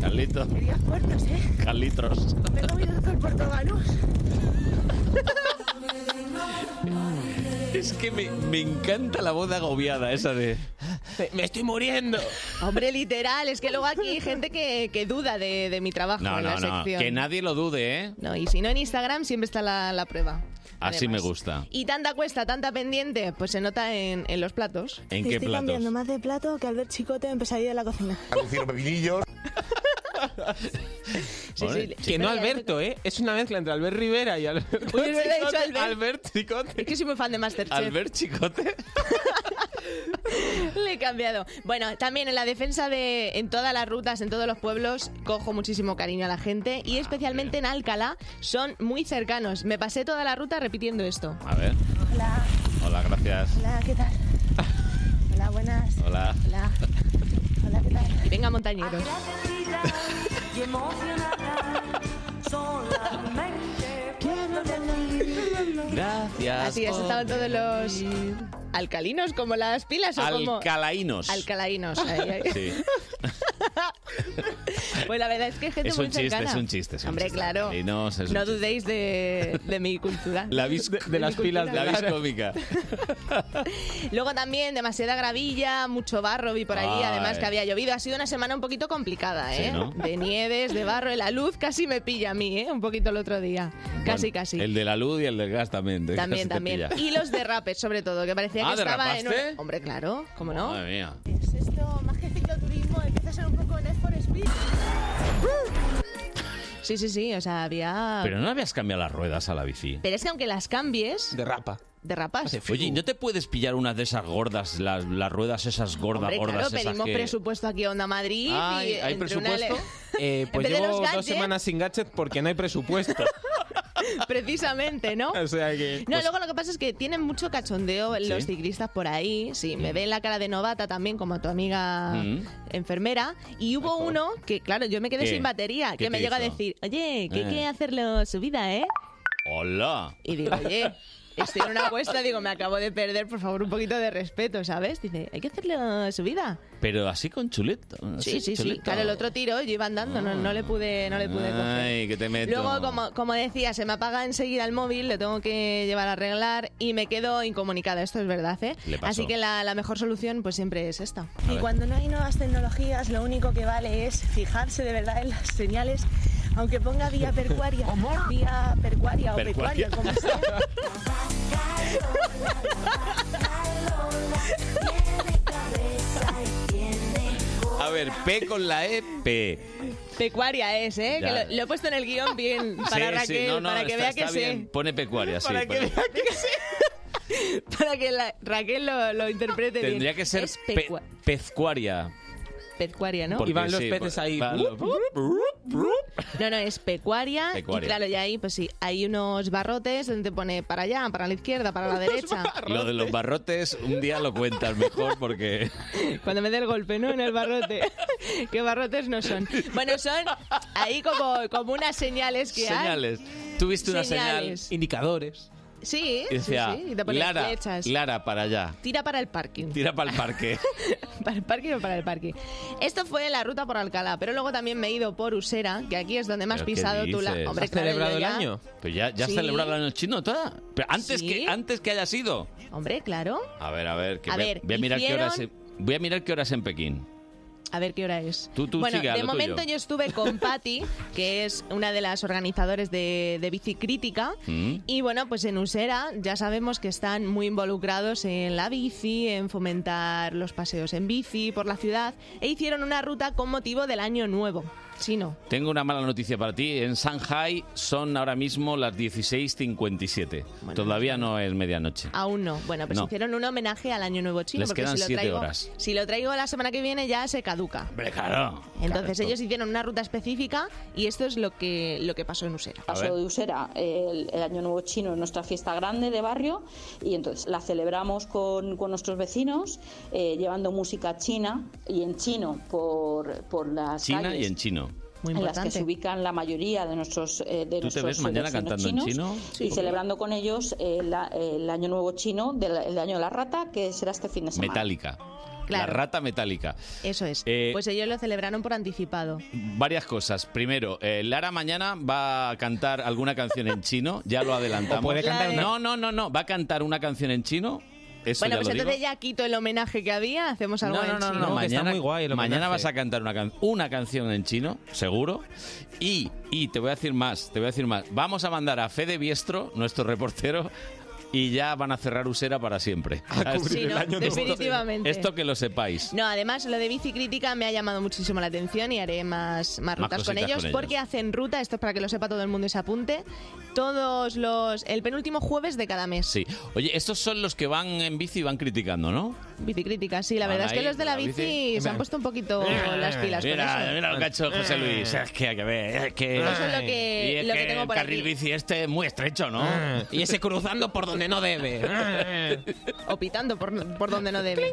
Speaker 1: Carlitos. Carlitos.
Speaker 11: Puertos, ¿eh?
Speaker 1: Carlitos.
Speaker 11: Me he comido todo el puerto ganús.
Speaker 1: Es que me, me encanta la voz agobiada esa de... Me estoy muriendo.
Speaker 11: Hombre, literal, es que luego aquí hay gente que, que duda de, de mi trabajo
Speaker 1: No,
Speaker 11: en
Speaker 1: no,
Speaker 11: la
Speaker 1: no.
Speaker 11: sección.
Speaker 1: Que nadie lo dude, ¿eh?
Speaker 11: No, y si no en Instagram siempre está la, la prueba.
Speaker 1: Así me gusta.
Speaker 11: Y tanta cuesta, tanta pendiente, pues se nota en, en los platos.
Speaker 1: ¿En qué
Speaker 14: Estoy
Speaker 1: platos?
Speaker 14: cambiando más de plato que al ver chicote empecé a ir a la cocina.
Speaker 10: Alucino pepinillos.
Speaker 11: sí,
Speaker 10: que no Alberto, ¿eh? Es una mezcla entre Albert Rivera y Albert.
Speaker 11: Uy, es verdad, he dicho
Speaker 10: Chicote.
Speaker 11: Albert.
Speaker 10: Chicote.
Speaker 11: Es que soy muy fan de Masterchef.
Speaker 1: Albert Chicote.
Speaker 11: [LAUGHS] Le he cambiado. Bueno, también en la defensa de en todas las rutas, en todos los pueblos, cojo muchísimo cariño a la gente
Speaker 1: Ah,
Speaker 11: y especialmente en Alcalá son muy cercanos. Me pasé toda la ruta repitiendo esto.
Speaker 1: A ver.
Speaker 14: Hola,
Speaker 1: Hola, gracias.
Speaker 14: hola, ¿qué tal? Hola, buenas.
Speaker 1: Hola.
Speaker 14: Hola. Hola, ¿qué tal?
Speaker 11: Y venga, montañeros.
Speaker 1: Gracias.
Speaker 11: Así es, estaban todos los alcalinos, como las pilas o como...
Speaker 1: Alcalaínos.
Speaker 11: Alcalaínos. ahí, ahí. [LAUGHS]
Speaker 1: Sí.
Speaker 11: Pues la verdad es que hay gente
Speaker 1: Es
Speaker 11: muy
Speaker 1: un chiste,
Speaker 11: cercana.
Speaker 1: es un chiste, es un
Speaker 11: Hombre,
Speaker 1: chiste.
Speaker 11: claro.
Speaker 1: Alcalinos, es un
Speaker 11: no
Speaker 1: chiste.
Speaker 11: dudéis de, de mi cultura.
Speaker 1: La vis, de,
Speaker 11: [LAUGHS] las mi pilas
Speaker 1: La
Speaker 11: cultura. de
Speaker 1: vis
Speaker 11: la-
Speaker 1: cómica.
Speaker 11: Luego también demasiada gravilla, mucho barro vi por allí,
Speaker 1: Ay.
Speaker 11: además que había llovido. Ha sido una semana un poquito complicada,
Speaker 1: Sí,
Speaker 11: ¿eh?
Speaker 1: ¿no?
Speaker 11: De nieves, de barro, y la luz casi me pilla a mí, ¿eh? Un poquito el otro día. Casi,
Speaker 1: Bueno,
Speaker 11: casi.
Speaker 1: El de la luz y el del gas también. de gas
Speaker 11: También,
Speaker 1: te
Speaker 11: también.
Speaker 1: pilla.
Speaker 11: Y los derrapes, sobre todo, que parecía
Speaker 1: Ah,
Speaker 11: que estaba en un...
Speaker 1: ¿derrapaste?
Speaker 11: Hombre, claro, ¿cómo no?
Speaker 1: Madre mía.
Speaker 14: Es esto más que cicloturismo, empieza a ser un poco Need for Speed.
Speaker 11: Sí, sí, sí, o sea, había...
Speaker 1: Pero no habías cambiado las ruedas a la bici.
Speaker 11: Pero es que aunque las cambies,
Speaker 1: Derrapa.
Speaker 11: derrapas.
Speaker 1: Oye, ¿y ¿no te puedes pillar una de esas gordas, las, las ruedas esas gordas,
Speaker 11: Hombre,
Speaker 1: gordas
Speaker 11: claro,
Speaker 1: esas
Speaker 11: pedimos
Speaker 1: que...
Speaker 11: presupuesto aquí a Onda Madrid.
Speaker 1: Ay,
Speaker 11: y
Speaker 1: ¿hay
Speaker 11: entre una le-
Speaker 10: Eh, pues
Speaker 11: En vez de
Speaker 10: llevo dos
Speaker 11: los gadgets.
Speaker 10: semanas sin gadget porque no hay presupuesto.
Speaker 11: [LAUGHS]
Speaker 1: [LAUGHS]
Speaker 11: Precisamente, ¿no?
Speaker 10: o sea que.
Speaker 11: No,
Speaker 10: pues,
Speaker 11: luego lo que pasa es que tienen mucho cachondeo
Speaker 10: ¿Sí?
Speaker 11: los ciclistas por ahí. Sí, me ven la cara de novata también, como a tu amiga
Speaker 1: Mm.
Speaker 11: enfermera. Y hubo uno que, claro, yo me quedé
Speaker 1: ¿Qué?
Speaker 11: sin batería,
Speaker 1: ¿Qué
Speaker 11: que me
Speaker 1: te
Speaker 11: llegó a
Speaker 1: hizo?
Speaker 11: decir, oye, que hay
Speaker 1: Eh.
Speaker 11: que hacerlo subida, ¿eh?
Speaker 1: Hola.
Speaker 11: Y digo, oye, estoy en una cuesta, digo, me acabo de perder, por favor, un poquito de respeto, ¿sabes? Dice, hay que hacerlo subida.
Speaker 1: Pero así con chuleta.
Speaker 11: Sí, sí, sí. Claro, el otro tiro, yo iba andando, no, no le pude, no le pude coger.
Speaker 1: Ay, que te Ah, meto.
Speaker 11: Luego, como, como decía, se me apaga enseguida el móvil, le tengo que llevar a arreglar y me quedo incomunicada. Esto es verdad, ¿eh?
Speaker 1: Le pasó.
Speaker 11: Así que la, la mejor solución pues siempre es esta.
Speaker 1: A
Speaker 14: Y
Speaker 1: ver.
Speaker 14: cuando no hay nuevas tecnologías, lo único que vale es fijarse de verdad en las señales, aunque ponga vía
Speaker 1: [LAUGHS]
Speaker 14: percuaria, vía percuaria o
Speaker 1: Percuaria.
Speaker 14: pecuaria, como sea.
Speaker 1: A ver, P con la E, P.
Speaker 11: Pecuaria es, ¿eh? Que
Speaker 1: Ya.
Speaker 11: lo, lo he puesto en el guión
Speaker 1: [LAUGHS]
Speaker 11: bien para
Speaker 1: Sí, sí,
Speaker 11: Raquel,
Speaker 1: no, no,
Speaker 11: para que
Speaker 1: está-
Speaker 11: vea que
Speaker 1: está bien.
Speaker 11: sí.
Speaker 1: Pone pecuaria, sí.
Speaker 11: Para que
Speaker 1: pone-
Speaker 11: vea [LAUGHS] Para que la- Raquel lo, lo interprete bien.
Speaker 1: Tendría que ser
Speaker 11: Es
Speaker 1: pe-
Speaker 11: pecua-
Speaker 1: pezcuaria.
Speaker 11: pecuaria, ¿no?
Speaker 1: porque
Speaker 10: van los
Speaker 1: sí,
Speaker 10: peces
Speaker 1: por-
Speaker 10: ahí.
Speaker 1: van los-
Speaker 11: No, no, es pecuaria.
Speaker 1: Pecuaria.
Speaker 11: Y claro, y ahí, pues sí, hay unos barrotes donde te pone para allá, para la izquierda, para la derecha. [LAUGHS]
Speaker 1: Lo de los barrotes, un día lo cuentas mejor porque.
Speaker 11: [LAUGHS] Cuando me dé el golpe, ¿no? En
Speaker 1: [LAUGHS]
Speaker 11: el barrote. ¿Qué barrotes no son? Bueno, son ahí como, como unas señales que
Speaker 1: Señales. Tuviste una señal.
Speaker 11: Señales.
Speaker 1: Indicadores.
Speaker 11: hay. Sí,
Speaker 1: Y decía,
Speaker 11: sí, sí. Y te ponen
Speaker 1: Lara,
Speaker 11: flechas.
Speaker 1: Lara, para allá.
Speaker 11: Tira para el parking.
Speaker 1: Tira para el parque.
Speaker 11: [LAUGHS] ¿Para el parking o para el parking? Esto fue la ruta por Alcalá, pero luego también me he ido por Usera, que aquí es donde más
Speaker 1: ¿Pero qué
Speaker 11: pisado tú la...
Speaker 1: dices?
Speaker 11: Hombre,
Speaker 1: ¿Has
Speaker 11: claro, yo
Speaker 1: celebrado el
Speaker 11: ya-
Speaker 1: año? Pero ya, ya has
Speaker 11: Sí.
Speaker 1: celebrado el año chino, toda. Pero antes,
Speaker 11: Sí.
Speaker 1: que, antes que haya sido.
Speaker 11: Hombre, claro.
Speaker 1: A ver, a ver. Que
Speaker 11: A
Speaker 1: voy,
Speaker 11: ver,
Speaker 1: voy a mirar qué horas.
Speaker 11: hicieron-
Speaker 1: Voy a mirar qué horas en Pekín.
Speaker 11: A ver qué hora es.
Speaker 1: Tú- tú
Speaker 11: bueno,
Speaker 1: sigue a
Speaker 11: de
Speaker 1: lo
Speaker 11: momento
Speaker 1: tuyo.
Speaker 11: yo estuve
Speaker 1: [LAUGHS]
Speaker 11: con Patti, que es una de las organizadoras de, de Bicicrítica.
Speaker 1: ¿Mm?
Speaker 11: Y bueno, pues en Usera ya sabemos que están muy involucrados en la bici, en fomentar los paseos en bici por la ciudad. E hicieron una ruta con motivo del año nuevo chino.
Speaker 1: Tengo una mala noticia para ti. En Shanghai son ahora mismo las 16.57. Todavía no es medianoche.
Speaker 11: Aún no. Bueno, pues
Speaker 1: No.
Speaker 11: hicieron un homenaje al año nuevo chino.
Speaker 1: Les
Speaker 11: porque
Speaker 1: quedan
Speaker 11: si lo
Speaker 1: siete
Speaker 11: traigo,
Speaker 1: horas.
Speaker 11: Si lo traigo la semana que viene ya se caduca.
Speaker 1: Hombre, Eh, claro.
Speaker 11: Entonces
Speaker 1: Claro,
Speaker 11: ellos hicieron una ruta específica y esto es lo que, lo que pasó en Usera.
Speaker 1: A ver.
Speaker 15: Paso de Usera, eh, el, el Año Nuevo Chino es nuestra fiesta grande de barrio y entonces la celebramos con, con nuestros vecinos eh, llevando música china y en chino por, por las
Speaker 1: China
Speaker 15: calles
Speaker 1: y en chino.
Speaker 15: en las que se ubican la mayoría de nuestros eh, de
Speaker 1: ¿Tú te
Speaker 15: nuestros
Speaker 1: ves mañana
Speaker 15: vecinos
Speaker 1: cantando en
Speaker 15: chinos
Speaker 1: chino? Sí.
Speaker 15: y celebrando con ellos eh, la- el año nuevo chino del el año de la rata que será este fin de semana
Speaker 1: Metálica.
Speaker 11: Claro.
Speaker 1: La rata metálica.
Speaker 11: Eso es.
Speaker 1: Eh,
Speaker 11: pues ellos lo celebraron por anticipado.
Speaker 1: Varias cosas. Primero, eh, Lara mañana va a cantar alguna canción en chino, ya lo adelantamos.
Speaker 10: O puede cantar una-
Speaker 1: No, no, no, no, va a cantar una canción en chino. Eso
Speaker 11: bueno,
Speaker 1: ya
Speaker 11: pues
Speaker 1: lo digo.
Speaker 11: entonces ya quito el homenaje que había, hacemos
Speaker 1: No,
Speaker 11: algo en
Speaker 1: no, no,
Speaker 11: chino.
Speaker 1: no, mañana,
Speaker 10: muy guay el
Speaker 1: mañana
Speaker 10: homenaje.
Speaker 1: vas a cantar una, can- una canción en chino, seguro. Y, y te voy a decir más, te voy a decir más. Vamos a mandar a Fede Biestro, nuestro reportero, y ya van a cerrar Usera para siempre.
Speaker 11: cubrir Sí, el no, año nuevo. definitivamente.
Speaker 1: Esto, esto que lo sepáis.
Speaker 11: No, además lo de bicicrítica me ha llamado muchísimo la atención y haré más,
Speaker 1: Más
Speaker 11: más rutas con
Speaker 1: cositas
Speaker 11: ellos,
Speaker 1: con ellos.
Speaker 11: porque hacen ruta, esto es para que lo sepa todo el mundo y se apunte, todos los, el penúltimo jueves de cada mes.
Speaker 1: Sí. Oye, estos son los que van en bici y van criticando, ¿no?
Speaker 11: Bicicrítica, sí, la
Speaker 1: Van
Speaker 11: verdad es que
Speaker 1: ahí,
Speaker 11: los de la,
Speaker 1: la
Speaker 11: bici,
Speaker 1: bici.
Speaker 11: se han
Speaker 1: Mira.
Speaker 11: puesto un poquito las pilas con
Speaker 1: mira,
Speaker 11: eso. Pues
Speaker 1: mira lo que ha hecho José Luis. Es que hay que ver. Es que,
Speaker 11: Eso es lo que-
Speaker 1: y es
Speaker 11: lo que
Speaker 1: que
Speaker 11: tengo
Speaker 1: el
Speaker 11: por
Speaker 1: carril
Speaker 11: aquí.
Speaker 1: bici este es muy estrecho, ¿no?
Speaker 13: Ah.
Speaker 10: Y ese cruzando por donde
Speaker 13: [LAUGHS]
Speaker 10: no
Speaker 1: [LAUGHS]
Speaker 10: debe.
Speaker 11: o pitando por, por donde no debe.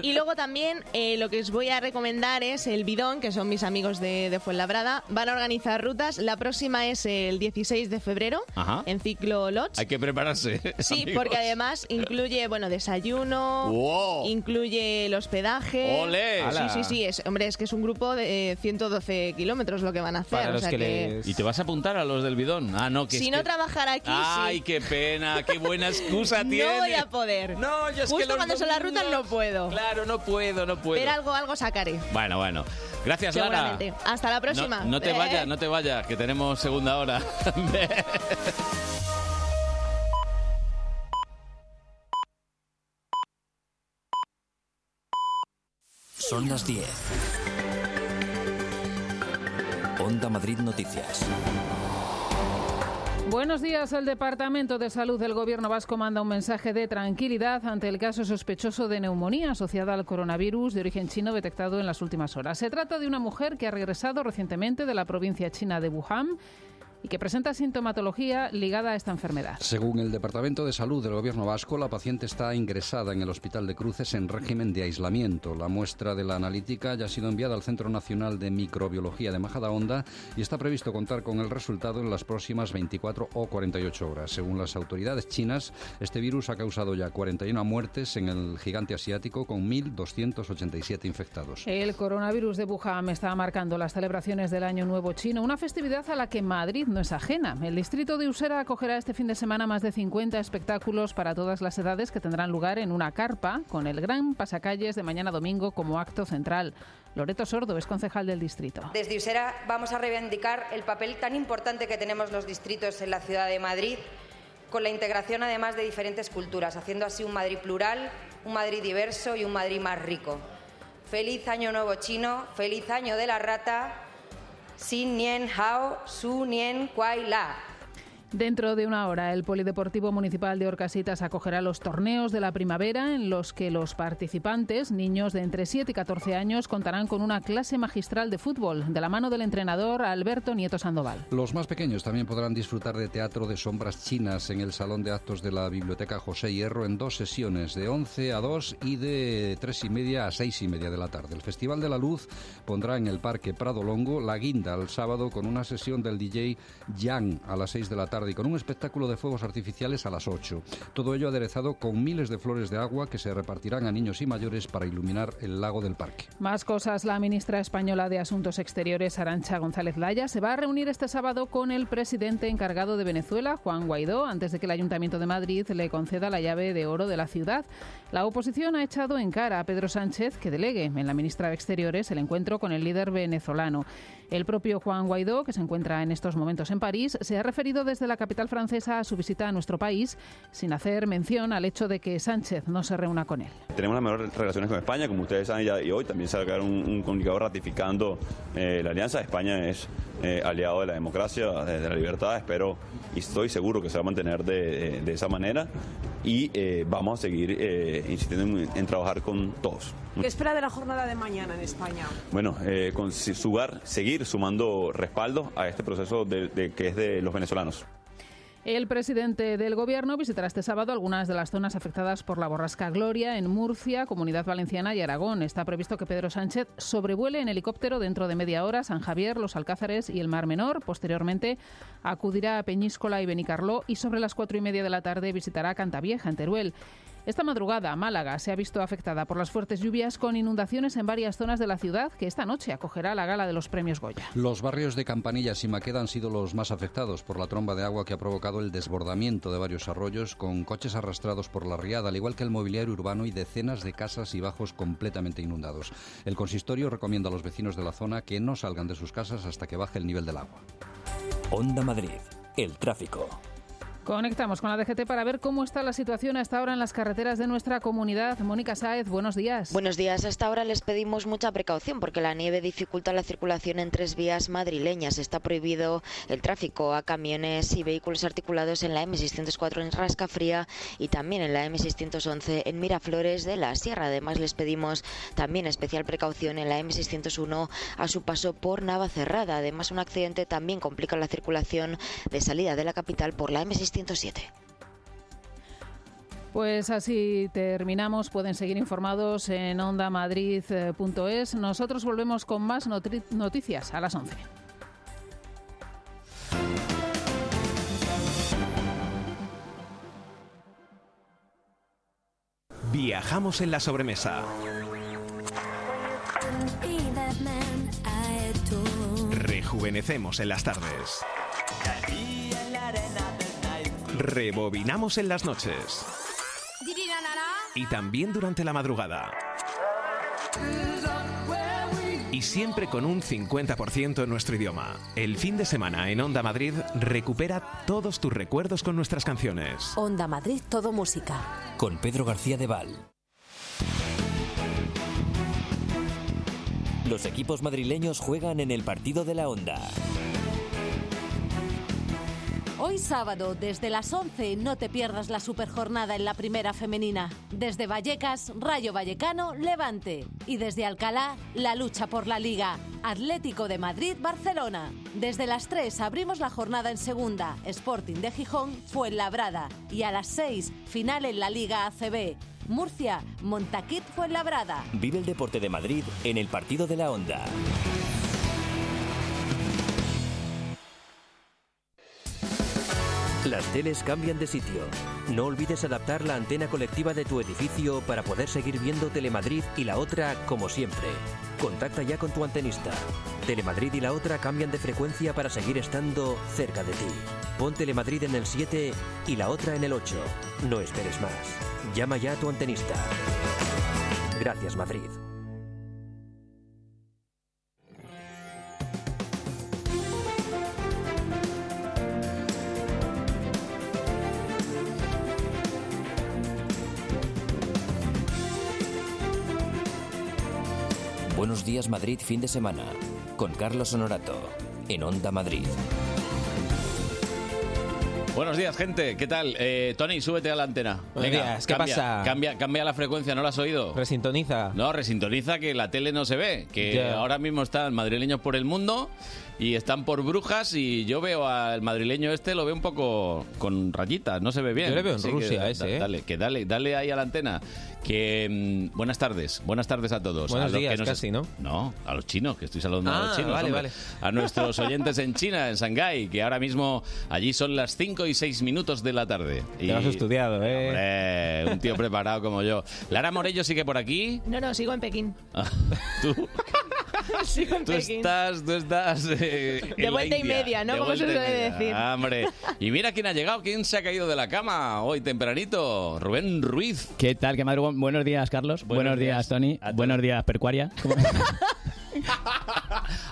Speaker 11: Y luego también eh, lo que os voy a recomendar es el bidón, que son mis amigos de, de Fuenlabrada. Van a organizar rutas. La próxima es el 16 de febrero
Speaker 1: Ajá.
Speaker 11: en Ciclo Lodge.
Speaker 1: Hay que prepararse.
Speaker 11: Sí,
Speaker 1: amigos.
Speaker 11: porque además incluye, bueno, desayuno,
Speaker 1: ¡Wow!
Speaker 11: incluye el hospedaje.
Speaker 1: ¡Ole!
Speaker 11: Sí,
Speaker 1: ¡Hala!
Speaker 11: sí, sí. Es, hombre, es que es un grupo de eh, 112 kilómetros lo que van a hacer. o sea que-
Speaker 1: ¿Y te vas a apuntar a los del bidón? Ah, no, que
Speaker 11: Si
Speaker 1: es
Speaker 11: no
Speaker 1: que-
Speaker 11: trabajara aquí, sí.
Speaker 1: ¡Ay, qué pena! ¡Qué buena excusa
Speaker 11: [LAUGHS] No
Speaker 1: tiene!
Speaker 11: voy a poder.
Speaker 1: No, yo es que
Speaker 11: Justo
Speaker 1: los
Speaker 11: cuando son las rutas no puedo.
Speaker 1: Claro, no puedo, no puedo.
Speaker 11: Pero algo, algo sacaré.
Speaker 1: Bueno, bueno. Gracias, Lara.
Speaker 11: seguramente. Hasta la próxima.
Speaker 1: No, no te
Speaker 11: [LAUGHS] Eh.
Speaker 1: vayas, no te vayas, que tenemos segunda hora. [LAUGHS]
Speaker 8: Son las 10. Onda Madrid Noticias.
Speaker 2: Buenos días. El Departamento de Salud del Gobierno vasco manda un mensaje de tranquilidad ante el caso sospechoso de neumonía asociada al coronavirus de origen chino detectado en las últimas horas. Se trata de una mujer que ha regresado recientemente de la provincia china de Wuhan y que presenta sintomatología ligada a esta enfermedad.
Speaker 16: Según el Departamento de Salud del Gobierno vasco, la paciente está ingresada en el Hospital de Cruces en régimen de aislamiento. La muestra de la analítica ya ha sido enviada al Centro Nacional de Microbiología de Majadahonda y está previsto contar con el resultado en las próximas 24 o 48 horas. Según las autoridades chinas, este virus ha causado ya 41 muertes en el gigante asiático con 1.287 infectados.
Speaker 2: El coronavirus de Wuhan está marcando las celebraciones del Año Nuevo Chino, una festividad a la que Madrid no es ajena. El distrito de Usera acogerá este fin de semana más de 50 espectáculos para todas las edades que tendrán lugar en una carpa, con el gran pasacalles de mañana domingo como acto central. Loreto Sordo es concejal del distrito.
Speaker 17: Desde Usera vamos a reivindicar el papel tan importante que tenemos los distritos en la ciudad de Madrid, con la integración además de diferentes culturas, haciendo así un Madrid plural, un Madrid diverso y un Madrid más rico. Feliz Año Nuevo Chino, feliz Año de la Rata, Xin Nien Hao, Su Nien Kuai La.
Speaker 2: Dentro de una hora, el Polideportivo Municipal de Orcasitas acogerá los torneos de la primavera en los que los participantes, niños de entre 7 y 14 años, contarán con una clase magistral de fútbol de la mano del entrenador Alberto Nieto Sandoval.
Speaker 16: Los más pequeños también podrán disfrutar de teatro de sombras chinas en el Salón de Actos de la Biblioteca José Hierro en dos sesiones, de 11 a 2 y de 3 y media a 6 y media de la tarde. El Festival de la Luz pondrá en el Parque Prado Longo la guinda el sábado con una sesión del DJ Yang a las 6 de la tarde y con un espectáculo de fuegos artificiales a las 8. Todo ello aderezado con miles de flores de agua que se repartirán a niños y mayores para iluminar el lago del parque.
Speaker 2: Más cosas, la ministra española de Asuntos Exteriores, Arancha González Laya, se va a reunir este sábado con el presidente encargado de Venezuela, Juan Guaidó, antes de que el Ayuntamiento de Madrid le conceda la llave de oro de la ciudad. La oposición ha echado en cara a Pedro Sánchez que delegue en la ministra de Exteriores el encuentro con el líder venezolano. El propio Juan Guaidó, que se encuentra en estos momentos en París, se ha referido desde la capital francesa a su visita a nuestro país, sin hacer mención al hecho de que Sánchez no se reúna con él.
Speaker 18: Tenemos las mejores relaciones con España, como ustedes saben, ya- y hoy también sacaron un, un comunicado ratificando eh, la alianza. España es eh, aliado de la democracia, de, de la libertad, espero y estoy seguro que se va a mantener de, de- de esa manera y eh, vamos a seguir eh, insistiendo en- en trabajar con todos.
Speaker 19: ¿Qué espera de la jornada de mañana en España?
Speaker 18: Bueno, eh, con si- sugar- seguir sumando respaldo a este proceso de- de- que es de los venezolanos.
Speaker 2: El presidente del Gobierno visitará este sábado algunas de las zonas afectadas por la borrasca Gloria en Murcia, Comunidad Valenciana y Aragón. Está previsto que Pedro Sánchez sobrevuele en helicóptero dentro de media hora San Javier, Los Alcázares y el Mar Menor. Posteriormente acudirá a Peñíscola y Benicarló y sobre las cuatro y media de la tarde visitará Cantavieja en Teruel. Esta madrugada, Málaga se ha visto afectada por las fuertes lluvias con inundaciones en varias zonas de la ciudad que esta noche acogerá la gala de los premios Goya.
Speaker 16: Los barrios de Campanillas y Maqueda han sido los más afectados por la tromba de agua que ha provocado el desbordamiento de varios arroyos, con coches arrastrados por la riada, al igual que el mobiliario urbano y decenas de casas y bajos completamente inundados. El consistorio recomienda a los vecinos de la zona que no salgan de sus casas hasta que baje el nivel del agua.
Speaker 8: Onda Madrid, el tráfico.
Speaker 2: Conectamos con la DGT para ver cómo está la situación hasta ahora en las carreteras de nuestra comunidad. Mónica Sáez, buenos días.
Speaker 20: Buenos días. Hasta ahora les pedimos mucha precaución porque la nieve dificulta la circulación en tres vías madrileñas. Está prohibido el tráfico a camiones y vehículos articulados en la M604 en Rascafría y también en la M611 en Miraflores de la Sierra. Además, les pedimos también especial precaución en la M601 a su paso por Navacerrada. Además, un accidente también complica la circulación de salida de la capital por la M607.
Speaker 2: Pues así terminamos. Pueden seguir informados en ondamadrid.es. Nosotros volvemos con más notri- noticias a las 11.
Speaker 21: Viajamos en la sobremesa. Rejuvenecemos en las tardes. Rebobinamos en las noches. Y también durante la madrugada. Y siempre con un 50% en nuestro idioma. El fin de semana en Onda Madrid recupera todos tus recuerdos con nuestras canciones.
Speaker 9: Onda Madrid, todo música.
Speaker 8: Con Pedro García de Val. Los equipos madrileños juegan en el partido de la Onda.
Speaker 9: Hoy sábado, desde las 11, no te pierdas la superjornada en la primera femenina. Desde Vallecas, Rayo Vallecano, Levante. Y desde Alcalá, la lucha por la Liga. Atlético de Madrid, Barcelona. Desde las 3 abrimos la jornada en segunda. Sporting de Gijón, Fuenlabrada. Y a las 6, final en la Liga ACB. Murcia, Montaquit, Fuenlabrada.
Speaker 8: Vive el deporte de Madrid en el partido de la Onda. Las teles cambian de sitio. No olvides adaptar la antena colectiva de tu edificio para poder seguir viendo Telemadrid y la otra como siempre. Contacta ya con tu antenista. Telemadrid y la otra cambian de frecuencia para seguir estando cerca de ti. Pon Telemadrid en el 7 y la otra en el 8. No esperes más. Llama ya a tu antenista. Gracias Madrid. Buenos días Madrid fin de semana con Carlos Honorato en Onda Madrid.
Speaker 1: Buenos días, gente. ¿Qué tal? Eh, Tony, súbete a la antena.
Speaker 10: Buenos días. ¿Qué
Speaker 1: cambia,
Speaker 10: pasa?
Speaker 1: Cambia, cambia la frecuencia, ¿no la has oído?
Speaker 10: Resintoniza.
Speaker 1: No, resintoniza que la tele no se ve. Que
Speaker 10: Ya.
Speaker 1: ahora mismo están madrileños por el mundo y están por brujas. Y yo veo al madrileño este, lo veo un poco con rayitas, no se ve bien.
Speaker 10: Yo le veo en
Speaker 1: Así
Speaker 10: Rusia
Speaker 1: da-
Speaker 10: ese,
Speaker 1: da-
Speaker 10: ¿eh?
Speaker 1: Dale, que dale, dale ahí a la antena. Que mm, buenas tardes, buenas tardes a todos.
Speaker 10: Buenos
Speaker 1: a los
Speaker 10: días,
Speaker 1: que nos-
Speaker 10: casi, ¿no?
Speaker 1: No, a los chinos, que estoy saludando a
Speaker 10: Ah,
Speaker 1: los chinos.
Speaker 10: vale,
Speaker 1: hombre.
Speaker 10: vale.
Speaker 1: A nuestros oyentes en China, en Shanghái, que ahora mismo allí son las 5 y 6 minutos de la tarde.
Speaker 10: Te
Speaker 1: Y-
Speaker 10: lo has estudiado, ¿eh?
Speaker 1: Hombre, un tío preparado como yo. Lara Morello sigue por
Speaker 11: [LAUGHS]
Speaker 1: aquí.
Speaker 11: No, no, sigo en
Speaker 19: [LAUGHS]
Speaker 11: Pekín.
Speaker 1: Tú,
Speaker 11: sigo en
Speaker 1: tú
Speaker 11: Pekín.
Speaker 1: estás, tú estás. eh, en
Speaker 11: De
Speaker 1: la
Speaker 11: vuelta y
Speaker 1: India.
Speaker 11: media, ¿no?
Speaker 1: De
Speaker 11: Como se
Speaker 1: vuelta y
Speaker 11: suele
Speaker 1: media.
Speaker 11: decir.
Speaker 1: Ah, Hombre. Y mira quién ha llegado, quién se ha caído de la cama hoy tempranito. Rubén Ruiz.
Speaker 22: ¿Qué tal? ¿Qué madrugón? Buenos días, Carlos. Buenos, días, Tony. Buenos días, Percuaria.
Speaker 1: [LAUGHS]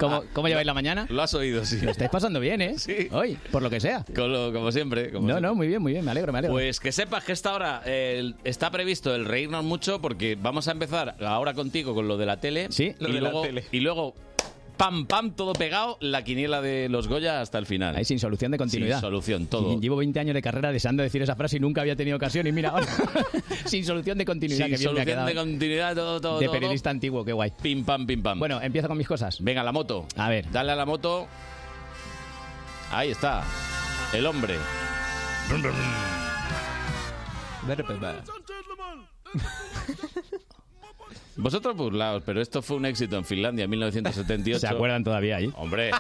Speaker 22: ¿Cómo, ¿Cómo, cómo lleváis la mañana?
Speaker 1: Lo has oído, sí.
Speaker 22: Lo estáis pasando bien, ¿eh? Hoy, por lo que sea.
Speaker 1: Con lo- como siempre. como
Speaker 22: No, no, muy bien, muy bien. Me alegro, me alegro.
Speaker 1: Pues que sepas que esta hora eh, el- está previsto el reírnos mucho porque vamos a empezar ahora contigo con lo de la tele. Sí,
Speaker 22: Lo
Speaker 1: y
Speaker 22: de la
Speaker 1: luego,
Speaker 22: tele.
Speaker 1: Y luego, pam, pam, todo pegado, la quiniela de los Goya hasta el final.
Speaker 22: Ahí sin solución de continuidad.
Speaker 1: Sin solución, todo.
Speaker 22: Llevo 20 años de carrera deseando decir esa frase y nunca había tenido ocasión. Y mira, ahora,
Speaker 1: [LAUGHS]
Speaker 22: [LAUGHS] sin solución de continuidad.
Speaker 1: Sin
Speaker 22: que bien me ha
Speaker 1: solución de
Speaker 22: quedado.
Speaker 1: continuidad, todo, todo.
Speaker 22: De
Speaker 1: todo.
Speaker 22: periodista antiguo, qué guay.
Speaker 1: Pim, pam, pim, pam.
Speaker 22: Bueno, empiezo con mis cosas.
Speaker 1: Venga, la moto.
Speaker 22: A ver.
Speaker 1: Dale a la moto. Ahí está. El hombre.
Speaker 22: [LAUGHS]
Speaker 1: Vosotros burlaos, pero esto fue un éxito en Finlandia en 1978.
Speaker 22: ¿Se acuerdan todavía ahí?
Speaker 1: Hombre.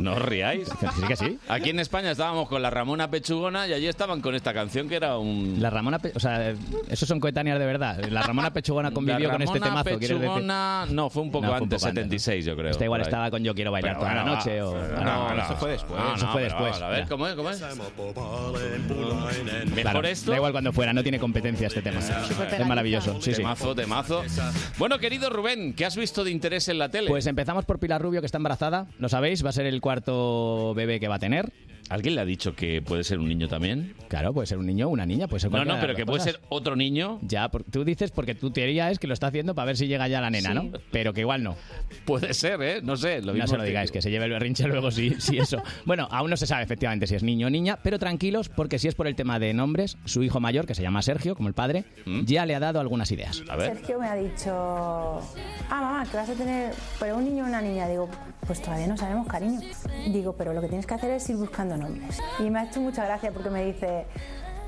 Speaker 1: No os riáis.
Speaker 22: Sí que sí.
Speaker 1: Aquí en España estábamos con la Ramona Pechugona y allí estaban con esta canción que era un...
Speaker 22: La Ramona, Pe- o sea, esos son coetáneas de verdad. La Ramona Pechugona convivió
Speaker 1: La
Speaker 22: con este
Speaker 1: Ramona
Speaker 22: temazo, ¿quieres decir?
Speaker 1: Pechugona- No, fue un poco
Speaker 22: No, fue un
Speaker 1: antes,
Speaker 22: poco antes,
Speaker 1: 76 yo creo.
Speaker 22: Esta igual
Speaker 1: por ahí.
Speaker 22: estaba con Yo quiero bailar
Speaker 1: Pero
Speaker 22: toda la
Speaker 1: bueno,
Speaker 22: noche
Speaker 1: va.
Speaker 22: o... Ah,
Speaker 1: No, eso fue después.
Speaker 22: No,
Speaker 1: Eso
Speaker 22: fue
Speaker 1: fue
Speaker 22: después.
Speaker 1: después. A ver, ¿cómo es? ¿Cómo es? Mejor
Speaker 22: Claro,
Speaker 1: esto.
Speaker 22: Da igual cuando fuera, no tiene competencia este tema. Es maravilloso. Sí, sí.
Speaker 1: temazo, temazo. Bueno, querido Rubén, ¿qué has visto de interés en la tele?
Speaker 22: Pues empezamos por Pilar Rubio, que está embarazada. Lo sabéis, va a ser el cuarto bebé que va a tener.
Speaker 1: ¿Alguien le ha dicho que puede ser un niño también?
Speaker 22: Claro, puede ser un niño o una niña. Puede ser
Speaker 1: No,
Speaker 22: cualquiera de
Speaker 1: no, pero
Speaker 22: las
Speaker 1: que
Speaker 22: dos
Speaker 1: puede
Speaker 22: cosas.
Speaker 1: ser otro niño.
Speaker 22: Ya, por- tú dices porque tu teoría es que lo está haciendo para ver si llega ya la nena,
Speaker 1: Sí.
Speaker 22: ¿no? Pero que igual no.
Speaker 1: Puede ser, ¿eh? No sé. Lo
Speaker 22: no
Speaker 1: mismo
Speaker 22: se lo
Speaker 1: que-
Speaker 22: digáis, que se lleve el berrinche luego si, si
Speaker 1: [LAUGHS]
Speaker 22: eso. Bueno, aún no se sabe efectivamente si es niño o niña, pero tranquilos porque si es por el tema de nombres, su hijo mayor, que se llama Sergio, como el padre, ya le ha dado algunas ideas.
Speaker 1: ¿Mm? A
Speaker 9: Sergio me ha dicho, ah, mamá, que vas a tener pero un niño o una niña. Digo, pues todavía no sabemos, cariño. Digo, pero lo que tienes que hacer es ir buscando nombres. Y me ha hecho mucha gracia porque me dice,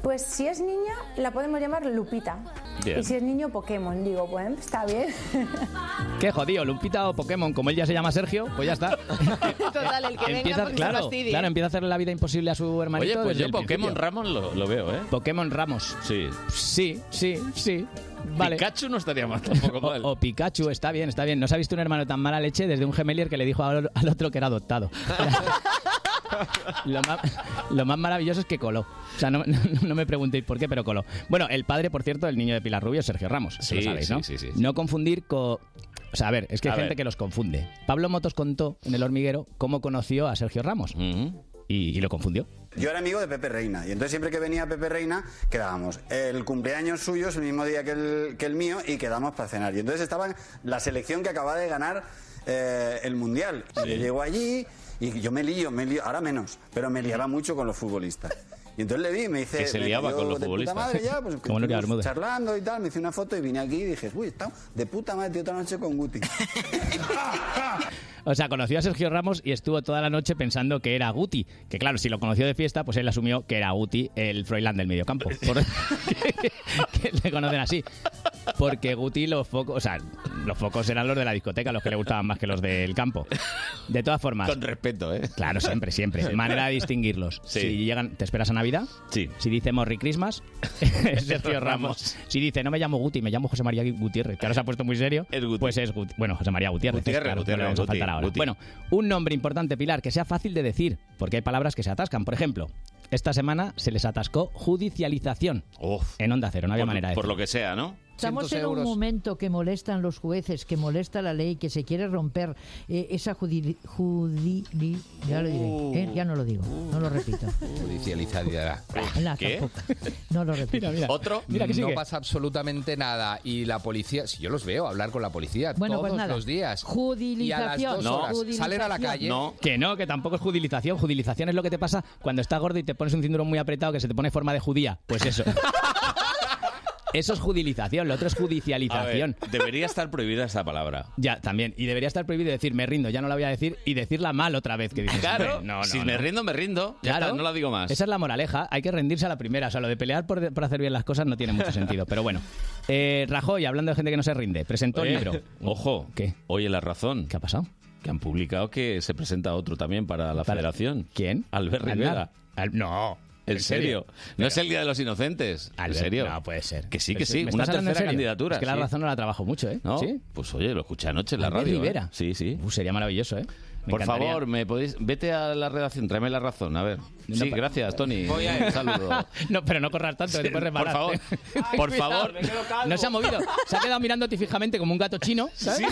Speaker 9: pues si es niña, la podemos llamar Lupita.
Speaker 22: Bien.
Speaker 9: Y si es niño, Pokémon. Digo, pues está bien.
Speaker 22: Qué jodido, Lupita o Pokémon, como él ya se llama Sergio, pues ya está.
Speaker 23: [LAUGHS] Total, el que venga
Speaker 22: empieza,
Speaker 23: porque se
Speaker 22: claro,
Speaker 23: fastidie.
Speaker 22: claro, empieza a hacerle la vida imposible a su hermanito.
Speaker 1: Oye, pues
Speaker 22: desde
Speaker 1: yo
Speaker 22: el
Speaker 1: Pokémon
Speaker 22: principio.
Speaker 1: Ramos lo, lo veo, ¿eh?
Speaker 22: Pokémon Ramos.
Speaker 1: Sí.
Speaker 22: Sí, sí, sí. Vale.
Speaker 1: Pikachu no estaría mal tampoco mal.
Speaker 22: [LAUGHS] O Pikachu, está bien, está bien. No se ha visto un hermano tan mala leche desde un gemelier que le dijo al al otro que era adoptado. Lo más, lo más maravilloso es que coló. O sea, no, no- no me preguntéis por qué, pero coló. Bueno, el padre, por cierto, del niño de Pilar Rubio es Sergio Ramos. eso
Speaker 1: Sí,
Speaker 22: lo sabéis,
Speaker 1: sí,
Speaker 22: ¿no?
Speaker 1: sí, sí, sí.
Speaker 22: No confundir con. O sea, a ver, es que hay
Speaker 1: A
Speaker 22: gente
Speaker 1: ver.
Speaker 22: que los confunde. Pablo Motos contó en El Hormiguero cómo conoció a Sergio Ramos. y, y lo confundió.
Speaker 12: Yo era amigo de Pepe Reina y entonces siempre que venía Pepe Reina quedábamos. El cumpleaños suyo es el mismo día que el, que el mío y quedamos para cenar. Y entonces estaba la selección que acababa de ganar eh, el Mundial. Y yo llego allí y yo me lío, me lío, ahora menos, pero me liaba mucho con los futbolistas. Y entonces le vi y me dice...
Speaker 1: Que se
Speaker 12: me
Speaker 1: liaba
Speaker 12: cayó
Speaker 1: con los
Speaker 12: de puta
Speaker 1: futbolistas.
Speaker 12: madre ya, pues,
Speaker 1: [LAUGHS] Como Nuria Bermúdez.
Speaker 12: estuvimos charlando y tal, me hice una foto y vine aquí y dije, uy, está de puta madre, tío, otra noche con Guti.
Speaker 22: O sea, conoció a Sergio Ramos y estuvo toda la noche pensando que era Guti. Que claro, si lo conoció de fiesta, pues él asumió que era Guti, el Froilán del
Speaker 1: [LAUGHS]
Speaker 22: mediocampo. Por- [LAUGHS] que, que le conocen así. Porque Guti los focos, o sea, los focos eran los de la discoteca, los que le gustaban más que los del campo. De todas formas.
Speaker 1: Con respeto, ¿eh?
Speaker 22: Claro, siempre, siempre. Manera de distinguirlos.
Speaker 1: Sí.
Speaker 22: Si llegan, ¿te esperas a Navidad?
Speaker 1: Sí.
Speaker 22: Si dice Morri
Speaker 1: [LAUGHS]
Speaker 22: Christmas, es Sergio Ramos. Si dice, no me llamo Guti, me llamo José María Gutiérrez, que ahora se ha puesto muy serio, pues es Guti. Bueno, José María Gutiérrez.
Speaker 1: Gutiérrez,
Speaker 22: claro, no
Speaker 1: Gutiérrez,
Speaker 22: le vamos a
Speaker 1: Guti,
Speaker 22: faltar ahora.
Speaker 1: Guti.
Speaker 22: Bueno, un nombre importante, Pilar, que sea fácil de decir, porque hay palabras que se atascan. Por ejemplo, esta semana se les atascó judicialización en Onda Cero, no había
Speaker 1: Por-
Speaker 22: manera de
Speaker 1: Por
Speaker 22: decirlo.
Speaker 1: lo que sea, ¿no?
Speaker 24: Estamos en un momento que molestan los jueces, que molesta la ley, que se quiere romper eh, esa judi... judi- ya lo diré, ¿eh? ya no lo digo, no lo repito.
Speaker 16: Judicializada.
Speaker 24: Nada, tampoco. No lo repito.
Speaker 16: Otro.
Speaker 24: Mira, que
Speaker 16: no
Speaker 24: sigue.
Speaker 16: pasa absolutamente nada. Y la policía, si yo los veo hablar con la policía
Speaker 24: Bueno,
Speaker 16: todos
Speaker 24: pues nada.
Speaker 16: los días. Y a las
Speaker 24: Judicialización.
Speaker 16: dos horas salen a la calle.
Speaker 22: Que no, que tampoco es judicialización. Judicialización es lo que te pasa cuando estás gordo y te pones un cinturón muy apretado que se te pone forma de judía. Pues
Speaker 1: [LAUGHS]
Speaker 22: eso. Eso es judicialización, lo otro es
Speaker 1: A ver,
Speaker 22: judicialización.
Speaker 1: debería estar prohibida esta palabra.
Speaker 22: Ya, también. Y debería estar prohibido decir me rindo, ya no la voy a decir, y decirla mal otra vez. Que dices,
Speaker 1: Claro,
Speaker 22: "Hombre, no, no,
Speaker 1: si
Speaker 22: no".
Speaker 1: me rindo, me rindo. Ya
Speaker 22: Claro.
Speaker 1: está, no la digo más.
Speaker 22: Esa es la moraleja. Hay que rendirse a la primera. O sea, lo de pelear por, por hacer bien las cosas no tiene mucho sentido. Pero bueno. Eh, Rajoy, hablando de gente que no se rinde, presentó
Speaker 1: Oye,
Speaker 22: el libro.
Speaker 1: Ojo, oye la razón. ¿Qué ha pasado? Que han publicado que se presenta otro también para la federación.
Speaker 22: ¿Quién?
Speaker 1: Albert
Speaker 22: Aznar.
Speaker 1: Rivera.
Speaker 22: no.
Speaker 1: ¿En
Speaker 22: ¿En serio?
Speaker 1: serio? ¿No es el Día de los Inocentes? ¿En
Speaker 22: Albert,
Speaker 1: serio?
Speaker 22: no puede ser.
Speaker 1: Que sí,
Speaker 22: Pero
Speaker 1: que
Speaker 22: sí,
Speaker 1: sí.
Speaker 22: ¿me
Speaker 1: Una
Speaker 22: estás hablando en
Speaker 1: tercera
Speaker 22: serio?
Speaker 1: candidatura.
Speaker 22: Es que la
Speaker 1: sí.
Speaker 22: razón no la trabajo mucho, ¿eh?
Speaker 1: ¿No?
Speaker 22: ¿Sí?
Speaker 1: Pues oye, lo escuché anoche en la
Speaker 22: Albert
Speaker 1: radio. ¿eh?
Speaker 22: Rivera.
Speaker 1: Sí, sí.
Speaker 22: sería maravilloso, ¿eh? Me
Speaker 1: Por
Speaker 22: encantaría.
Speaker 1: favor, me podéis vete a la redacción, tráeme la razón, a ver. Sí, gracias, Tony.
Speaker 22: [LAUGHS] Voy a ir.
Speaker 1: Un saludo.
Speaker 22: No, pero no corras tanto, que te puedes
Speaker 1: Sí, por
Speaker 22: resbalar. [LAUGHS]
Speaker 1: favor. Por favor.
Speaker 22: No se ha movido. Se ha quedado mirándote fijamente como un gato chino. ¿sabes?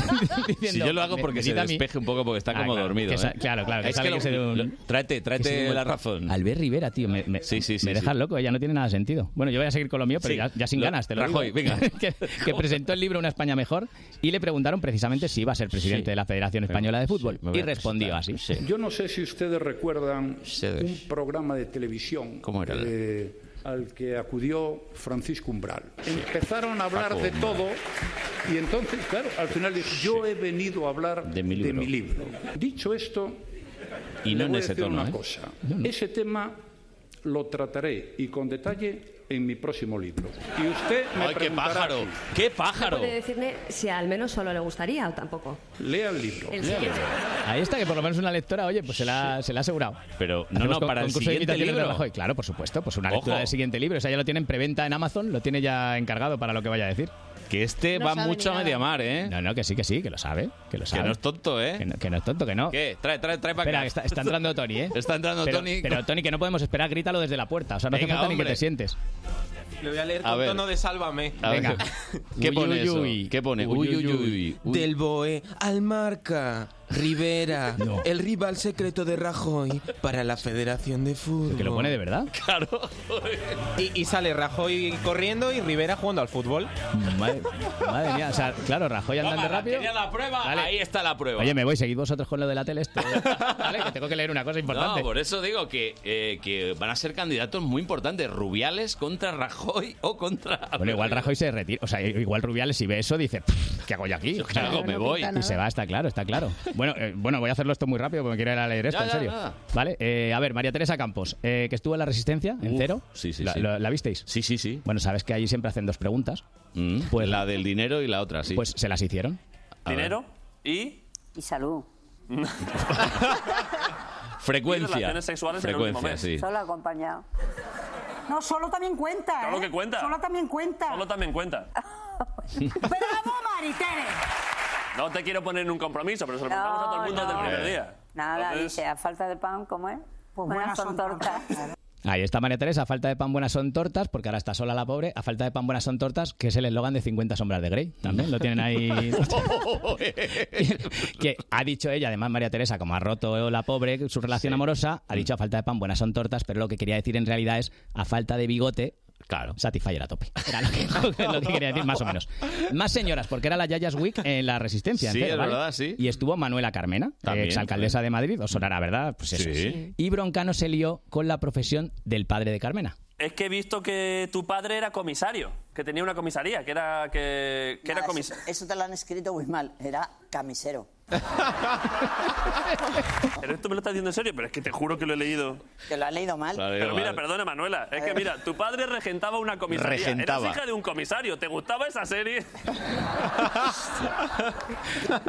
Speaker 1: Si yo lo hago
Speaker 22: "Me-
Speaker 1: porque
Speaker 22: me
Speaker 1: se
Speaker 22: quita a mí".
Speaker 1: despeje un poco porque está
Speaker 22: Ah,
Speaker 1: como
Speaker 22: claro,
Speaker 1: dormido.
Speaker 22: que sa-
Speaker 1: ¿eh?
Speaker 22: claro, claro, que
Speaker 1: Es
Speaker 22: sabe
Speaker 1: lo-
Speaker 22: que se dio-
Speaker 1: lo- Tráete,
Speaker 22: que se
Speaker 1: tráete
Speaker 22: dio
Speaker 1: la
Speaker 22: vuelta.
Speaker 1: razón.
Speaker 22: Albert Rivera, tío, me, me, me dejas loco, ya no tiene nada de sentido. Bueno, yo voy a seguir con lo mío, pero
Speaker 1: Sí.
Speaker 22: ya, ya sin
Speaker 1: Lo-
Speaker 22: ganas, te lo
Speaker 1: Rajoy,
Speaker 22: digo.
Speaker 1: venga.
Speaker 22: [LAUGHS] que, que presentó el libro Una España Mejor y le preguntaron precisamente si iba a ser presidente
Speaker 25: Sí.
Speaker 22: de la Federación Española de Fútbol.
Speaker 25: me voy
Speaker 22: y
Speaker 25: a
Speaker 22: respondió así.
Speaker 25: Yo no sé si ustedes recuerdan un programa de televisión eh, al que acudió Francisco Umbral. Empezaron a hablar
Speaker 26: Paco
Speaker 25: de
Speaker 26: Umbral.
Speaker 25: todo y entonces, claro, al final dijo, yo he venido a hablar de mi libro. Dicho esto,
Speaker 1: Y
Speaker 25: le
Speaker 1: no en
Speaker 25: voy a
Speaker 1: ese
Speaker 25: decir
Speaker 1: tono,
Speaker 25: una
Speaker 1: ¿eh?
Speaker 25: cosa. Ese tema lo trataré y con detalle en mi próximo libro. Y usted me
Speaker 1: ¡Ay, qué
Speaker 25: preguntará
Speaker 1: pájaro!
Speaker 25: aquí,
Speaker 1: ¡Qué pájaro!
Speaker 5: Puede decirme si al menos solo le gustaría o tampoco.
Speaker 25: Lea el libro.
Speaker 5: El siguiente.
Speaker 22: Ahí está, que por lo menos una lectora, oye, pues se la, se la ha asegurado.
Speaker 1: Pero no,
Speaker 22: Hacemos
Speaker 1: no,
Speaker 22: con-
Speaker 1: para el
Speaker 22: concurso de
Speaker 1: siguiente
Speaker 22: imitaciones de
Speaker 1: libro.
Speaker 22: Rajoy. Claro, por supuesto, pues una
Speaker 1: Ojo.
Speaker 22: lectura del siguiente libro. O sea, ya lo tiene en preventa en Amazon, lo tiene ya encargado para lo que vaya a decir.
Speaker 1: Que este No va sabe mucho ni a nada.
Speaker 22: mediamar, ¿eh? No, no, que sí, que sí, que lo sabe. Que lo sabe.
Speaker 1: no es tonto, ¿eh?
Speaker 22: Que no, que no es tonto, que no.
Speaker 1: ¿Qué? Trae, trae, trae para
Speaker 22: Espera,
Speaker 1: acá.
Speaker 22: que está, está entrando Tony, ¿eh?
Speaker 1: Está entrando
Speaker 22: pero,
Speaker 1: Tony.
Speaker 22: Pero Tony, que no podemos esperar, grítalo desde la puerta. O sea, no hace
Speaker 1: Venga,
Speaker 22: falta ni que
Speaker 1: hombre.
Speaker 22: te sientes.
Speaker 10: Le voy a leer
Speaker 22: A
Speaker 10: con
Speaker 22: ver.
Speaker 10: tono de sálvame.
Speaker 22: A ver. Venga.
Speaker 1: ¿Qué
Speaker 10: Uy,
Speaker 1: pone
Speaker 10: uy,
Speaker 1: eso?
Speaker 10: uy.
Speaker 1: ¿Qué pone?
Speaker 10: Uy, uy, uy.
Speaker 1: uy.
Speaker 10: Del BOE al marca. Rivera, el rival secreto de Rajoy para la Federación de Fútbol.
Speaker 22: ¿Que lo pone de verdad?
Speaker 1: Claro.
Speaker 10: Y, y sale Rajoy corriendo y Rivera jugando al fútbol.
Speaker 22: Madre, madre mía, o sea, claro, Rajoy andando
Speaker 1: Toma,
Speaker 22: rápido.
Speaker 1: quería la prueba, ahí está la prueba.
Speaker 22: Oye, me voy, seguid vosotros con lo de la tele este.
Speaker 1: [LAUGHS]
Speaker 22: esto. Vale, que tengo que leer una cosa importante.
Speaker 1: No, por eso digo que, eh, que van a ser candidatos muy importantes. Rubiales contra Rajoy o contra...
Speaker 22: Bueno, igual Rajoy se retira. O sea, igual Rubiales si ve eso dice, "Pff, ¿qué hago yo aquí?
Speaker 1: ¿qué hago? Me No voy". pinta nada.
Speaker 22: Y se va, está claro, está claro. Bueno, eh, bueno, voy a hacerlo esto muy rápido porque me quiero ir a leer esto,
Speaker 1: Ya,
Speaker 22: en
Speaker 1: ya,
Speaker 22: serio.
Speaker 1: nada.
Speaker 22: Vale, eh, a ver, María Teresa Campos, eh, que estuvo en la Resistencia, en cero.
Speaker 1: sí, sí,
Speaker 22: ¿La,
Speaker 1: sí.
Speaker 22: lo- la visteis?
Speaker 1: Sí, sí, sí.
Speaker 22: Bueno, sabes que allí siempre hacen dos preguntas.
Speaker 1: Pues la del dinero y la otra, sí.
Speaker 22: Pues se las hicieron.
Speaker 7: Dinero y... [LAUGHS] Y salud.
Speaker 1: Frecuencia.
Speaker 7: Y relaciones sexuales en el
Speaker 1: Frecuencia,
Speaker 7: último mes.
Speaker 1: sí.
Speaker 7: Solo acompañado.
Speaker 6: No, solo también cuenta.
Speaker 7: Claro
Speaker 6: ¿eh?
Speaker 7: que cuenta.
Speaker 6: Solo también cuenta.
Speaker 7: Solo también cuenta.
Speaker 6: [LAUGHS] ¡Bravo, Maritere!
Speaker 7: No te quiero poner en un compromiso, pero se lo contamos a todo el mundo desde el primer día.
Speaker 6: Nada,
Speaker 7: Entonces-
Speaker 6: dice, a falta de pan, ¿cómo es? Pues buenas son tortas.
Speaker 12: [LAUGHS]
Speaker 22: Ahí está María Teresa, a falta de pan buenas son tortas, porque ahora está sola la pobre, a falta de pan buenas son tortas, que es el eslogan de 50 sombras de Grey. También lo tienen
Speaker 1: [LAUGHS]
Speaker 22: ahí. que ha dicho ella, además María Teresa, como ha roto la pobre su relación amorosa,
Speaker 1: Mm.
Speaker 22: ha dicho a falta de pan buenas son tortas, pero lo que quería decir en realidad es a falta de bigote. Claro. Satisfyer a tope. Era lo que, [LAUGHS] lo que- lo que quería decir, más o menos. Más señoras, porque era la Yayas Week en la Resistencia.
Speaker 1: Sí,
Speaker 22: entero,
Speaker 1: es
Speaker 22: ¿vale?
Speaker 1: verdad, sí.
Speaker 22: Y estuvo Manuela Carmena,
Speaker 1: También,
Speaker 22: exalcaldesa de Madrid, os sonará, ¿verdad? Pues eso.
Speaker 7: Sí.
Speaker 22: Y Broncano se lió con la profesión del padre de Carmena.
Speaker 7: Es que he visto que tu padre era comisario, que tenía una comisaría, que era, que, que era
Speaker 12: Nada,
Speaker 7: comisario.
Speaker 12: eso, eso te lo han escrito muy mal. Era camisero.
Speaker 7: Pero esto me lo estás diciendo en serio, pero es que te juro que lo he leído.
Speaker 12: Que lo han leído mal.
Speaker 7: Pero mira, perdona Manuela, es que mira, tu padre regentaba una comisaría,
Speaker 12: Regentaba.
Speaker 7: eras hija de un comisario, ¿te gustaba esa
Speaker 12: [LAUGHS]
Speaker 7: serie?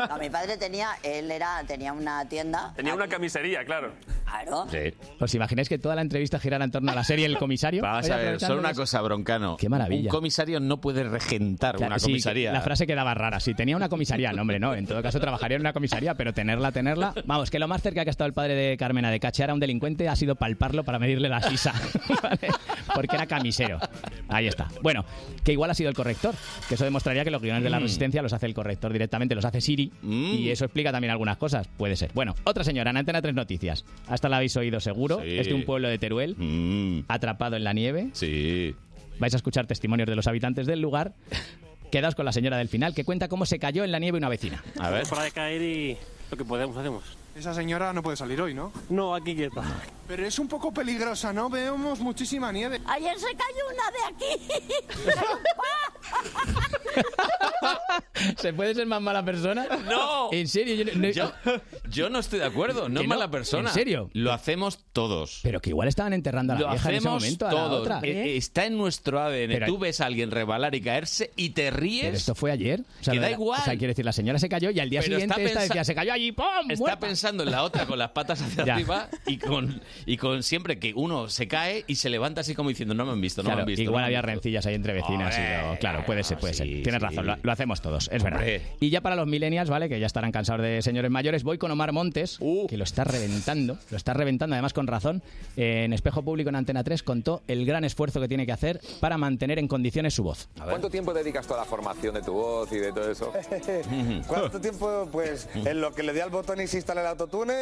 Speaker 12: No, mi padre tenía, él era, tenía una tienda.
Speaker 7: Tenía una camisería, claro.
Speaker 12: Claro.
Speaker 1: Eh.
Speaker 22: ¿Os imagináis que toda la entrevista girara en torno a la serie El Comisario?
Speaker 1: Vamos
Speaker 22: Oye,
Speaker 1: a ver,
Speaker 22: aprovechando
Speaker 1: solo una
Speaker 22: los-
Speaker 1: cosa, Broncano. Qué
Speaker 22: maravilla.
Speaker 1: Un comisario no puede regentar
Speaker 22: Claro,
Speaker 1: una
Speaker 22: sí,
Speaker 1: comisaría.
Speaker 22: la frase quedaba rara. Si tenía una comisaría, no, hombre, no. En todo caso, trabajaría en una comisaría, pero tenerla, tenerla. Vamos, que lo más cerca que ha estado el padre de Carmena de cachear a un delincuente ha sido palparlo para medirle la sisa. [LAUGHS] ¿vale? Porque era camisero. Ahí está. Bueno, que igual ha sido el corrector. Que eso demostraría que los guiones de la
Speaker 1: Mm.
Speaker 22: resistencia los hace el corrector directamente, los hace Siri. Y eso explica también algunas cosas. Puede ser. Bueno, otra señora, en Antena 3 Noticias. Hasta la habéis oído seguro.
Speaker 1: Sí. Mm.
Speaker 22: Es de un pueblo de Teruel, atrapado en la nieve.
Speaker 1: Sí.
Speaker 22: Vais a escuchar testimonios de los habitantes del lugar. Quedaos con la señora del final, que cuenta cómo se cayó en la nieve una vecina.
Speaker 1: A ver.
Speaker 13: Para de caer y lo que podemos hacemos.
Speaker 26: Esa señora no puede salir hoy, ¿no?
Speaker 13: No, aquí quieta.
Speaker 26: Pero es un poco peligrosa, ¿no? Vemos muchísima nieve.
Speaker 27: Ayer se cayó una de aquí.
Speaker 1: [LAUGHS]
Speaker 22: ¿Se puede ser más mala persona?
Speaker 1: ¡No!
Speaker 22: ¿En serio? Yo, no-
Speaker 1: Yo, yo no estoy de acuerdo, no
Speaker 22: Que
Speaker 1: es
Speaker 22: no,
Speaker 1: mala persona.
Speaker 22: ¿en serio?
Speaker 1: Lo hacemos todos.
Speaker 22: Pero que igual estaban enterrando a la
Speaker 1: Lo
Speaker 22: vieja en ese
Speaker 1: hacemos
Speaker 22: momento, a la
Speaker 1: todos.
Speaker 22: otra.
Speaker 1: Eh, eh, Está en nuestro ADN.
Speaker 22: Pero-
Speaker 1: Tú ves a alguien rebalar y caerse y te ríes.
Speaker 22: Pero esto fue ayer. O sea,
Speaker 1: Que
Speaker 22: lo
Speaker 1: da
Speaker 22: de la-
Speaker 1: igual.
Speaker 22: O sea, quiero decir, la señora se cayó y al día
Speaker 1: Pero
Speaker 22: siguiente
Speaker 1: está
Speaker 22: esta
Speaker 1: pensa-
Speaker 22: decía, se cayó allí, ¡pum!
Speaker 1: Está
Speaker 22: muerta".
Speaker 1: pensando en la otra con las patas hacia
Speaker 22: [LAUGHS] Ya.
Speaker 1: arriba y con, y con siempre que uno se cae y se levanta así como diciendo, no me han visto, no
Speaker 22: Claro,
Speaker 1: me han visto. no
Speaker 22: igual
Speaker 1: me han
Speaker 22: había
Speaker 1: visto".
Speaker 22: rencillas ahí entre vecinas. y
Speaker 1: Hombre,
Speaker 22: lo- claro, puede ser, puede ser. Tienes razón, lo, lo hacemos todos, es verdad.
Speaker 1: Hombre.
Speaker 22: Y ya para los millennials, ¿vale? Que ya estarán cansados de señores mayores, voy con Omar Montes,
Speaker 1: Uh.
Speaker 22: que lo está reventando, lo está reventando, además con razón. En Espejo Público en Antena 3 contó el gran esfuerzo que tiene que hacer para mantener en condiciones su voz.
Speaker 1: Ah,
Speaker 28: ¿Cuánto tiempo dedicas tú a la formación de tu voz y de todo eso?
Speaker 29: [LAUGHS] ¿Cuánto tiempo? Pues en lo que le di al botón y se instala el autotune.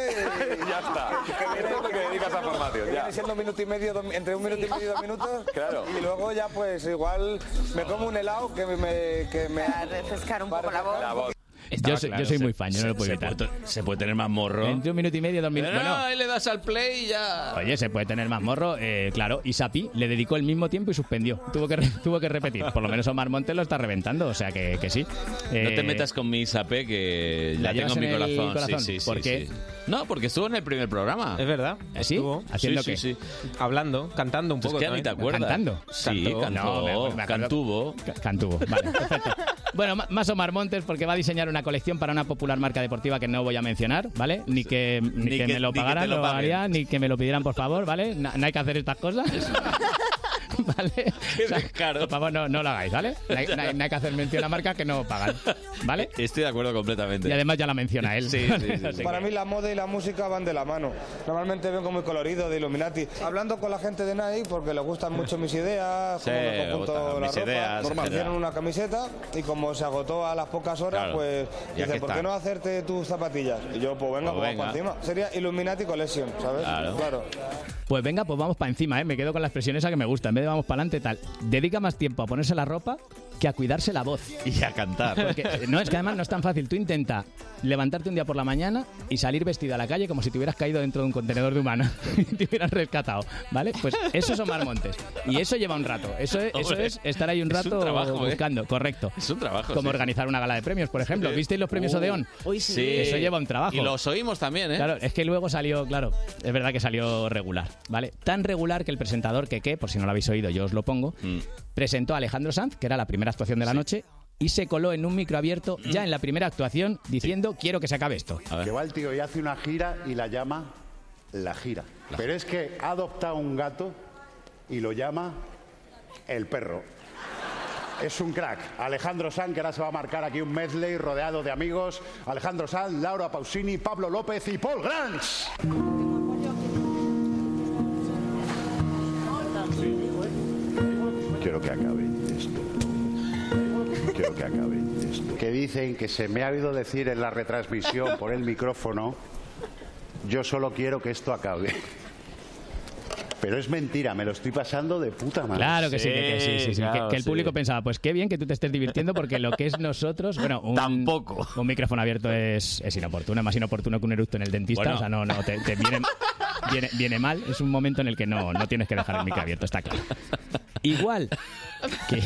Speaker 28: [LAUGHS]
Speaker 29: y-
Speaker 28: ya está. Esto es lo que dedicas a formación,
Speaker 29: Que
Speaker 28: ya.
Speaker 29: viene siendo un minuto y medio, dos- entre un minuto y medio y dos minutos.
Speaker 28: Claro.
Speaker 29: Y luego ya pues igual me como un helado que me... Que me para refrescar un poco la voz.
Speaker 22: Yo soy- yo soy muy fan, yo no lo puedo evitar.
Speaker 1: Ah, Se puede, tener más morro.
Speaker 22: Entre un minuto y medio, dos
Speaker 1: Pero
Speaker 22: minutos.
Speaker 1: no, ahí le das al play y ya.
Speaker 22: Oye, se puede tener más morro, eh, claro. Y Sapi le dedicó el mismo tiempo y suspendió. Tuvo que, re- [LAUGHS] tuvo que repetir. Por lo menos Omar Montes lo está reventando, o sea que, que sí.
Speaker 1: No
Speaker 22: Eh,
Speaker 1: te metas con mi Isape que
Speaker 22: ¿La
Speaker 1: la tengo
Speaker 22: llevas
Speaker 1: en mi
Speaker 22: en el
Speaker 1: corazón.
Speaker 22: corazón?
Speaker 1: Sí, sí, sí,
Speaker 22: ¿Por qué?
Speaker 1: sí. No, porque estuvo en el primer programa.
Speaker 10: Es verdad.
Speaker 22: ¿Eh, ¿Sí?
Speaker 10: Estuvo.
Speaker 22: ¿Haciendo
Speaker 10: Sí,
Speaker 22: qué?
Speaker 10: sí, sí. Hablando, cantando un
Speaker 22: Tú es
Speaker 10: poco.
Speaker 22: que ya
Speaker 10: también.
Speaker 22: ni te acuerdas. ¿Cantando?
Speaker 10: Sí,
Speaker 22: Cantó.
Speaker 10: cantó.
Speaker 22: No, me acuerdo- me acuerdo-
Speaker 1: Cantuvo.
Speaker 22: Ca- Cantuvo,
Speaker 1: [LAUGHS]
Speaker 22: vale, perfecto. Bueno, ma- más Omar Montes porque va a diseñar una colección para una popular marca deportiva que no voy a mencionar, ¿vale? Ni que, ni
Speaker 1: Ni
Speaker 22: que,
Speaker 1: que-
Speaker 22: me lo
Speaker 1: ni que te
Speaker 22: pagaran,
Speaker 1: lo
Speaker 22: lo
Speaker 1: paguen.
Speaker 22: haría, ni que me lo pidieran, por favor, ¿vale? Na- No, hay que hacer estas cosas. [LAUGHS]
Speaker 1: [LAUGHS] Claro.
Speaker 22: Por favor, no, no lo hagáis, ¿vale? No hay, no hay- no hay que hacer mención a marcas que no pagan, ¿vale?
Speaker 1: Estoy de acuerdo completamente.
Speaker 22: Y además ya la menciona él.
Speaker 1: Sí,
Speaker 22: [LAUGHS]
Speaker 1: sí, sí,
Speaker 22: Así
Speaker 29: Para
Speaker 22: que-
Speaker 29: mí la moda y la música van de la mano. Normalmente vengo muy colorido de Illuminati. Hablando con la gente de Nike porque les gustan mucho mis ideas,
Speaker 1: Sí,
Speaker 29: cómo me
Speaker 1: le
Speaker 29: conjunto
Speaker 1: gustan
Speaker 29: la
Speaker 1: mis
Speaker 29: ropa.
Speaker 1: ideas, en
Speaker 29: Normal.
Speaker 1: general.
Speaker 29: Hicieron una camiseta y como se agotó a las pocas horas,
Speaker 1: Claro,
Speaker 29: pues
Speaker 1: ya que
Speaker 29: dice, ¿por
Speaker 1: está".
Speaker 29: qué no hacerte tus zapatillas? Y yo, pues venga,
Speaker 22: Pues
Speaker 29: pues,
Speaker 22: venga.
Speaker 29: para encima. Sería Illuminati Collection, ¿sabes?
Speaker 22: Claro.
Speaker 29: claro.
Speaker 22: Pues venga, pues vamos para encima, ¿eh? Me quedo con la expresión esa que me gusta. En vez de vamos para adelante, tal. Dedica más tiempo a ponerse la ropa que a cuidarse la voz.
Speaker 1: Y a cantar.
Speaker 22: Porque, eh, no, es que además no es tan fácil. Tú intenta levantarte un día por la mañana y salir vestido a la calle como si te hubieras caído dentro de un contenedor de humano [LAUGHS] y te hubieran rescatado, ¿vale? Pues eso es Omar Montes. Y eso lleva un rato. Eso es, eso
Speaker 1: Hombre,
Speaker 22: es estar ahí un
Speaker 1: es un
Speaker 22: rato
Speaker 1: trabajo, ¿eh?
Speaker 22: buscando, correcto.
Speaker 1: Es un trabajo.
Speaker 22: Como
Speaker 1: sí.
Speaker 22: organizar una gala de premios, por ejemplo.
Speaker 1: Sí.
Speaker 22: ¿Visteis los premios
Speaker 1: Uh,
Speaker 22: Odeón?
Speaker 1: hoy sí. Sí.
Speaker 22: Eso lleva un trabajo.
Speaker 1: Y los oímos también, ¿eh?
Speaker 22: Claro, es que luego salió, claro, es verdad que salió regular, ¿vale? Tan regular que el presentador, que qué, por si no lo habéis oído, yo os lo pongo, presentó a Alejandro Sanz, que era la primera actuación de la noche, y se coló en un micro abierto ya en la primera actuación diciendo, quiero que se acabe esto.
Speaker 2: Que va el tío y hace una gira y la llama la gira. Pero es que ha adoptado un gato y lo llama el perro. Es un crack. Alejandro Sanz, que ahora se va a marcar aquí un medley rodeado de amigos. Alejandro Sanz, Laura Pausini, Pablo López y Paul Granz. Quiero que acabe esto. Quiero que acabe esto. Que dicen que se me ha oído decir en la retransmisión por el micrófono, yo solo quiero que esto acabe. Pero es mentira, me lo estoy pasando de puta madre.
Speaker 22: Claro que sí, que, que sí, sí, sí.
Speaker 2: claro,
Speaker 22: que, que el
Speaker 2: sí.
Speaker 22: público pensaba, pues qué bien que tú te estés divirtiendo porque lo que es nosotros, bueno, un, Tampoco. [LAUGHS] un micrófono abierto es, es inoportuno, es más inoportuno que un eructo en el dentista,
Speaker 1: Bueno.
Speaker 22: o sea, no, no, te, te viene, viene, viene mal, es un momento en el que no, no tienes que dejar el micro abierto, está claro. Igual que,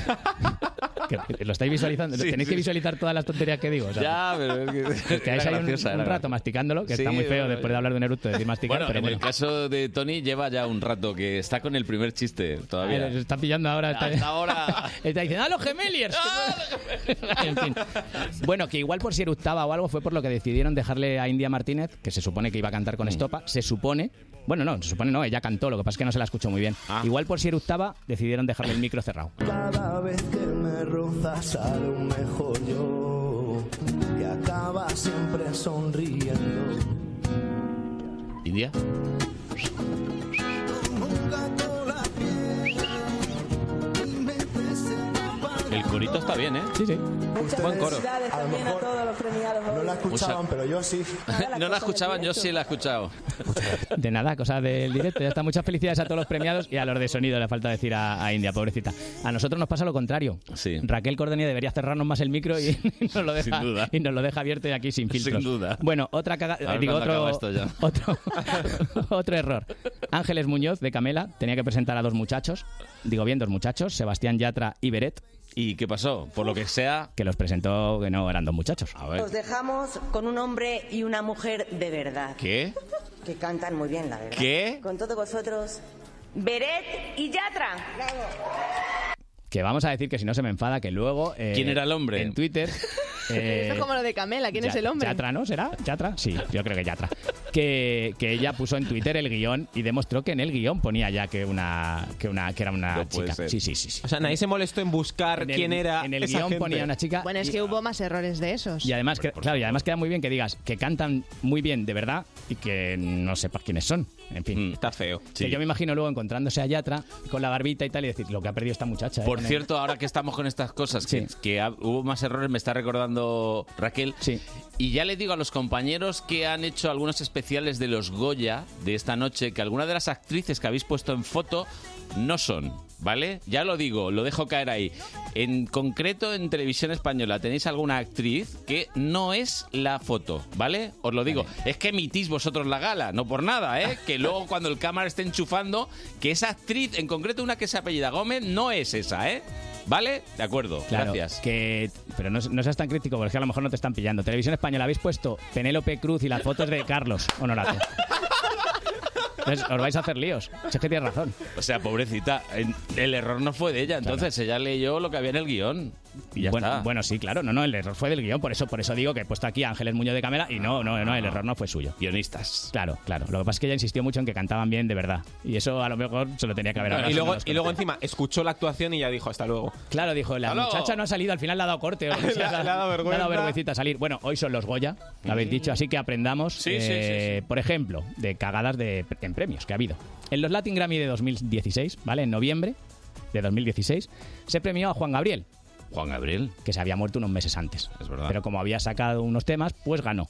Speaker 22: que- lo estáis visualizando,
Speaker 1: Sí,
Speaker 22: tenéis
Speaker 1: sí.
Speaker 22: que visualizar todas las tonterías que digo. o sea,
Speaker 1: Ya, pero es que.
Speaker 22: os
Speaker 1: [LAUGHS]
Speaker 22: quedáis
Speaker 1: era
Speaker 22: ahí un,
Speaker 1: graciosa, era
Speaker 22: un rato masticándolo, que está
Speaker 1: Sí,
Speaker 22: muy feo
Speaker 1: bueno,
Speaker 22: después de hablar de un eructo, decir masticar,
Speaker 1: Bueno,
Speaker 22: pero
Speaker 1: en
Speaker 22: bueno.
Speaker 1: el caso de Tony lleva ya un rato que está con el primer chiste todavía.
Speaker 22: Ay, Se está pillando ahora. Está,
Speaker 1: Hasta ahora.
Speaker 22: [LAUGHS] está diciendo, ¡ah, los gemeliers!
Speaker 1: [LAUGHS]
Speaker 22: En fin. Bueno, que igual por si eructaba o algo fue por lo que decidieron dejarle a India Martínez, que se supone que iba a cantar
Speaker 1: Mm.
Speaker 22: con Estopa, se supone... Bueno, no, se supone no, ella cantó, lo que pasa es que no se la escuchó muy bien.
Speaker 1: Ah.
Speaker 22: Igual por si eructaba, decidieron dejarle el micro cerrado.
Speaker 14: Cada vez que me rozas sale un mejor yo que acaba siempre sonriendo.
Speaker 1: ¿India? El corito está bien, ¿eh?
Speaker 22: Sí, sí.
Speaker 14: Muchas
Speaker 1: Buen coro.
Speaker 14: felicidades
Speaker 1: A lo
Speaker 14: también a,
Speaker 1: mejor
Speaker 14: todos los premiados.
Speaker 1: no
Speaker 14: hoy.
Speaker 1: la escuchaban, Mucha-
Speaker 14: pero yo sí.
Speaker 1: [LAUGHS] No la escuchaban, yo sí la he escuchado.
Speaker 22: De nada, cosas del directo. Ya está, muchas felicidades a todos los premiados y a los de sonido, le falta decir a, a India, pobrecita. A nosotros nos pasa lo contrario. Raquel Cordonier debería cerrarnos más el micro [LAUGHS] y, nos, lo deja,
Speaker 1: Sin duda.
Speaker 22: y nos lo deja abierto y aquí sin filtros.
Speaker 1: duda.
Speaker 22: Bueno, otra caga-
Speaker 1: A ver
Speaker 22: digo,
Speaker 1: cuándo acaba
Speaker 22: otro, [LAUGHS]
Speaker 1: esto ya.
Speaker 22: otro, otro error. Ángeles Muñoz, de Camela, tenía que presentar a dos muchachos. Digo bien, dos muchachos, Sebastián Yatra y Beret.
Speaker 1: ¿Y qué pasó? Por lo que sea...
Speaker 22: Que los presentó que no eran dos muchachos. A
Speaker 15: Os dejamos con un hombre y una mujer de verdad.
Speaker 1: ¿Qué?
Speaker 15: Que cantan muy bien, la verdad.
Speaker 1: ¿Qué?
Speaker 15: Con todos vosotros, Beret y Yatra.
Speaker 22: Que vamos a decir que si no se me enfada, que luego... eh,
Speaker 1: ¿Quién era el hombre?
Speaker 22: En
Speaker 11: [LAUGHS]
Speaker 22: Twitter... eh,
Speaker 11: Esto es como lo de Camela, ¿quién
Speaker 22: Ya-
Speaker 11: es el hombre?
Speaker 22: Yatra, ¿no? ¿Será? ¿Yatra? Sí, yo creo que Yatra. Que, que ella puso en Twitter el guión y demostró que en el guión ponía ya que una que una que era una
Speaker 10: puede
Speaker 22: chica.
Speaker 10: ser.
Speaker 22: Sí, sí, sí, sí.
Speaker 10: O sea, nadie se molestó en buscar
Speaker 22: En el-
Speaker 10: quién era.
Speaker 22: en el
Speaker 10: esa
Speaker 22: guión
Speaker 10: gente.
Speaker 22: ponía una chica
Speaker 11: Bueno, es
Speaker 22: y-
Speaker 11: que hubo más errores de esos.
Speaker 22: Y además, que- claro, y además queda muy bien que digas que cantan muy bien de verdad y que no sepas quiénes son. En fin.
Speaker 10: Mm, Está feo.
Speaker 22: Que yo me imagino luego encontrándose a Yatra con la barbita y tal y decir lo que ha perdido esta muchacha. ¿eh?
Speaker 1: Por
Speaker 22: Con el-
Speaker 1: cierto, ahora que estamos con estas cosas, que, que ha- hubo más errores, me está recordando contando Raquel. Y ya le digo a los compañeros que han hecho algunos especiales de los Goya de esta noche que algunas de las actrices que habéis puesto en foto no son, ¿vale? Ya lo digo, lo dejo caer ahí. En concreto, en televisión española, ¿tenéis alguna actriz que no es la foto, ¿vale? Os lo digo. Es que emitís vosotros la gala, no por nada, ¿eh?
Speaker 22: [LAUGHS]
Speaker 1: Que luego cuando el cámara esté enchufando, que esa actriz, en concreto una que se apellida Gómez, no es esa, ¿eh? ¿Vale? De acuerdo,
Speaker 22: Claro,
Speaker 1: gracias.
Speaker 22: Que, pero no, no seas tan crítico, porque es que a lo mejor no te están pillando. Televisión Española, habéis puesto Penélope Cruz y las fotos de Carlos Honorato. Entonces, os vais a hacer líos. Si es que tienes razón.
Speaker 1: O sea, pobrecita, en- el error no fue de ella, entonces ella leyó lo que había en el guión. Y ya
Speaker 22: bueno,
Speaker 1: está.
Speaker 22: bueno, sí, claro, no, no, el error fue del guión, por eso, por eso digo que he puesto aquí a Ángeles Muñoz de Cámara y no, no, no, el error no fue suyo.
Speaker 1: Guionistas.
Speaker 22: Claro, claro. Lo que pasa es que ella insistió mucho en que cantaban bien de verdad. Y eso a lo mejor se lo tenía que haber
Speaker 10: Claro,
Speaker 22: hablado.
Speaker 10: y, luego, y luego encima escuchó la actuación y ya dijo hasta luego.
Speaker 22: Claro, dijo, la
Speaker 10: Hasta luego.
Speaker 22: muchacha no ha salido, al final le ha dado corte. o
Speaker 1: [LAUGHS]
Speaker 22: sea,
Speaker 10: [LAUGHS] Le ha- le ha dado
Speaker 22: Le ha
Speaker 10: vergüenza.
Speaker 22: dado vergüencita salir. Bueno, hoy son los Goya, lo habéis dicho, así que aprendamos,
Speaker 10: Sí, sí, sí,
Speaker 22: eh, por ejemplo, de cagadas de, en premios que ha habido. En los Latin Grammy de 2016, ¿vale? En noviembre de 2016, se premió a Juan Gabriel.
Speaker 1: Juan Gabriel.
Speaker 22: Que se había muerto unos meses antes.
Speaker 1: Es verdad.
Speaker 22: Pero como había sacado unos temas, pues ganó.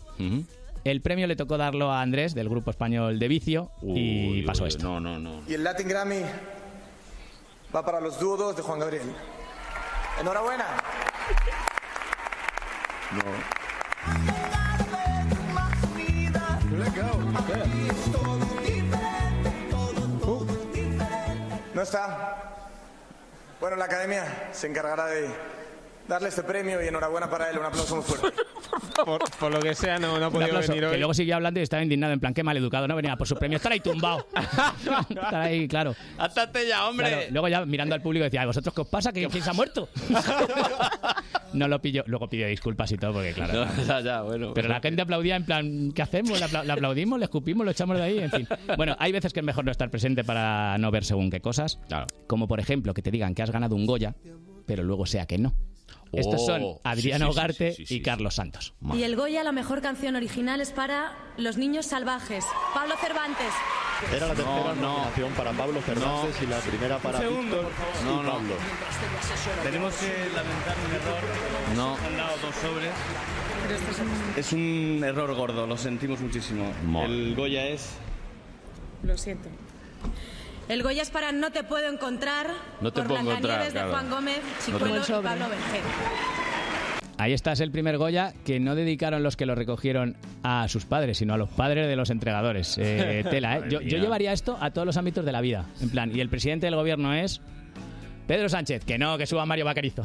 Speaker 22: El premio le tocó darlo a Andrés, del grupo español de Vicio, y pasó esto.
Speaker 1: No, no, no.
Speaker 29: Y el Latin Grammy va para los dudos de Juan Gabriel. Enhorabuena. Uh. No está. Bueno, la academia se encargará de darle este premio y enhorabuena para él. Un aplauso muy fuerte.
Speaker 10: Por, por lo que sea, no, no ha
Speaker 22: Un
Speaker 10: podido
Speaker 22: aplauso,
Speaker 10: venir hoy.
Speaker 22: que luego siguió hablando y estaba indignado, en plan, qué maleducado, no venía por su premio, estar ahí
Speaker 1: [LAUGHS]
Speaker 22: tumbado. estar ahí, claro.
Speaker 1: ¡Házate ya, hombre!
Speaker 22: Claro, luego ya mirando al público decía, "¿A vosotros qué os pasa? ¿Que quién se ha
Speaker 1: [LAUGHS]
Speaker 22: muerto? no lo pilló, luego pidió disculpas y todo, porque claro.
Speaker 1: No, ya, ya, bueno.
Speaker 22: Pero la gente aplaudía en plan, ¿qué hacemos? ¿Le, apla- le aplaudimos? ¿Le escupimos? ¿Lo echamos de ahí? En fin. Bueno, hay veces que es mejor no estar presente para no ver según qué cosas. Como por ejemplo que te digan que has ganado un Goya, pero luego sea que no. Estos son
Speaker 1: Oh,
Speaker 22: Adriana
Speaker 1: sí, sí, sí,
Speaker 22: Ugarte
Speaker 1: sí, sí, sí,
Speaker 22: y Carlos Santos.
Speaker 30: Y el Goya, la mejor canción original es para Los Niños Salvajes. Pablo Cervantes.
Speaker 7: Era la tercera nominación para Pablo Fernández y la primera para Un segundo, Víctor por favor. y No, no. Pablo.
Speaker 3: Tenemos que lamentar un error.
Speaker 1: No.
Speaker 3: Nos han dado dos sobres. Es un error gordo, lo sentimos muchísimo. El Goya es.
Speaker 30: Lo siento. El Goya es para No te puedo encontrar.
Speaker 22: No te
Speaker 30: por
Speaker 22: puedo
Speaker 30: Blancanieves
Speaker 22: encontrar,
Speaker 30: de
Speaker 22: claro.
Speaker 30: Juan Gómez,
Speaker 3: No te-
Speaker 30: Chicuelo y Pablo Berger.
Speaker 22: Ahí está, es el primer Goya que no dedicaron los que lo recogieron a sus padres, sino a los padres de los entregadores. [LAUGHS] Eh, tela, ¿eh?
Speaker 1: Madre
Speaker 22: Yo, yo
Speaker 1: mía.
Speaker 22: llevaría esto a todos los ámbitos de la vida. En plan, y el presidente del gobierno es. Pedro Sánchez, que no, que suba Mario [LAUGHS] Vaquerizo.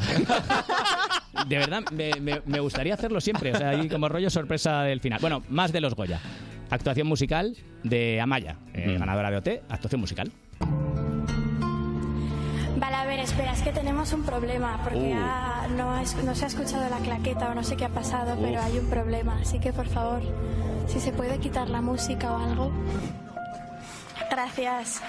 Speaker 22: De verdad, me, me- me gustaría hacerlo siempre. O sea, ahí como rollo sorpresa del final. Bueno, más de los Goya. Actuación musical de Amaya, eh, ganadora de OT. Actuación musical.
Speaker 9: Vale, a ver, espera, es que tenemos un problema, porque
Speaker 22: Uh.
Speaker 9: ha- no, ha es- no se ha escuchado la claqueta o no sé qué ha pasado, pero
Speaker 3: Uf.
Speaker 9: hay un problema, así que por favor, si se puede quitar la música o algo. Gracias.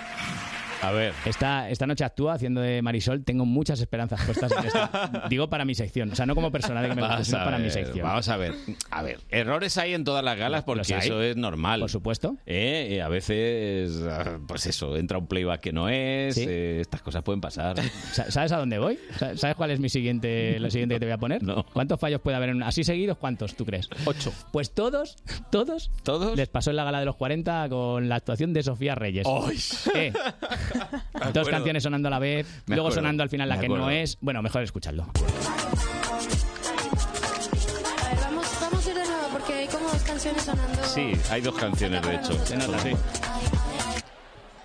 Speaker 1: A ver.
Speaker 22: Esta, esta noche actúa haciendo de Marisol. Tengo muchas esperanzas puestas en
Speaker 1: [LAUGHS]
Speaker 22: esto. Digo para mi sección. O sea, no como persona de que me gusta,
Speaker 1: Vamos
Speaker 22: sino
Speaker 1: a,
Speaker 22: para mi
Speaker 1: ver,
Speaker 22: sección.
Speaker 1: vamos a ver, a ver, errores hay en todas las galas porque
Speaker 22: Los hay.
Speaker 1: eso es normal. Por
Speaker 22: supuesto.
Speaker 1: a veces, ah, pues eso, entra un playback que no es, eh, estas cosas
Speaker 22: [LAUGHS]
Speaker 1: pueden pasar.
Speaker 22: Sa- ¿Sabes a dónde voy? Sa- ¿Sabes cuál es mi siguiente, lo siguiente que te voy a poner? ¿Cuántos fallos puede haber en una- así seguidos? ¿Cuántos tú crees? Ocho. Pues todos, todos,
Speaker 1: todos
Speaker 22: les pasó en la gala de los 40 con la actuación de Sofía Reyes.
Speaker 1: ¡Ay!
Speaker 22: Eh, Dos
Speaker 1: acuerdo.
Speaker 22: canciones sonando a la vez,
Speaker 1: Me
Speaker 22: luego
Speaker 1: acuerdo,
Speaker 22: sonando al final la
Speaker 1: me
Speaker 22: que no
Speaker 1: acuerdo.
Speaker 22: es. Bueno, mejor escucharlo.
Speaker 9: A ver, vamos, vamos a ir de nuevo, porque hay como dos canciones sonando.
Speaker 1: Sí, hay dos canciones de hecho.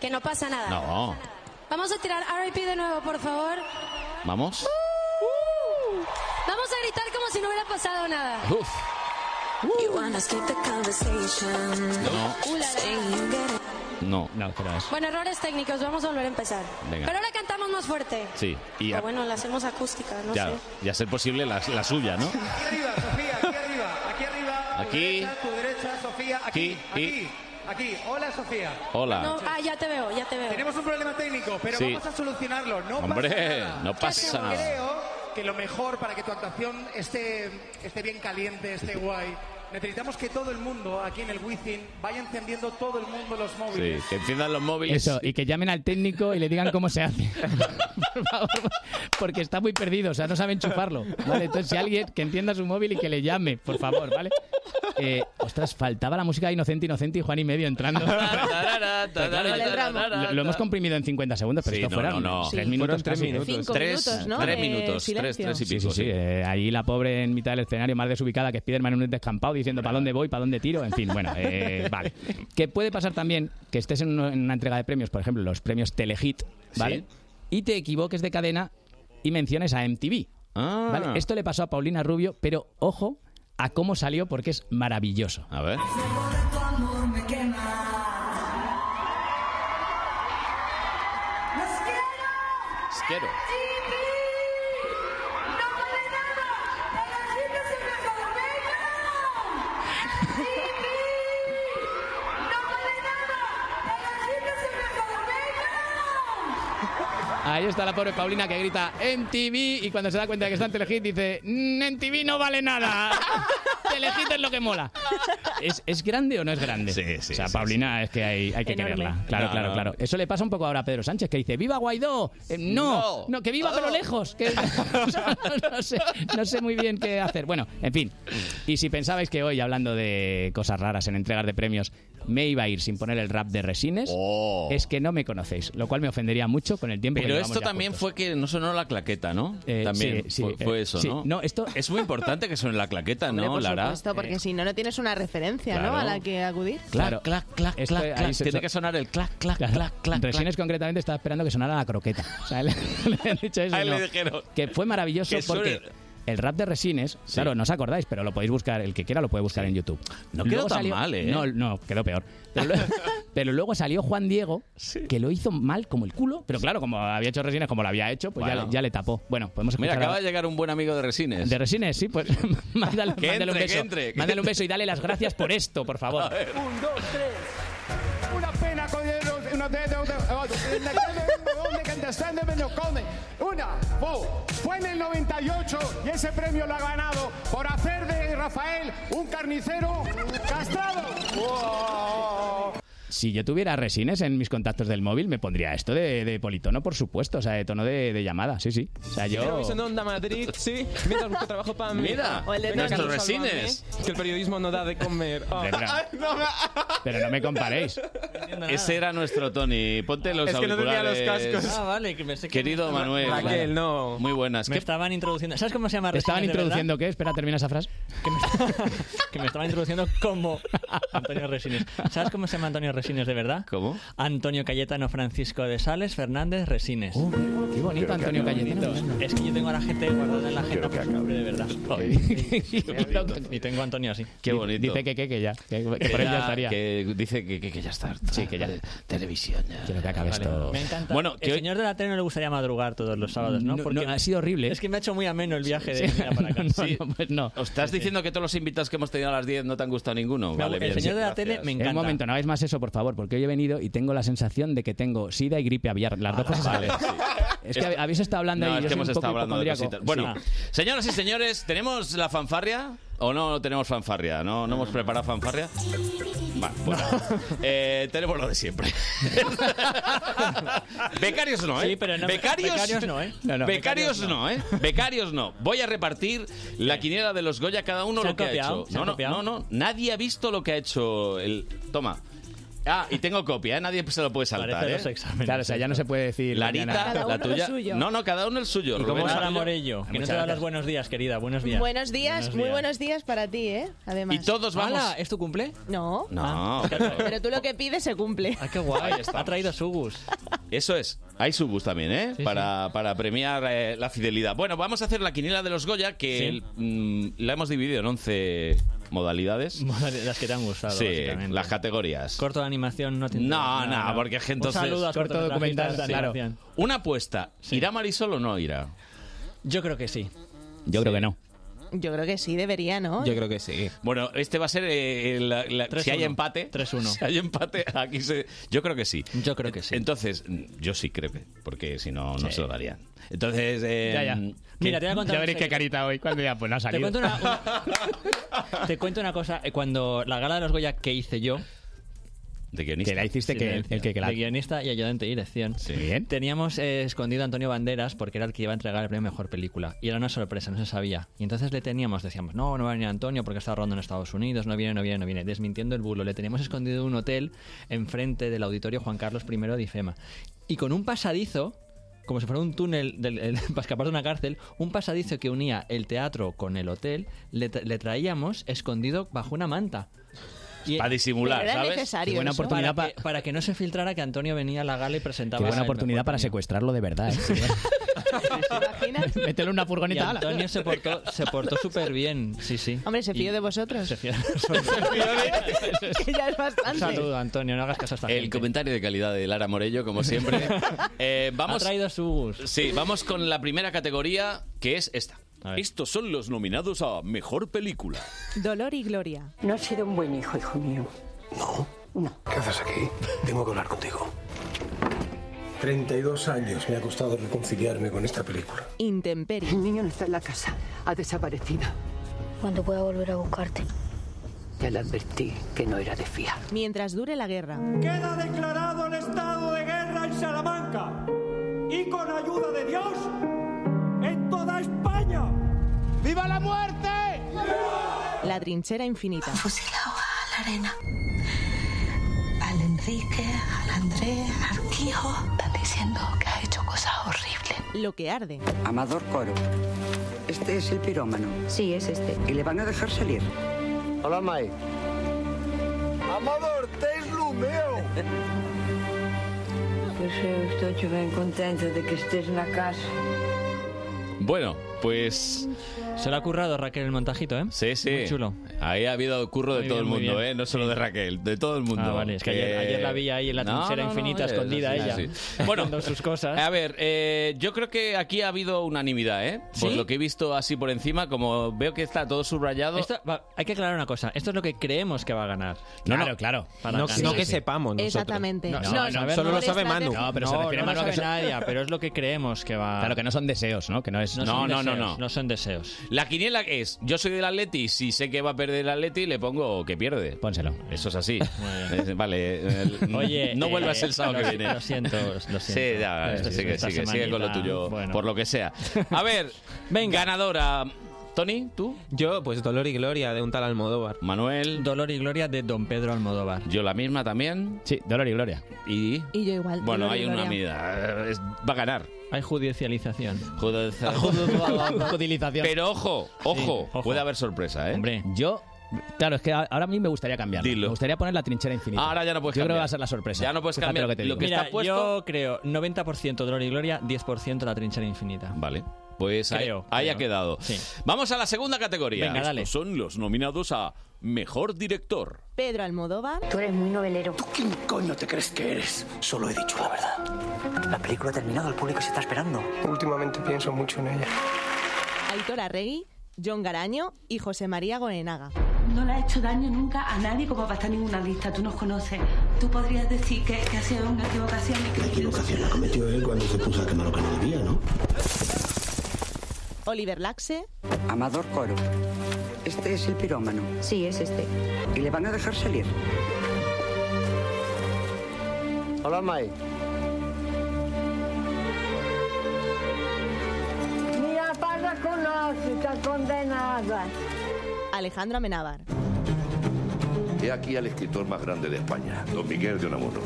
Speaker 9: Que no pasa nada.
Speaker 1: No,
Speaker 9: Vamos a tirar RIP de nuevo, por favor.
Speaker 1: vamos.
Speaker 9: Vamos a gritar como si no hubiera pasado nada.
Speaker 1: Uf.
Speaker 9: Uh, la de-
Speaker 1: No,
Speaker 22: no, pero es.
Speaker 9: Bueno, errores técnicos, vamos a volver a empezar.
Speaker 1: Venga.
Speaker 9: Pero ahora cantamos más fuerte.
Speaker 1: Sí, y
Speaker 9: O
Speaker 1: a,
Speaker 9: bueno, la hacemos acústica, no
Speaker 1: ya,
Speaker 9: sé.
Speaker 1: y a ser posible la, la suya, ¿no?
Speaker 31: Aquí arriba,
Speaker 1: Aquí,
Speaker 31: a tu derecha, Sofía, aquí,
Speaker 1: Aquí,
Speaker 31: aquí, aquí. Hola, Sofía.
Speaker 1: Hola.
Speaker 9: No, ah, ya te veo, ya te veo.
Speaker 31: Tenemos un problema técnico, pero
Speaker 1: Sí.
Speaker 31: vamos a solucionarlo. No pasa
Speaker 1: hombre,
Speaker 31: nada.
Speaker 1: no pasa nada.
Speaker 31: Creo que lo mejor para que tu actuación esté, esté bien caliente, esté guay,
Speaker 18: Necesitamos que todo el mundo aquí en el Wizzing vaya encendiendo todo el mundo los
Speaker 1: Sí,
Speaker 18: móviles.
Speaker 1: que enciendan los móviles.
Speaker 22: Eso, y que llamen al técnico y le digan cómo se hace. Por favor, porque está muy perdido, o sea, no sabe enchufarlo. ¿vale? Entonces, si alguien que entienda su móvil y que le llame, por favor, ¿vale? Eh, ostras, faltaba la música de Inocente, Inocente y Juan y medio entrando. Lo, lo hemos comprimido en 50 segundos, pero
Speaker 1: Sí,
Speaker 22: esto
Speaker 1: no,
Speaker 22: fueron
Speaker 1: no, no.
Speaker 22: tres
Speaker 1: Sí.
Speaker 22: minutos.
Speaker 1: Fueron tres
Speaker 22: casi.
Speaker 1: minutos. Cinco Tres- minutos, ¿no? Eh, tres de minutos, tres- tres y
Speaker 22: Sí,
Speaker 1: pico,
Speaker 22: Sí, sí,
Speaker 1: sí.
Speaker 22: eh, allí la pobre en mitad del escenario, más desubicada que Spiderman en un descampado, diciendo para dónde voy, para dónde tiro, en fin, bueno,
Speaker 1: [LAUGHS]
Speaker 22: eh, vale. Que puede pasar también que estés en, uno- en una entrega de premios, por ejemplo, los premios Telehit, ¿vale?
Speaker 1: Sí.
Speaker 22: Y te equivoques de cadena y menciones a MTV.
Speaker 1: Ah.
Speaker 22: ¿vale? Esto le pasó a Paulina Rubio, pero ojo a cómo salió porque es maravilloso.
Speaker 1: A ver.
Speaker 27: Tu amor me quema. Los
Speaker 1: quiero.
Speaker 22: Ahí está la pobre Paulina que grita MTV y cuando se da cuenta de que está en Telehit dice "Mm, MTV no vale [LAUGHS] nada. Telehit es lo que mola. ¿Es, es grande o no es grande? o sea, Paulina es que hay, hay que
Speaker 1: Enorme.
Speaker 22: quererla. Claro,
Speaker 1: No,
Speaker 22: claro,
Speaker 1: no.
Speaker 22: claro. Eso le pasa un poco ahora a Pedro Sánchez que dice ¡Viva Guaidó! Eh, no,
Speaker 1: No.
Speaker 22: no, que viva pero lejos. que- [LAUGHS] no, no sé, no sé muy bien qué hacer. Bueno, en fin. Y si pensabais que hoy, hablando de cosas raras en entregas de premios, me iba a ir sin poner el rap de resines, es que no me conocéis, lo cual me ofendería mucho con el tiempo que
Speaker 1: Oh. Pero
Speaker 22: llevamos
Speaker 1: esto
Speaker 22: ya
Speaker 1: también fue que no sonó la claqueta, ¿no?
Speaker 22: Eh,
Speaker 1: también
Speaker 22: sí, sí,
Speaker 1: fue,
Speaker 22: eh,
Speaker 1: fue eso,
Speaker 22: sí.
Speaker 1: ¿no?
Speaker 22: No, esto
Speaker 1: es muy importante que suene la claqueta,
Speaker 22: Hombre,
Speaker 1: ¿no,
Speaker 22: por
Speaker 1: Lara?
Speaker 22: supuesto,
Speaker 11: Porque si no, no tienes una referencia,
Speaker 1: claro.
Speaker 11: ¿no? A la que acudir.
Speaker 22: eh. Claro,
Speaker 1: clac, clac,
Speaker 22: Esto
Speaker 1: clac,
Speaker 22: ahí
Speaker 1: clac.
Speaker 22: se-
Speaker 1: Tiene que sonar el clac, clac, clac, clac.
Speaker 22: Resines concretamente estaba esperando que sonara la croqueta. O sea, [LAUGHS] le, le [LAUGHS] han dicho eso.
Speaker 1: A él
Speaker 22: no.
Speaker 1: le dijeron.
Speaker 22: Que fue maravilloso
Speaker 1: Que suene-
Speaker 22: porque el rap de Resines, claro, no os acordáis, pero lo podéis buscar, el que quiera lo puede buscar en YouTube.
Speaker 1: No quedó tan mal, ¿eh?
Speaker 22: No, no, quedó peor. Pero,
Speaker 1: [LAUGHS]
Speaker 22: lue- pero luego salió Juan Diego, que lo hizo mal como el culo, pero claro, como había hecho Resines, como lo había hecho, pues ya
Speaker 1: Bueno.
Speaker 22: le- ya, le tapó. Bueno, podemos
Speaker 1: Mira,
Speaker 22: escuchar
Speaker 1: acaba
Speaker 22: ahora-
Speaker 1: de llegar un buen amigo de Resines.
Speaker 22: de Resines, sí, pues mándale, [LAUGHS] mándale
Speaker 1: Que
Speaker 22: un
Speaker 1: entre,
Speaker 22: beso.
Speaker 1: que entre, que
Speaker 22: mándale un
Speaker 1: entre.
Speaker 22: beso y dale las gracias por esto,
Speaker 1: [LAUGHS]
Speaker 22: por favor.
Speaker 18: Un, dos, tres. Una pena con el- una de- de- de- de- de- contestando, me lo come. Una, dos. Fue en el 98 y ese premio lo ha ganado por hacer de Rafael un carnicero castrado. ¡Wow!
Speaker 22: Si yo tuviera resines en mis contactos del móvil, me pondría esto de, de politono, por supuesto, o sea, de tono de, de llamada, sí, sí. O sea, yo...
Speaker 10: Televisión de Onda Madrid, sí. Mientras busco trabajo para mí.
Speaker 22: Mira, O el de
Speaker 10: Venga,
Speaker 22: nuestros
Speaker 10: Carlos, sálvame,
Speaker 22: resines.
Speaker 10: Que el periodismo no da de comer. Ah. Oh.
Speaker 1: Hombre, pero-
Speaker 22: Pero no me comparéis.
Speaker 1: Ese era nuestro Tony. Ponte los auriculares.
Speaker 4: Ah, vale, que me sé que
Speaker 1: Querido Manuel.
Speaker 4: Raquel,
Speaker 1: no. Muy buenas.
Speaker 4: Me
Speaker 1: ¿Qué-
Speaker 4: estaban introduciendo. ¿Sabes cómo se llama
Speaker 22: ¿Te estaban
Speaker 4: Resines de
Speaker 22: introduciendo qué? Espera, termina esa frase.
Speaker 1: [LAUGHS]
Speaker 4: verdad? Que me estaban introduciendo como Antonio Resines. ¿Sabes cómo se llama Antonio Resines de verdad?
Speaker 1: ¿Cómo?
Speaker 4: Antonio Cayetano Francisco de Sales Fernández Resines.
Speaker 22: Oh, qué bonito Antonio Cayetano.
Speaker 4: Es que yo tengo a la gente guardada en la agenda por su nombre de verdad. Y tengo a Antonio así.
Speaker 1: Qué bonito.
Speaker 22: Dice que, que, que ya, que, que por él ya estaría.
Speaker 1: que dice que, que- que ya está. Sí, que ya. Televisión ya.
Speaker 22: Quiero que acabe esto.
Speaker 4: Me encanta.
Speaker 1: Bueno,
Speaker 4: el señor de la tele no le gustaría madrugar todos los sábados, ¿no?
Speaker 22: No, no, ha sido horrible.
Speaker 4: Es que me ha hecho muy ameno el viaje de
Speaker 1: Sí. pues
Speaker 4: Mira para
Speaker 1: [LAUGHS]
Speaker 4: acá.
Speaker 1: Sí. ¿Os estás
Speaker 4: Sí, sí.
Speaker 1: diciendo que todos los invitados que hemos tenido a las 10 no te han gustado ninguno?
Speaker 4: Me ha-
Speaker 1: Vale,
Speaker 4: el
Speaker 1: bien.
Speaker 4: señor de la
Speaker 1: Gracias.
Speaker 4: tele me
Speaker 22: Un momento, no hagáis más eso, por favor, porque hoy he venido y tengo la sensación de que tengo sida y gripe aviar. Las dos cosas a la
Speaker 1: Ah, vale,
Speaker 22: vez. Es que habéis estado hablando
Speaker 1: No,
Speaker 22: ahí,
Speaker 1: es
Speaker 22: yo
Speaker 1: que
Speaker 22: soy
Speaker 1: hemos
Speaker 22: un poco
Speaker 1: estado hablando de
Speaker 22: hipocondríaco.
Speaker 1: cositas. Bueno,
Speaker 22: Sí.
Speaker 1: señoras y señores, ¿tenemos la fanfarria? ¿O no, tenemos fanfarria? ¿No, no hemos preparado fanfarria? Vale, bueno. Eh, tenemos lo
Speaker 4: [LAUGHS]
Speaker 1: de siempre. becarios no, ¿eh?
Speaker 4: Sí, pero no-
Speaker 1: becarios,
Speaker 4: becarios no,
Speaker 1: [LAUGHS]
Speaker 4: ¿eh? No, no.
Speaker 1: Becarios
Speaker 4: Becarios
Speaker 1: no, ¿eh? Becarios no. Voy a repartir la quiniela de los Goya, cada uno
Speaker 4: ¿Se
Speaker 1: lo
Speaker 4: han
Speaker 1: que
Speaker 4: copiado?
Speaker 1: ha
Speaker 4: ¿Se
Speaker 1: hecho. No,
Speaker 4: han
Speaker 1: no,
Speaker 4: copiado?
Speaker 1: no, no. Nadie ha visto lo que ha hecho el... Toma. Ah, y tengo copia, ¿eh? Nadie se lo puede saltar,
Speaker 4: Parece
Speaker 1: ¿eh?
Speaker 4: los exámenes.
Speaker 22: Claro, o sea, ya no se puede decir.
Speaker 1: Larita,
Speaker 22: mañana.
Speaker 1: la tuya. No, no, cada uno el suyo.
Speaker 4: Y como
Speaker 1: Rubén, el
Speaker 4: Sara
Speaker 1: tuyo.
Speaker 4: Morello, que no te da los buenos días, querida. Buenos días.
Speaker 11: Buenos días,
Speaker 4: Buenos
Speaker 11: muy
Speaker 4: días.
Speaker 11: buenos días para ti, ¿eh? Además.
Speaker 4: Y todos vamos- Ala, ¿es tu cumple?
Speaker 11: No.
Speaker 22: [LAUGHS]
Speaker 1: No, pero- [LAUGHS]
Speaker 11: Pero tú lo que pides se cumple.
Speaker 4: Ah, qué
Speaker 11: [LAUGHS]
Speaker 4: guay.
Speaker 1: Ahí estamos.
Speaker 4: Ha traído Sugus.
Speaker 1: Eso es. Hay subus también, ¿eh? para, para premiar eh, la fidelidad. Bueno, vamos a hacer la quiniela de los Goya, que mm, la hemos dividido en 11 modalidades.
Speaker 4: Las que te han gustado.
Speaker 1: Sí,
Speaker 4: básicamente.
Speaker 1: las categorías.
Speaker 4: Corto de animación no te
Speaker 1: No,
Speaker 4: interesa.
Speaker 1: no, porque es que entonces...
Speaker 4: Un saludo a cortometrajistas de animación.
Speaker 1: Una apuesta. ¿Irá Marisol o no irá?
Speaker 4: Yo creo que sí.
Speaker 22: Yo creo que no.
Speaker 11: Yo creo que sí, debería, ¿no?
Speaker 1: creo que sí. Bueno, este va a ser eh, eh, la- la- si hay
Speaker 4: 3-1.
Speaker 1: empate.
Speaker 4: 3-1.
Speaker 1: Si hay empate, aquí se. Yo creo que sí.
Speaker 4: Yo creo que sí.
Speaker 1: Entonces, yo sí creo que. Porque si no, no
Speaker 4: Sí.
Speaker 1: se lo darían. Entonces. eh,
Speaker 22: Ya, ya.
Speaker 1: ¿qué-
Speaker 4: Mira, te voy a contar
Speaker 22: mm, Ya
Speaker 4: un
Speaker 22: veréis qué
Speaker 4: secreto.
Speaker 22: carita hoy cuando ya pues no ha
Speaker 4: Te
Speaker 22: salido.
Speaker 4: cuento, una,
Speaker 22: [LAUGHS]
Speaker 4: una- te cuento una cosa. eh, Cuando la gala de los Goya que hice yo.
Speaker 1: De guionista.
Speaker 22: Que la hiciste que- el que- que la-
Speaker 4: De guionista y ayudante de dirección. Teníamos eh, escondido a Antonio Banderas porque era el que iba a entregar el premio Mejor Película. Y era una sorpresa, no se sabía. Y entonces le teníamos, decíamos, no, no va a venir Antonio porque está rodando en Estados Unidos, no viene, no viene, no viene. Desmintiendo el bulo. Le teníamos escondido en un hotel enfrente del auditorio Juan Carlos I de IFEMA. Y con un pasadizo como si fuera un túnel del- el- [LAUGHS] para escapar de una cárcel, un pasadizo que unía el teatro con el hotel, le, tra- le traíamos escondido bajo una manta.
Speaker 1: Para disimular, Pero era ¿sabes? necesario
Speaker 4: Qué buena
Speaker 1: eso.
Speaker 4: oportunidad para, que, para que no se filtrara que Antonio venía a la gala y presentaba.
Speaker 22: Qué buena
Speaker 4: el
Speaker 22: oportunidad para secuestrarlo de verdad. ¿eh?
Speaker 4: [LAUGHS]
Speaker 22: Mételo en
Speaker 4: mejor-
Speaker 22: una
Speaker 4: Y
Speaker 22: furgoneta. ala.
Speaker 4: Antonio se portó se portó súper bien, sí, sí.
Speaker 11: Hombre, se fió
Speaker 4: Y-
Speaker 11: de
Speaker 4: [LAUGHS]
Speaker 11: vosotros.
Speaker 4: Se
Speaker 11: [LAUGHS]
Speaker 4: fió de
Speaker 11: que ya es
Speaker 4: Un
Speaker 11: bastante.
Speaker 4: saludo, Antonio, no hagas caso a esta
Speaker 1: El
Speaker 4: gente.
Speaker 1: comentario de calidad de Lara Morello,
Speaker 4: [LAUGHS]
Speaker 1: como siempre. Eh, vamos,
Speaker 4: Ha traído sus...
Speaker 1: Sí, vamos con la primera categoría, que es esta. Estos son los nominados a Mejor Película.
Speaker 11: Dolor y gloria.
Speaker 5: No has sido un buen hijo, hijo mío.
Speaker 31: ¿Qué haces aquí? Tengo que hablar contigo. 32 años me ha costado reconciliarme con esta película.
Speaker 11: Intemperie.
Speaker 5: El niño no está en la casa. Ha desaparecido.
Speaker 17: Cuando pueda volver a buscarte.
Speaker 5: Ya le advertí que no era de fiar.
Speaker 11: Mientras dure la guerra.
Speaker 7: Queda declarado el estado de guerra en Salamanca y con ayuda de Dios en toda España. ¡Viva la muerte!
Speaker 11: La trinchera infinita.
Speaker 6: Fusilado a la arena. Al Enrique, al André, al Urquijo. Están diciendo que ha hecho cosas horribles.
Speaker 11: Lo que arde.
Speaker 5: Amador Coro. Este es el pirómano. Sí, es este. Y le van a dejar salir. Hola, Mike.
Speaker 31: Amador, te es lo [LAUGHS] mío.
Speaker 7: Pues yo estoy bien contento de que estés en la casa.
Speaker 1: Bueno, pues.
Speaker 4: Se lo ha currado Raquel el montajito, ¿eh?
Speaker 1: Sí, sí.
Speaker 4: Muy chulo.
Speaker 1: Ahí ha habido curro de
Speaker 4: Muy
Speaker 1: todo
Speaker 4: bien,
Speaker 1: el
Speaker 4: muy
Speaker 1: mundo,
Speaker 4: bien.
Speaker 1: ¿eh? No solo de Raquel, de todo el mundo.
Speaker 4: Ah, vale, es que ayer- ayer la vi ahí en la trinchera infinita,
Speaker 1: oye,
Speaker 4: escondida
Speaker 1: sí,
Speaker 4: ella, [LAUGHS]
Speaker 1: sí. Bueno,
Speaker 4: sus cosas.
Speaker 1: a ver, eh, yo creo que aquí ha habido unanimidad, ¿eh? Por
Speaker 4: ¿Sí?
Speaker 1: lo que he visto así por encima, como veo que está todo subrayado.
Speaker 4: Esto va- hay que aclarar una cosa. Esto es lo que creemos que va a ganar.
Speaker 1: Claro, claro.
Speaker 4: Para
Speaker 1: No-
Speaker 4: ganar.
Speaker 1: no que Sí, sí. sepamos nosotros.
Speaker 11: Exactamente.
Speaker 4: No,
Speaker 11: No,
Speaker 4: no,
Speaker 11: no,
Speaker 4: no, solo
Speaker 11: no
Speaker 4: lo
Speaker 11: es
Speaker 4: sabe
Speaker 11: la
Speaker 4: Manu.
Speaker 11: de-
Speaker 22: No, pero se
Speaker 4: No, no
Speaker 22: refiere a Manu
Speaker 4: lo
Speaker 22: que
Speaker 4: sabe
Speaker 22: se-
Speaker 4: nadie, pero es lo que creemos que va.
Speaker 22: Claro, que no son deseos, ¿no? Que no es.
Speaker 4: No son
Speaker 1: no, no,
Speaker 4: deseos,
Speaker 1: no.
Speaker 4: No son
Speaker 22: [LAUGHS]
Speaker 4: deseos.
Speaker 1: La quiniela es, yo soy del Atleti, si sé que va a perder el Atleti, le pongo que pierde. Pónselo. Eso es así. Eh, vale. el-
Speaker 4: Oye,
Speaker 1: no
Speaker 4: eh,
Speaker 1: vuelvas el
Speaker 4: lo
Speaker 1: sábado que
Speaker 4: si-
Speaker 1: viene.
Speaker 4: lo siento, lo siento.
Speaker 1: Sí, ya,
Speaker 4: Eh,
Speaker 1: esto
Speaker 4: sí,
Speaker 1: sigue,
Speaker 4: esta
Speaker 1: sigue, sigue con lo
Speaker 4: semanita,
Speaker 1: tuyo,
Speaker 4: bueno.
Speaker 1: por lo que sea. A
Speaker 4: [LAUGHS]
Speaker 1: ver, ganadora. Tony, ¿tú?
Speaker 10: Yo, pues Dolor y Gloria de un tal Almodóvar.
Speaker 1: Manuel.
Speaker 4: Dolor y Gloria de Don Pedro Almodóvar.
Speaker 1: Yo la misma también.
Speaker 22: Sí, Dolor y Gloria.
Speaker 1: Y...
Speaker 11: Y yo igual.
Speaker 1: Bueno,
Speaker 11: dolor y
Speaker 1: hay una
Speaker 11: gloria.
Speaker 1: medida. eh, es- Va a ganar.
Speaker 4: Hay judicialización. [LAUGHS]
Speaker 1: Judicialización. Pero ojo, ojo,
Speaker 22: ojo.
Speaker 1: puede haber sorpresa, ¿eh?
Speaker 4: Hombre.
Speaker 22: Yo. Claro, es que a- ahora a mí me gustaría cambiar. Me gustaría poner la trinchera infinita.
Speaker 1: Ahora ya no puedes
Speaker 22: Yo creo que
Speaker 1: cambiar.
Speaker 22: va a ser la sorpresa.
Speaker 1: Ya no puedes
Speaker 22: Fíjate
Speaker 1: cambiar.
Speaker 22: Lo que te digo.
Speaker 4: Mira, yo creo 90% Dolor y Gloria, 10% La Trinchera Infinita.
Speaker 1: Vale. Pues ahí,
Speaker 4: Creo,
Speaker 1: ahí
Speaker 4: creo.
Speaker 1: ha quedado. Vamos a la segunda categoría.
Speaker 4: Venga, dale.
Speaker 1: Estos son los nominados a Mejor Director.
Speaker 11: Pedro Almodóvar.
Speaker 7: Tú eres muy novelero.
Speaker 31: ¿Quién coño te crees que eres? Solo he dicho la verdad. La película ha terminado, el público se está esperando. Últimamente pienso mucho en ella.
Speaker 11: Aitor Arregui. John Garaño y José María Goenaga.
Speaker 6: No le ha hecho daño nunca a nadie como para estar en ninguna lista. Tú nos conoces. Tú podrías decir que, que ha sido una equivocación y que...
Speaker 31: equivocación la cometió él cuando se puso a quemar lo que no debía, ¿no?
Speaker 11: Oliver Laxe.
Speaker 5: Amador Coro. Este es el pirómano. Sí, es este. Y le van a dejar salir. Hola, Mike.
Speaker 7: Mira, pasa con está condenada. Alejandro Amenábar.
Speaker 19: He aquí al escritor más grande de España, don Miguel de Unamuno.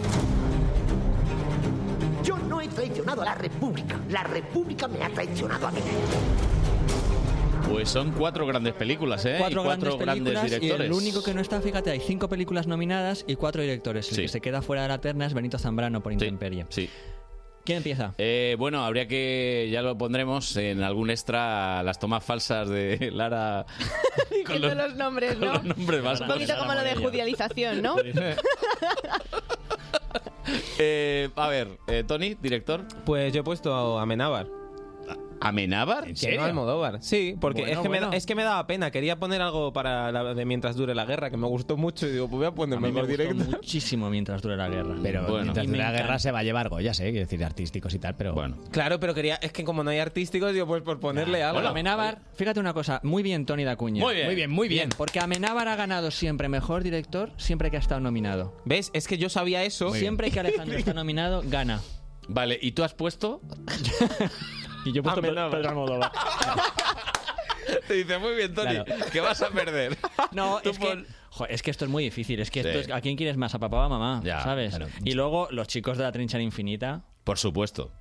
Speaker 20: Yo no he traicionado a la República. La República me ha traicionado a mí.
Speaker 1: Pues son cuatro grandes películas, ¿eh?
Speaker 4: Cuatro,
Speaker 1: y cuatro
Speaker 4: grandes,
Speaker 1: grandes,
Speaker 4: películas
Speaker 1: directores.
Speaker 4: Y el único que no está, fíjate, hay cinco películas nominadas y cuatro directores. El que se queda fuera de la terna es Benito Zambrano por Intemperie.
Speaker 1: Sí.
Speaker 4: ¿Quién empieza?
Speaker 1: Eh, bueno, habría que. Ya lo pondremos en algún extra las tomas falsas de [LAUGHS]
Speaker 11: [LAUGHS]
Speaker 1: Lara. [LAUGHS] con
Speaker 11: Diciendo los nombres,
Speaker 1: con
Speaker 11: ¿no?
Speaker 1: los nombres más
Speaker 11: Un poquito como lo de judicialización, ¿no?
Speaker 1: Eh, a ver, eh, Tony, director.
Speaker 10: Pues yo he puesto a Amenábar.
Speaker 1: ¿Amenábar?
Speaker 10: Que no Almodóvar. Sí, porque
Speaker 1: Bueno,
Speaker 10: es, que
Speaker 1: bueno.
Speaker 10: Me, da- es que me daba pena. Quería poner algo para la de mientras dure la guerra, que me gustó mucho. Y digo, pues voy a
Speaker 4: A mí
Speaker 10: ponerme
Speaker 4: me
Speaker 10: mejor
Speaker 4: gustó
Speaker 10: directo.
Speaker 4: muchísimo mientras dure la guerra.
Speaker 10: Pero Bueno. mientras
Speaker 4: Y me
Speaker 10: dure la
Speaker 4: encanta.
Speaker 10: guerra
Speaker 22: se va a llevar Goya, sé, quiero decir, artísticos y tal, pero bueno.
Speaker 10: Claro, pero quería. Es que como no hay artísticos, digo, pues por ponerle algo.
Speaker 4: Bueno, Amenábar, fíjate una cosa, muy bien Tony Dacuña.
Speaker 10: Muy bien. Muy bien, muy bien.
Speaker 4: Porque Amenábar ha ganado siempre mejor director, siempre que ha estado nominado.
Speaker 10: ¿Ves? Es que yo sabía eso.
Speaker 4: siempre que Alejandro está nominado, gana.
Speaker 1: Vale, ¿y tú has puesto?
Speaker 4: [LAUGHS]
Speaker 1: Ah,
Speaker 4: y yo he puesto Pedro Almodóvar.
Speaker 1: [LAUGHS] Te dice, muy bien, Tony, que vas a perder.
Speaker 4: [LAUGHS] No, es que, jo, es que esto es muy difícil. Es que esto es- ¿a quién quieres más? ¿A papá o a mamá? ¿Sabes? Y luego los chicos de la trinchera infinita.
Speaker 1: Por supuesto.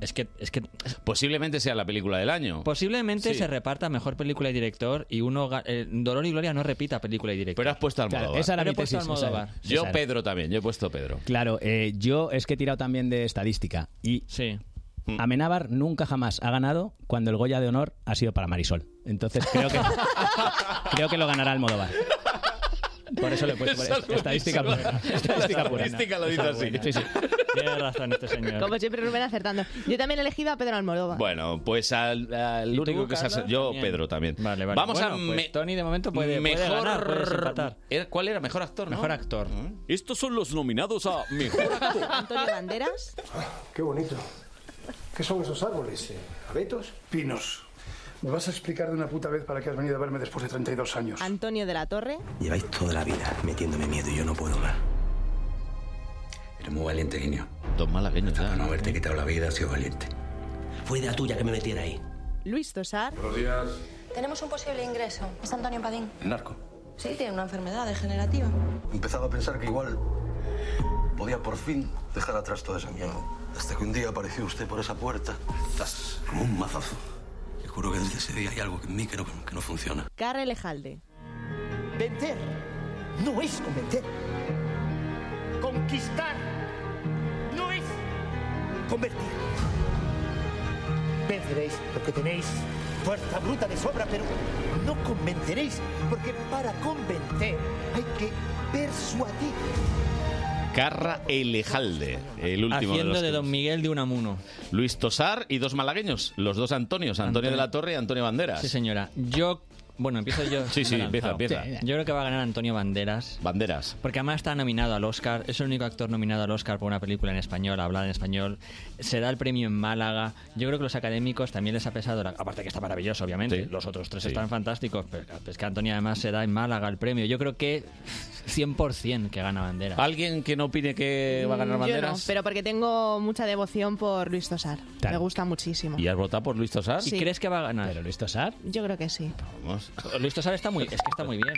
Speaker 4: Es que, es que
Speaker 1: posiblemente sea la película del año.
Speaker 4: Posiblemente
Speaker 1: Sí.
Speaker 4: se reparta mejor película y director y uno ga- eh, Dolor y Gloria no repita película y director. Pero
Speaker 1: has puesto
Speaker 4: Almodóvar.
Speaker 22: esa era
Speaker 4: Pero
Speaker 22: mi
Speaker 4: he puesto
Speaker 22: tesis, esa
Speaker 4: Almodóvar.
Speaker 22: era.
Speaker 1: Yo
Speaker 22: César.
Speaker 1: Pedro también, yo he puesto Pedro.
Speaker 22: Claro, eh, yo es que he tirado también de estadística y Amenábar nunca jamás ha ganado cuando el Goya de honor ha sido para Marisol. Entonces creo
Speaker 1: [LAUGHS]
Speaker 22: que, creo que lo ganará Almodóvar. Por eso le he puesto por-
Speaker 4: Esa es
Speaker 22: estadística pura.
Speaker 4: buenísima.
Speaker 22: Estadística
Speaker 4: La
Speaker 22: pura.
Speaker 4: estadística lo dice
Speaker 22: Esa es
Speaker 4: así.
Speaker 22: buena. Sí, sí.
Speaker 4: Tiene razón este señor.
Speaker 11: Como siempre, Rubén acertando. Yo también he elegido a Pedro Almodóvar.
Speaker 1: Bueno, pues al, al
Speaker 4: tú,
Speaker 1: único que se ha...
Speaker 4: Carlos?
Speaker 1: Yo,
Speaker 4: También.
Speaker 1: Pedro también.
Speaker 4: Vale,
Speaker 1: Vamos a...
Speaker 4: bueno, pues
Speaker 1: me-
Speaker 4: Tony de momento puede, puede
Speaker 1: mejor-
Speaker 4: ganar, puedes empatar.
Speaker 1: Era- ¿Cuál era? Mejor actor, Mm.
Speaker 4: Mejor actor.
Speaker 1: Estos son los nominados a Mejor
Speaker 2: Antonio Banderas.
Speaker 12: Qué bonito. ¿Qué son esos árboles? ¿Eh? ¿Abetos? Pinos. ¿Me vas a explicar de una puta vez para qué has venido a verme después de 32 años?
Speaker 2: Antonio de la Torre.
Speaker 31: Lleváis toda la vida metiéndome miedo y yo no puedo más. Eres muy valiente, Guiño.
Speaker 1: Dos malagueños, ya.
Speaker 31: no haberte quitado la vida, has sido valiente. Fue idea tuya que me metiera ahí.
Speaker 2: Luis Tosar.
Speaker 31: Buenos días.
Speaker 6: Tenemos un posible ingreso. Es Antonio Padín.
Speaker 31: Narco.
Speaker 6: Sí, tiene una enfermedad degenerativa.
Speaker 13: Empezaba a pensar que igual podía por fin dejar atrás toda esa mierda. Hasta que un día apareció usted por esa puerta, ¡zas! como un mazazo. Te juro que desde ese día hay algo en mí que no, que no funciona.
Speaker 2: Carre Lejalde.
Speaker 20: Vender no es cometer. Conquistar no es convertir. Venceréis porque tenéis fuerza bruta de sobra, pero no convenceréis porque para convencer hay que persuadir.
Speaker 1: [LAUGHS] Carra Elejalde, el último de
Speaker 4: Haciendo
Speaker 1: los
Speaker 4: de,
Speaker 1: que-
Speaker 4: Don Miguel de Unamuno.
Speaker 1: Luis Tosar y dos malagueños, los dos Antonios, Antonio,
Speaker 4: Antonio.
Speaker 1: de la Torre y Antonio Banderas.
Speaker 4: Sí, señora. Yo. Bueno, empiezo yo.
Speaker 1: [LAUGHS] Sí, sí,
Speaker 4: Me he lanzado.
Speaker 1: empieza, empieza.
Speaker 4: Yo creo que va a ganar Antonio Banderas.
Speaker 1: Banderas.
Speaker 4: Porque además está nominado al Oscar. Es el único actor nominado al Oscar por una película en español, hablada en español. Se da el premio en Málaga. Yo creo que los académicos también les ha pesado. la- Aparte que está maravilloso, obviamente. Los otros tres
Speaker 1: Sí.
Speaker 4: están fantásticos. Pero es que Antonio además se da en Málaga el premio. Yo creo que 100% que gana Banderas.
Speaker 1: ¿Alguien que no opine que va a ganar
Speaker 11: Yo
Speaker 1: Banderas?
Speaker 11: no, pero porque tengo mucha devoción por Luis Tosar.
Speaker 1: Claro.
Speaker 11: Me gusta muchísimo.
Speaker 1: ¿Y has votado por
Speaker 4: [LAUGHS]
Speaker 1: Luis Tosar?
Speaker 11: Sí. ¿Y crees
Speaker 4: que va a ganar?
Speaker 1: ¿Pero Luis Tosar?
Speaker 11: Yo creo que sí.
Speaker 1: Vamos.
Speaker 4: Luis Tosar está muy, es que está muy bien.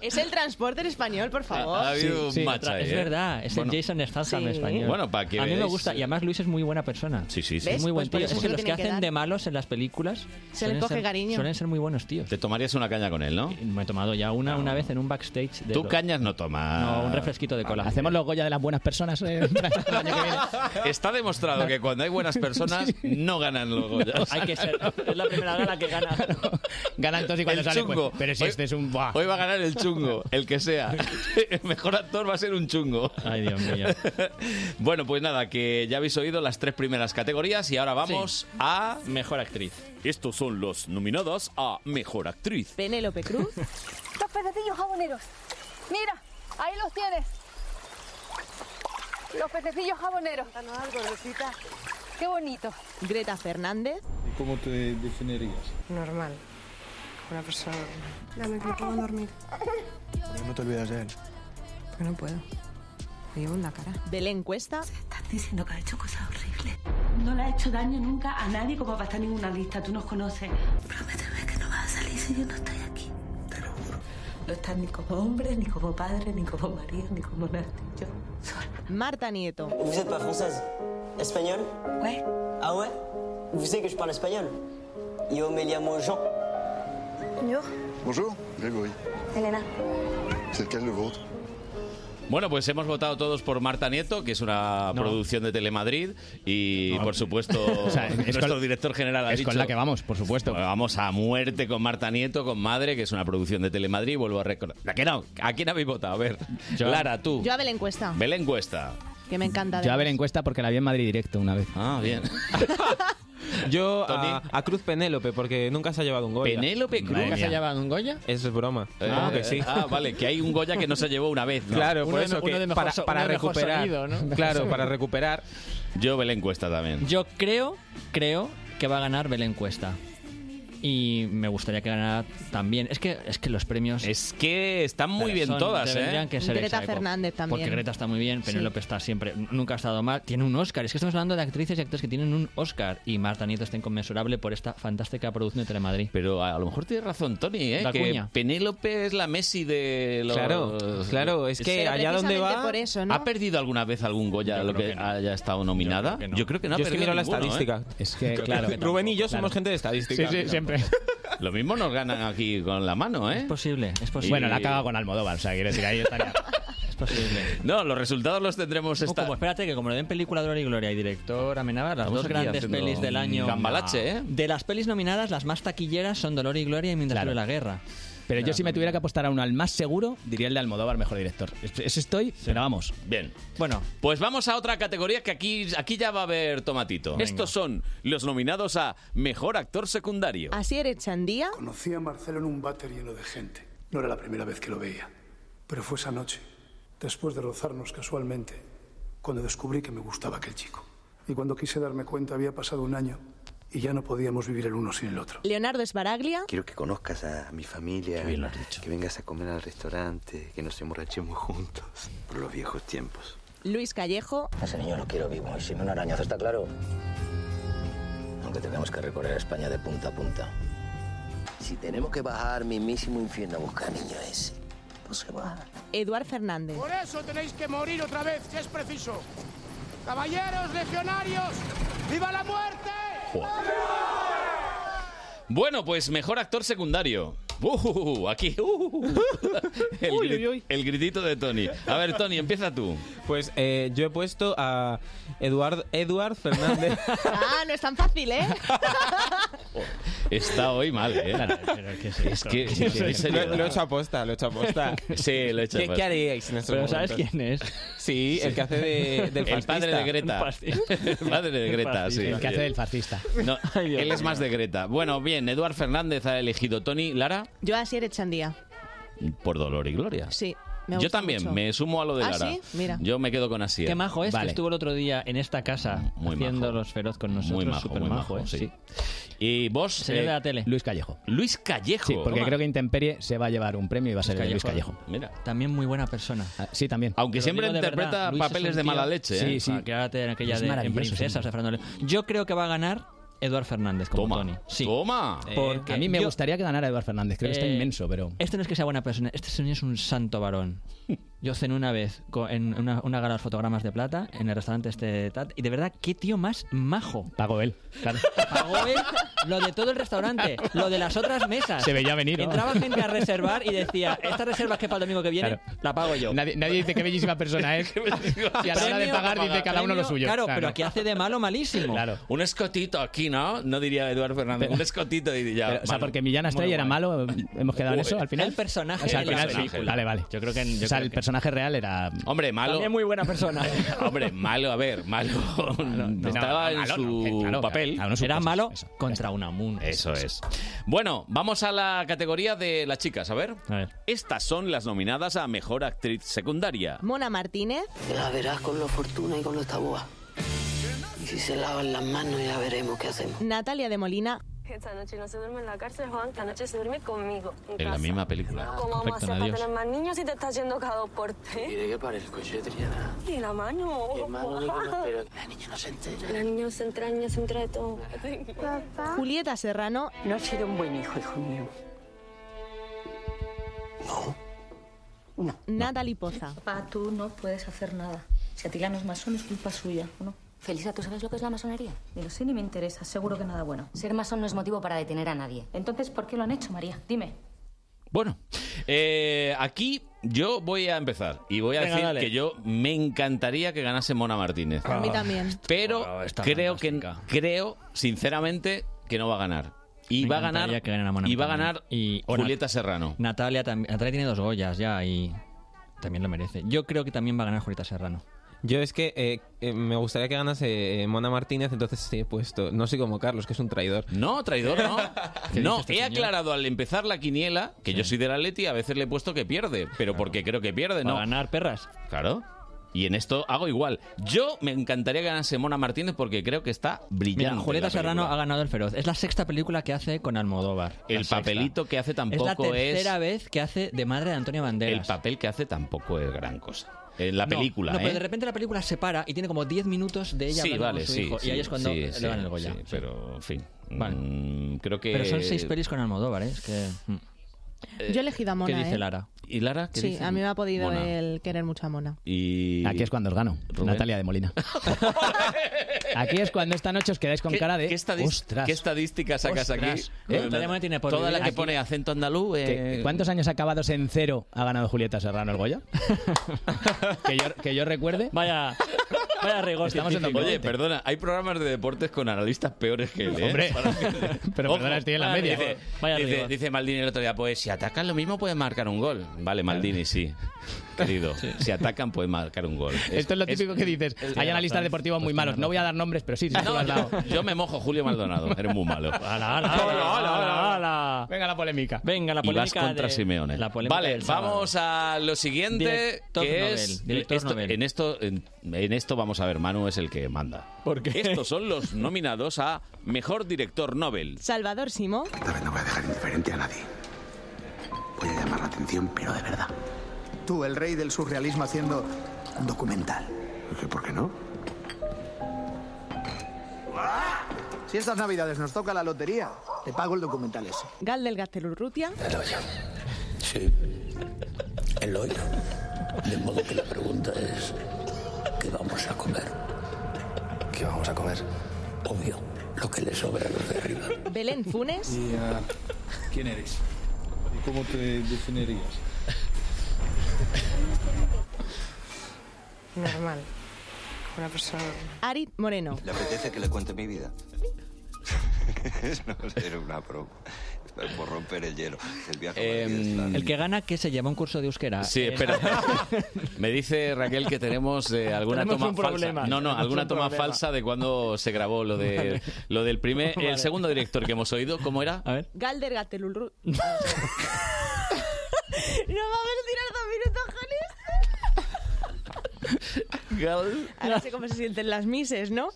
Speaker 11: Es el transporte español, por favor.
Speaker 1: Ha habido un match
Speaker 4: otra-
Speaker 1: ahí,
Speaker 4: es
Speaker 1: ¿eh?
Speaker 4: verdad, es
Speaker 1: Bueno.
Speaker 4: el Jason Statham
Speaker 1: Sí.
Speaker 4: español.
Speaker 1: Bueno, para que
Speaker 4: A mí me
Speaker 1: veáis-
Speaker 4: gusta y además Luis es muy buena persona.
Speaker 1: Sí, sí, sí.
Speaker 4: Es muy buen
Speaker 11: Pues
Speaker 4: tío. Es que los que
Speaker 11: tienen que
Speaker 4: hacen
Speaker 11: dar.
Speaker 4: de malos en las películas
Speaker 11: Se les
Speaker 4: suelen
Speaker 11: coge
Speaker 4: ser-
Speaker 11: cariño.
Speaker 4: Suelen ser muy buenos tíos.
Speaker 1: Te tomarías una caña con él, ¿no?
Speaker 4: Me he tomado ya una una vez en un backstage. De
Speaker 1: Tú
Speaker 4: lo-
Speaker 1: cañas no tomas. Ah,
Speaker 4: No, un refresquito de cola.
Speaker 22: Hacemos los Goya de las buenas personas. eh,
Speaker 1: [LAUGHS] Está demostrado que cuando hay
Speaker 4: [LAUGHS]
Speaker 1: buenas personas no ganan los Goyas.
Speaker 4: Hay que
Speaker 1: [LAUGHS]
Speaker 4: ser. Es la primera gala que gana.
Speaker 22: Ganan todos y cuando
Speaker 1: El
Speaker 22: salen, pues,
Speaker 1: chungo.
Speaker 22: pero si
Speaker 1: Hoy-
Speaker 22: este es un... buah.
Speaker 1: Hoy va a ganar el chungo, el que
Speaker 22: [LAUGHS]
Speaker 1: sea. El mejor actor va a ser un chungo.
Speaker 4: Ay, Dios mío.
Speaker 1: [LAUGHS] Bueno, pues nada, que ya habéis oído las tres primeras categorías y ahora vamos a...
Speaker 4: Mejor actriz.
Speaker 1: Estos son los nominados a Mejor Actriz.
Speaker 2: Penélope Cruz.
Speaker 21: Los pececillos jaboneros. Mira, ahí los tienes. Los pececillos jaboneros. Qué bonito.
Speaker 2: Greta Fernández.
Speaker 24: ¿Cómo te definirías?
Speaker 21: Normal. Una persona. Dame que puedo dormir.
Speaker 24: No te olvidas de él.
Speaker 21: Que no puedo. Me llevo en la cara.
Speaker 2: Belén Cuesta.
Speaker 21: Estás diciendo que ha hecho cosas horribles. No le ha hecho daño nunca a nadie como para estar en ninguna lista. Tú nos conoces. Prométeme que no vas a salir si yo no estoy aquí. Te lo juro. No estás ni como hombre, ni como padre, ni como marido, ni como nadie. Yo.
Speaker 2: Marta Nieto.
Speaker 25: Vous êtes pas française Espagnole
Speaker 21: Ouais.
Speaker 25: Ah ouais Vous savez que je parle espagnol Yo me llamo Jean.
Speaker 21: Yo.
Speaker 19: Bonjour, Grégory.
Speaker 21: Elena.
Speaker 19: C'est lequel le vôtre
Speaker 1: Bueno, pues hemos votado todos por Marta Nieto, que es una producción de Telemadrid y, por supuesto,
Speaker 22: [LAUGHS] O sea, es
Speaker 1: nuestro
Speaker 22: con-
Speaker 1: director general ha
Speaker 22: es con
Speaker 1: dicho-
Speaker 22: la que vamos, por supuesto.
Speaker 1: Bueno, vamos a muerte con Marta Nieto, con Madre, que es una producción de Telemadrid. Vuelvo a recordar. ¿A quién, no? ¿A quién habéis votado? A ver, Lara, tú.
Speaker 11: Yo a Belén Cuesta.
Speaker 1: Belén Cuesta.
Speaker 2: que me encanta.
Speaker 22: Yo a ver encuesta porque la vi en Madrid directo una vez.
Speaker 1: Ah,
Speaker 22: [LAUGHS]
Speaker 1: bien.
Speaker 10: Yo a, a Cruz Penélope, porque nunca se ha llevado un Goya.
Speaker 1: ¿Penélope Cruz?
Speaker 10: Madre
Speaker 1: ¿Nunca se
Speaker 10: mía.
Speaker 1: ha
Speaker 8: llevado un Goya?
Speaker 10: Eso es broma.
Speaker 1: Eh,
Speaker 10: ¿Cómo que sí?
Speaker 1: Ah,
Speaker 10: [LAUGHS]
Speaker 1: vale, que hay un Goya que no se llevó una vez. ¿no?
Speaker 10: Claro, por eso que para, para recuperar.
Speaker 1: [LAUGHS]
Speaker 10: Claro, para recuperar.
Speaker 1: Yo ve la encuesta también.
Speaker 4: Yo creo, creo que va a ganar Belén Cuesta. Y me gustaría que ganara también. Es que, es que los premios.
Speaker 1: Es que están muy bien todas, ¿eh?
Speaker 4: Que ser
Speaker 2: Greta
Speaker 4: Exaico.
Speaker 2: Fernández también.
Speaker 4: Porque Greta está muy bien, Penélope está siempre. Nunca ha estado mal. Tiene un Oscar. Es que estamos hablando de actrices y actores que tienen un Oscar. Y Marta Nieto está inconmensurable por esta fantástica producción de Telemadrid.
Speaker 1: Pero a, lo mejor tienes razón, Tony, ¿eh? Que Penélope es la Messi de los...
Speaker 10: Claro, claro, es que Pero allá donde precisamente va- por eso, ¿no?
Speaker 1: ¿Ha perdido alguna vez algún Goya lo que, haya estado nominada? Yo creo que no, ha
Speaker 10: Yo es que miro
Speaker 1: perdido
Speaker 10: la
Speaker 1: ninguno,
Speaker 10: estadística.
Speaker 1: ¿eh?
Speaker 10: Es
Speaker 22: que,
Speaker 10: [LAUGHS]
Speaker 22: claro.
Speaker 10: Rubén y yo somos gente de estadística.
Speaker 1: Lo mismo nos ganan aquí con la mano, ¿eh? Es
Speaker 4: posible, es
Speaker 22: posible. Bueno, la caga con Almodóvar, o sea, quiero decir, ahí estaría.
Speaker 4: [LAUGHS] Es posible.
Speaker 1: No, los resultados los tendremos
Speaker 4: esta... Como, espérate, que como le den película Gloria y Gloria y director Amenábar, las
Speaker 1: Estamos
Speaker 4: dos
Speaker 1: aquí
Speaker 4: grandes
Speaker 1: haciendo
Speaker 4: pelis del
Speaker 1: un
Speaker 4: año.
Speaker 1: cambalache, ¿eh?
Speaker 4: De las pelis nominadas, las más taquilleras son Dolor y Gloria y Mientras de la Guerra.
Speaker 22: Pero yo si me tuviera que apostar a uno al más seguro, diría el de Almodóvar, mejor director. Es- Eso estoy, pero vamos.
Speaker 1: Bien.
Speaker 4: Bueno.
Speaker 1: Pues vamos a otra categoría que aquí, aquí ya va a haber tomatito.
Speaker 22: Venga.
Speaker 1: Estos son los nominados a Mejor Actor Secundario.
Speaker 2: Así eres Chandía.
Speaker 12: Conocí a Marcelo en un váter lleno de gente. No era la primera vez que lo veía, pero fue esa noche, después de rozarnos casualmente, cuando descubrí que me gustaba aquel chico. Y cuando quise darme cuenta había pasado un año y ya no podíamos vivir el uno sin el otro.
Speaker 2: Leonardo Esbaraglia.
Speaker 3: Quiero que conozcas a mi familia. Que vengas a comer al restaurante, que nos emborrachemos juntos. Por los viejos tiempos.
Speaker 2: Luis Callejo.
Speaker 3: A ese niño lo quiero vivo y sin un arañazo, ¿está claro? Aunque tengamos que recorrer a España de punta a punta. Si tenemos que bajar mismísimo infierno a buscar al niño ese, pues se baja.
Speaker 2: Eduard Fernández. [LAUGHS]
Speaker 18: Por eso tenéis que morir otra vez, si es preciso. Caballeros, legionarios, ¡viva la muerte!
Speaker 1: Bueno, pues Mejor Actor Secundario. Uh, aquí. uh,
Speaker 22: [LAUGHS]
Speaker 1: el, gri- el gritito de Tony. A ver, Tony, empieza tú.
Speaker 10: Pues eh, yo he puesto a Eduard, Eduard Fernández.
Speaker 2: Ah, no es tan fácil, ¿eh?
Speaker 1: Está hoy mal, ¿eh? es que, en serio.
Speaker 10: lo, lo he hecho aposta, lo he hecho aposta.
Speaker 1: Sí, lo he hecho
Speaker 10: ¿Qué,
Speaker 1: aposta.
Speaker 10: ¿Qué haríais en estos
Speaker 1: Pero ¿sabes
Speaker 10: momentos?
Speaker 4: quién es?
Speaker 10: [LAUGHS] Sí, el que hace de, del
Speaker 1: El padre
Speaker 10: fascista.
Speaker 1: de
Speaker 4: [LAUGHS]
Speaker 1: Greta. El padre de Greta, sí.
Speaker 22: El que hace del fascista.
Speaker 4: [LAUGHS]
Speaker 1: No, él es más de Greta. Bueno, bien, Eduard Fernández ha elegido Tony. Lara,
Speaker 2: Yo así eres Chandía.
Speaker 1: por dolor y gloria.
Speaker 2: Sí. me
Speaker 1: Yo
Speaker 2: gusta
Speaker 1: también,
Speaker 2: mucho.
Speaker 1: me sumo a lo de
Speaker 2: ¿Ah,
Speaker 1: Lara.
Speaker 2: sí? Mira.
Speaker 1: Yo me quedo con así.
Speaker 4: Qué majo es que
Speaker 1: Vale.
Speaker 4: estuvo el otro día en esta casa haciendo los feroz con nosotros.
Speaker 1: Muy majo,
Speaker 4: súper
Speaker 1: muy
Speaker 4: majo,
Speaker 1: majo,
Speaker 4: ¿eh?
Speaker 1: sí. Y vos. eh,
Speaker 4: Señor de la tele.
Speaker 22: Luis Callejo.
Speaker 1: Luis Callejo.
Speaker 22: Sí, porque
Speaker 1: Toma.
Speaker 22: creo que Intemperie se va a llevar un premio y va a ser el de Luis
Speaker 4: Callejo.
Speaker 22: Callejo. Ah,
Speaker 1: Mira.
Speaker 4: También muy buena persona.
Speaker 22: Sí, también.
Speaker 1: Aunque siempre interpreta papeles de mala leche. ¿eh?
Speaker 4: Sí, sí. en aquella
Speaker 22: Es
Speaker 4: de en
Speaker 22: maravilloso,
Speaker 4: Princesas de Fernando León. Yo creo que va a ganar Eduard Fernández como Tony. Sí. Eh,
Speaker 1: Toma.
Speaker 4: Porque
Speaker 22: a mí me
Speaker 4: yo-
Speaker 22: gustaría que ganara Eduard Fernández, creo que está
Speaker 4: Eh,
Speaker 22: inmenso, pero...
Speaker 4: Este no es que sea buena persona, este señor es un santo
Speaker 1: [LAUGHS]
Speaker 4: varón. Yo cené una vez co- en una, una gala de los fotogramas de plata en el restaurante este de Tat y de verdad, qué tío más majo.
Speaker 22: Pagó él,
Speaker 4: [LAUGHS] Pagó él lo de todo el restaurante, lo de las otras mesas.
Speaker 22: Se veía venir, ¿no?
Speaker 4: Entraba gente a reservar y decía, estas reservas que es para el domingo que viene, la pago yo.
Speaker 22: Nadie, nadie dice qué bellísima
Speaker 4: [LAUGHS]
Speaker 22: persona es. y a la hora de
Speaker 4: Premio-
Speaker 22: pagar dice cada uno lo
Speaker 4: premio-
Speaker 22: suyo.
Speaker 4: Claro,
Speaker 22: O sea,
Speaker 4: pero
Speaker 22: no.
Speaker 4: que hace de malo malísimo.
Speaker 1: Un escotito aquí, ¿no? No diría Eduardo Fernández. Un escotito y ya.
Speaker 22: Pero, o sea,
Speaker 1: vale.
Speaker 22: porque Millán Astray
Speaker 1: Muy
Speaker 22: era
Speaker 1: guay.
Speaker 22: malo, hemos quedado en eso al final.
Speaker 4: El personaje
Speaker 22: O sea, al
Speaker 4: de la
Speaker 22: final sí.
Speaker 1: película.
Speaker 22: Vale, vale.
Speaker 1: Yo creo que- yo
Speaker 22: o sea,
Speaker 1: creo
Speaker 22: el
Speaker 1: que-
Speaker 22: personaje real era.
Speaker 1: Hombre, malo.
Speaker 22: También
Speaker 4: muy buena persona.
Speaker 1: [LAUGHS] Hombre, malo, a ver, malo. Estaba en
Speaker 4: Malo,
Speaker 1: su
Speaker 4: no, que claro,
Speaker 1: papel.
Speaker 4: cada uno sus Era cosas, malo eso. contra una
Speaker 1: Eso es. Bueno, vamos a la categoría de las chicas, a ver. Estas son las nominadas a Mejor Actriz Secundaria.
Speaker 2: Mona Martínez.
Speaker 27: La verás con los fortuna y con los tabúas. Y si se lavan las manos ya veremos qué hacemos.
Speaker 2: Natalia de Molina.
Speaker 9: Esta noche no se duerme en la cárcel, Juan. Esta noche se duerme conmigo. en
Speaker 1: En la
Speaker 9: casa.
Speaker 1: misma película.
Speaker 9: ¿Cómo vamos a hacer para tener más niños si te estás yendo cada dos por
Speaker 3: ¿Y
Speaker 9: tres?
Speaker 3: de qué para el coche, Triana?
Speaker 9: Y la mano.
Speaker 3: Hermano, Nicolás, pero la niña no se entera.
Speaker 9: La niña se entraña, se entra de todo.
Speaker 2: Julieta Serrano.
Speaker 9: No ha sido un buen hijo, hijo mío.
Speaker 2: Natalie Poza.
Speaker 14: Papá, tú no puedes hacer nada. Si a ti la no es masón, es culpa suya, ¿o ¿no?
Speaker 15: Felisa, ¿tú sabes lo que es la masonería?
Speaker 14: Ni lo sé ni me interesa, seguro que nada bueno.
Speaker 15: Ser masón no es motivo para detener a nadie.
Speaker 14: Entonces, ¿por qué lo han hecho, María? Dime.
Speaker 1: Bueno, eh, aquí yo voy a empezar y voy a
Speaker 4: Venga,
Speaker 1: decir
Speaker 4: dale.
Speaker 1: que yo me encantaría que ganase Mona Martínez.
Speaker 2: A mí
Speaker 4: Ah.
Speaker 2: también.
Speaker 1: Pero creo que creo sinceramente que no va a ganar. Y
Speaker 4: Me
Speaker 1: va a ganar
Speaker 4: encantaría que ganara Mona
Speaker 1: y va a
Speaker 4: Martínez.
Speaker 1: ganar
Speaker 4: Y- o
Speaker 1: Julieta
Speaker 4: Nat-
Speaker 1: Serrano.
Speaker 4: Natalia, tam- Natalia tiene dos Goyas ya y también lo merece. Yo creo que también va a ganar Julieta Serrano.
Speaker 10: [LAUGHS] Yo es que eh, eh, me gustaría que ganase eh, Mona Martínez, entonces sí, he puesto. No soy como Carlos, que es un traidor.
Speaker 1: No, traidor,
Speaker 10: [LAUGHS]
Speaker 1: no.
Speaker 4: Ah,
Speaker 10: ¿Qué
Speaker 1: No,
Speaker 10: dice este
Speaker 1: he
Speaker 10: señor?
Speaker 1: aclarado al empezar la quiniela que yo soy del Atleti, a veces le he puesto que pierde, pero porque creo que pierde, ¿no?
Speaker 4: Para ganar perras.
Speaker 1: Claro. Y en esto hago igual. Yo me encantaría que ganase Mona Martínez porque creo que está
Speaker 4: Mira,
Speaker 1: brillante.
Speaker 4: Julieta
Speaker 1: la película.
Speaker 4: Serrano ha ganado El Feroz. Es la sexta película que hace con Almodóvar.
Speaker 1: El
Speaker 4: La sexta.
Speaker 1: papelito que hace
Speaker 4: Es
Speaker 1: tampoco
Speaker 4: la
Speaker 1: es.
Speaker 4: tercera vez que hace de madre de Antonio Banderas.
Speaker 1: El papel que hace tampoco es gran cosa. En la
Speaker 4: No,
Speaker 1: película,
Speaker 4: no,
Speaker 1: ¿eh?
Speaker 4: pero de repente la película se para y tiene como 10 minutos de ella
Speaker 1: sí,
Speaker 4: hablando con
Speaker 1: vale,
Speaker 4: su
Speaker 1: sí,
Speaker 4: hijo.
Speaker 1: sí,
Speaker 4: y ahí es cuando
Speaker 1: sí,
Speaker 4: le
Speaker 1: sí,
Speaker 4: dan el Goya.
Speaker 1: sí, pero, en fin.
Speaker 4: Vale.
Speaker 1: Mm, creo que.
Speaker 4: Pero son seis pelis con Almodóvar, ¿eh? Es que... mm.
Speaker 11: Yo he elegido a Mona. ¿eh?
Speaker 1: ¿Y Lara? ¿Qué
Speaker 11: sí,
Speaker 1: dice?
Speaker 11: a mí me ha podido
Speaker 1: Mona.
Speaker 11: el querer mucho a Mona.
Speaker 1: Y...
Speaker 22: Aquí es cuando os gano. Natalia de Molina. [LAUGHS] Aquí es cuando esta noche os quedáis con cara de.
Speaker 1: ¿Qué, estadis-
Speaker 22: ¡Ostras!
Speaker 1: qué estadística sacas
Speaker 22: Ostras.
Speaker 1: aquí?
Speaker 22: ¿Eh?
Speaker 1: Con-
Speaker 22: Natalia Molina tiene por
Speaker 1: Toda la
Speaker 22: vivir
Speaker 1: que
Speaker 22: aquí.
Speaker 1: pone acento andaluz. eh,
Speaker 22: ¿Qué- ¿Cuántos años acabados en cero ha ganado Julieta Serrano el Goya? que, yo, que yo
Speaker 1: [LAUGHS]
Speaker 22: recuerde.
Speaker 4: Vaya, vaya rigor.
Speaker 22: Estamos en
Speaker 1: Oye,
Speaker 22: 2020.
Speaker 1: perdona, hay programas de deportes con analistas peores que él, ¿eh?
Speaker 22: Hombre, [LAUGHS] pero
Speaker 1: Ojo.
Speaker 22: perdona, estoy en la
Speaker 1: Vale,
Speaker 22: media.
Speaker 1: Dice, dice- dice Maldini el otro día, pues si atacan lo mismo pueden marcar un gol. Vale, Maldini, sí. Querido, si atacan pueden marcar un gol.
Speaker 22: Esto es lo típico que [LAUGHS] dices.
Speaker 1: es-
Speaker 22: Hay analistas
Speaker 1: razón.
Speaker 22: deportivos muy malos. No voy a dar nombres, pero sí, sí, tú lo has dado.
Speaker 1: No, yo me mojo, Julio Maldonado. Eres muy malo.
Speaker 22: Venga la polémica.
Speaker 4: Venga, la
Speaker 1: Y vas
Speaker 4: polémica
Speaker 1: contra
Speaker 4: de-
Speaker 1: Simeone.
Speaker 4: La polémica
Speaker 1: Vale,
Speaker 4: del sábado.
Speaker 1: vamos a lo siguiente,
Speaker 4: Director
Speaker 1: que
Speaker 4: Nobel,
Speaker 1: es...
Speaker 4: director
Speaker 1: esto-
Speaker 4: Nobel.
Speaker 1: En, esto, en, en esto vamos a ver, Manu es el que manda. Porque estos son los nominados a Mejor Director Nobel.
Speaker 11: Salvador Simón,
Speaker 8: indiferente a nadie. Voy a llamar la atención, pero de verdad. Tú, el rey del surrealismo, haciendo un documental. ¿Por qué no? Si estas navidades nos toca la lotería, te pago el documental ese.
Speaker 11: Gal del Gastelurrutia,
Speaker 8: Sí, el hoyo. De modo que la pregunta es, ¿qué vamos a comer? ¿Qué vamos a comer? Obvio, lo que le sobra a los de arriba.
Speaker 11: Belén Funes,
Speaker 24: ¿Y ah, quién eres? ¿Y cómo te definirías?
Speaker 11: normal, una persona. Ari Moreno,
Speaker 8: ¿Le apetece que le cuente mi [LAUGHS] vida? no, era una broma. Por romper el hielo. El viaje a Madrid es largo.
Speaker 4: El que gana que se lleva un curso de euskera. Eh,
Speaker 1: Sí,
Speaker 4: El-
Speaker 1: espera. Me dice Raquel que
Speaker 4: [LAUGHS]
Speaker 1: tenemos eh, alguna
Speaker 4: Tenemos
Speaker 1: toma
Speaker 4: un
Speaker 1: falsa.
Speaker 4: problema.
Speaker 1: No, no,
Speaker 4: Tenemos
Speaker 1: alguna
Speaker 4: un
Speaker 1: toma
Speaker 4: problema.
Speaker 1: falsa de cuando se grabó lo de lo del primer
Speaker 11: Vale.
Speaker 1: el segundo director que hemos oído, ¿cómo era?
Speaker 4: A ver.
Speaker 11: Gal
Speaker 1: [LAUGHS]
Speaker 11: del Gastelurrutia. no vamos a tirar dos minutos con
Speaker 1: Gal.
Speaker 11: Ahora sé cómo se sienten las
Speaker 1: [LAUGHS]
Speaker 11: mises, ¿no?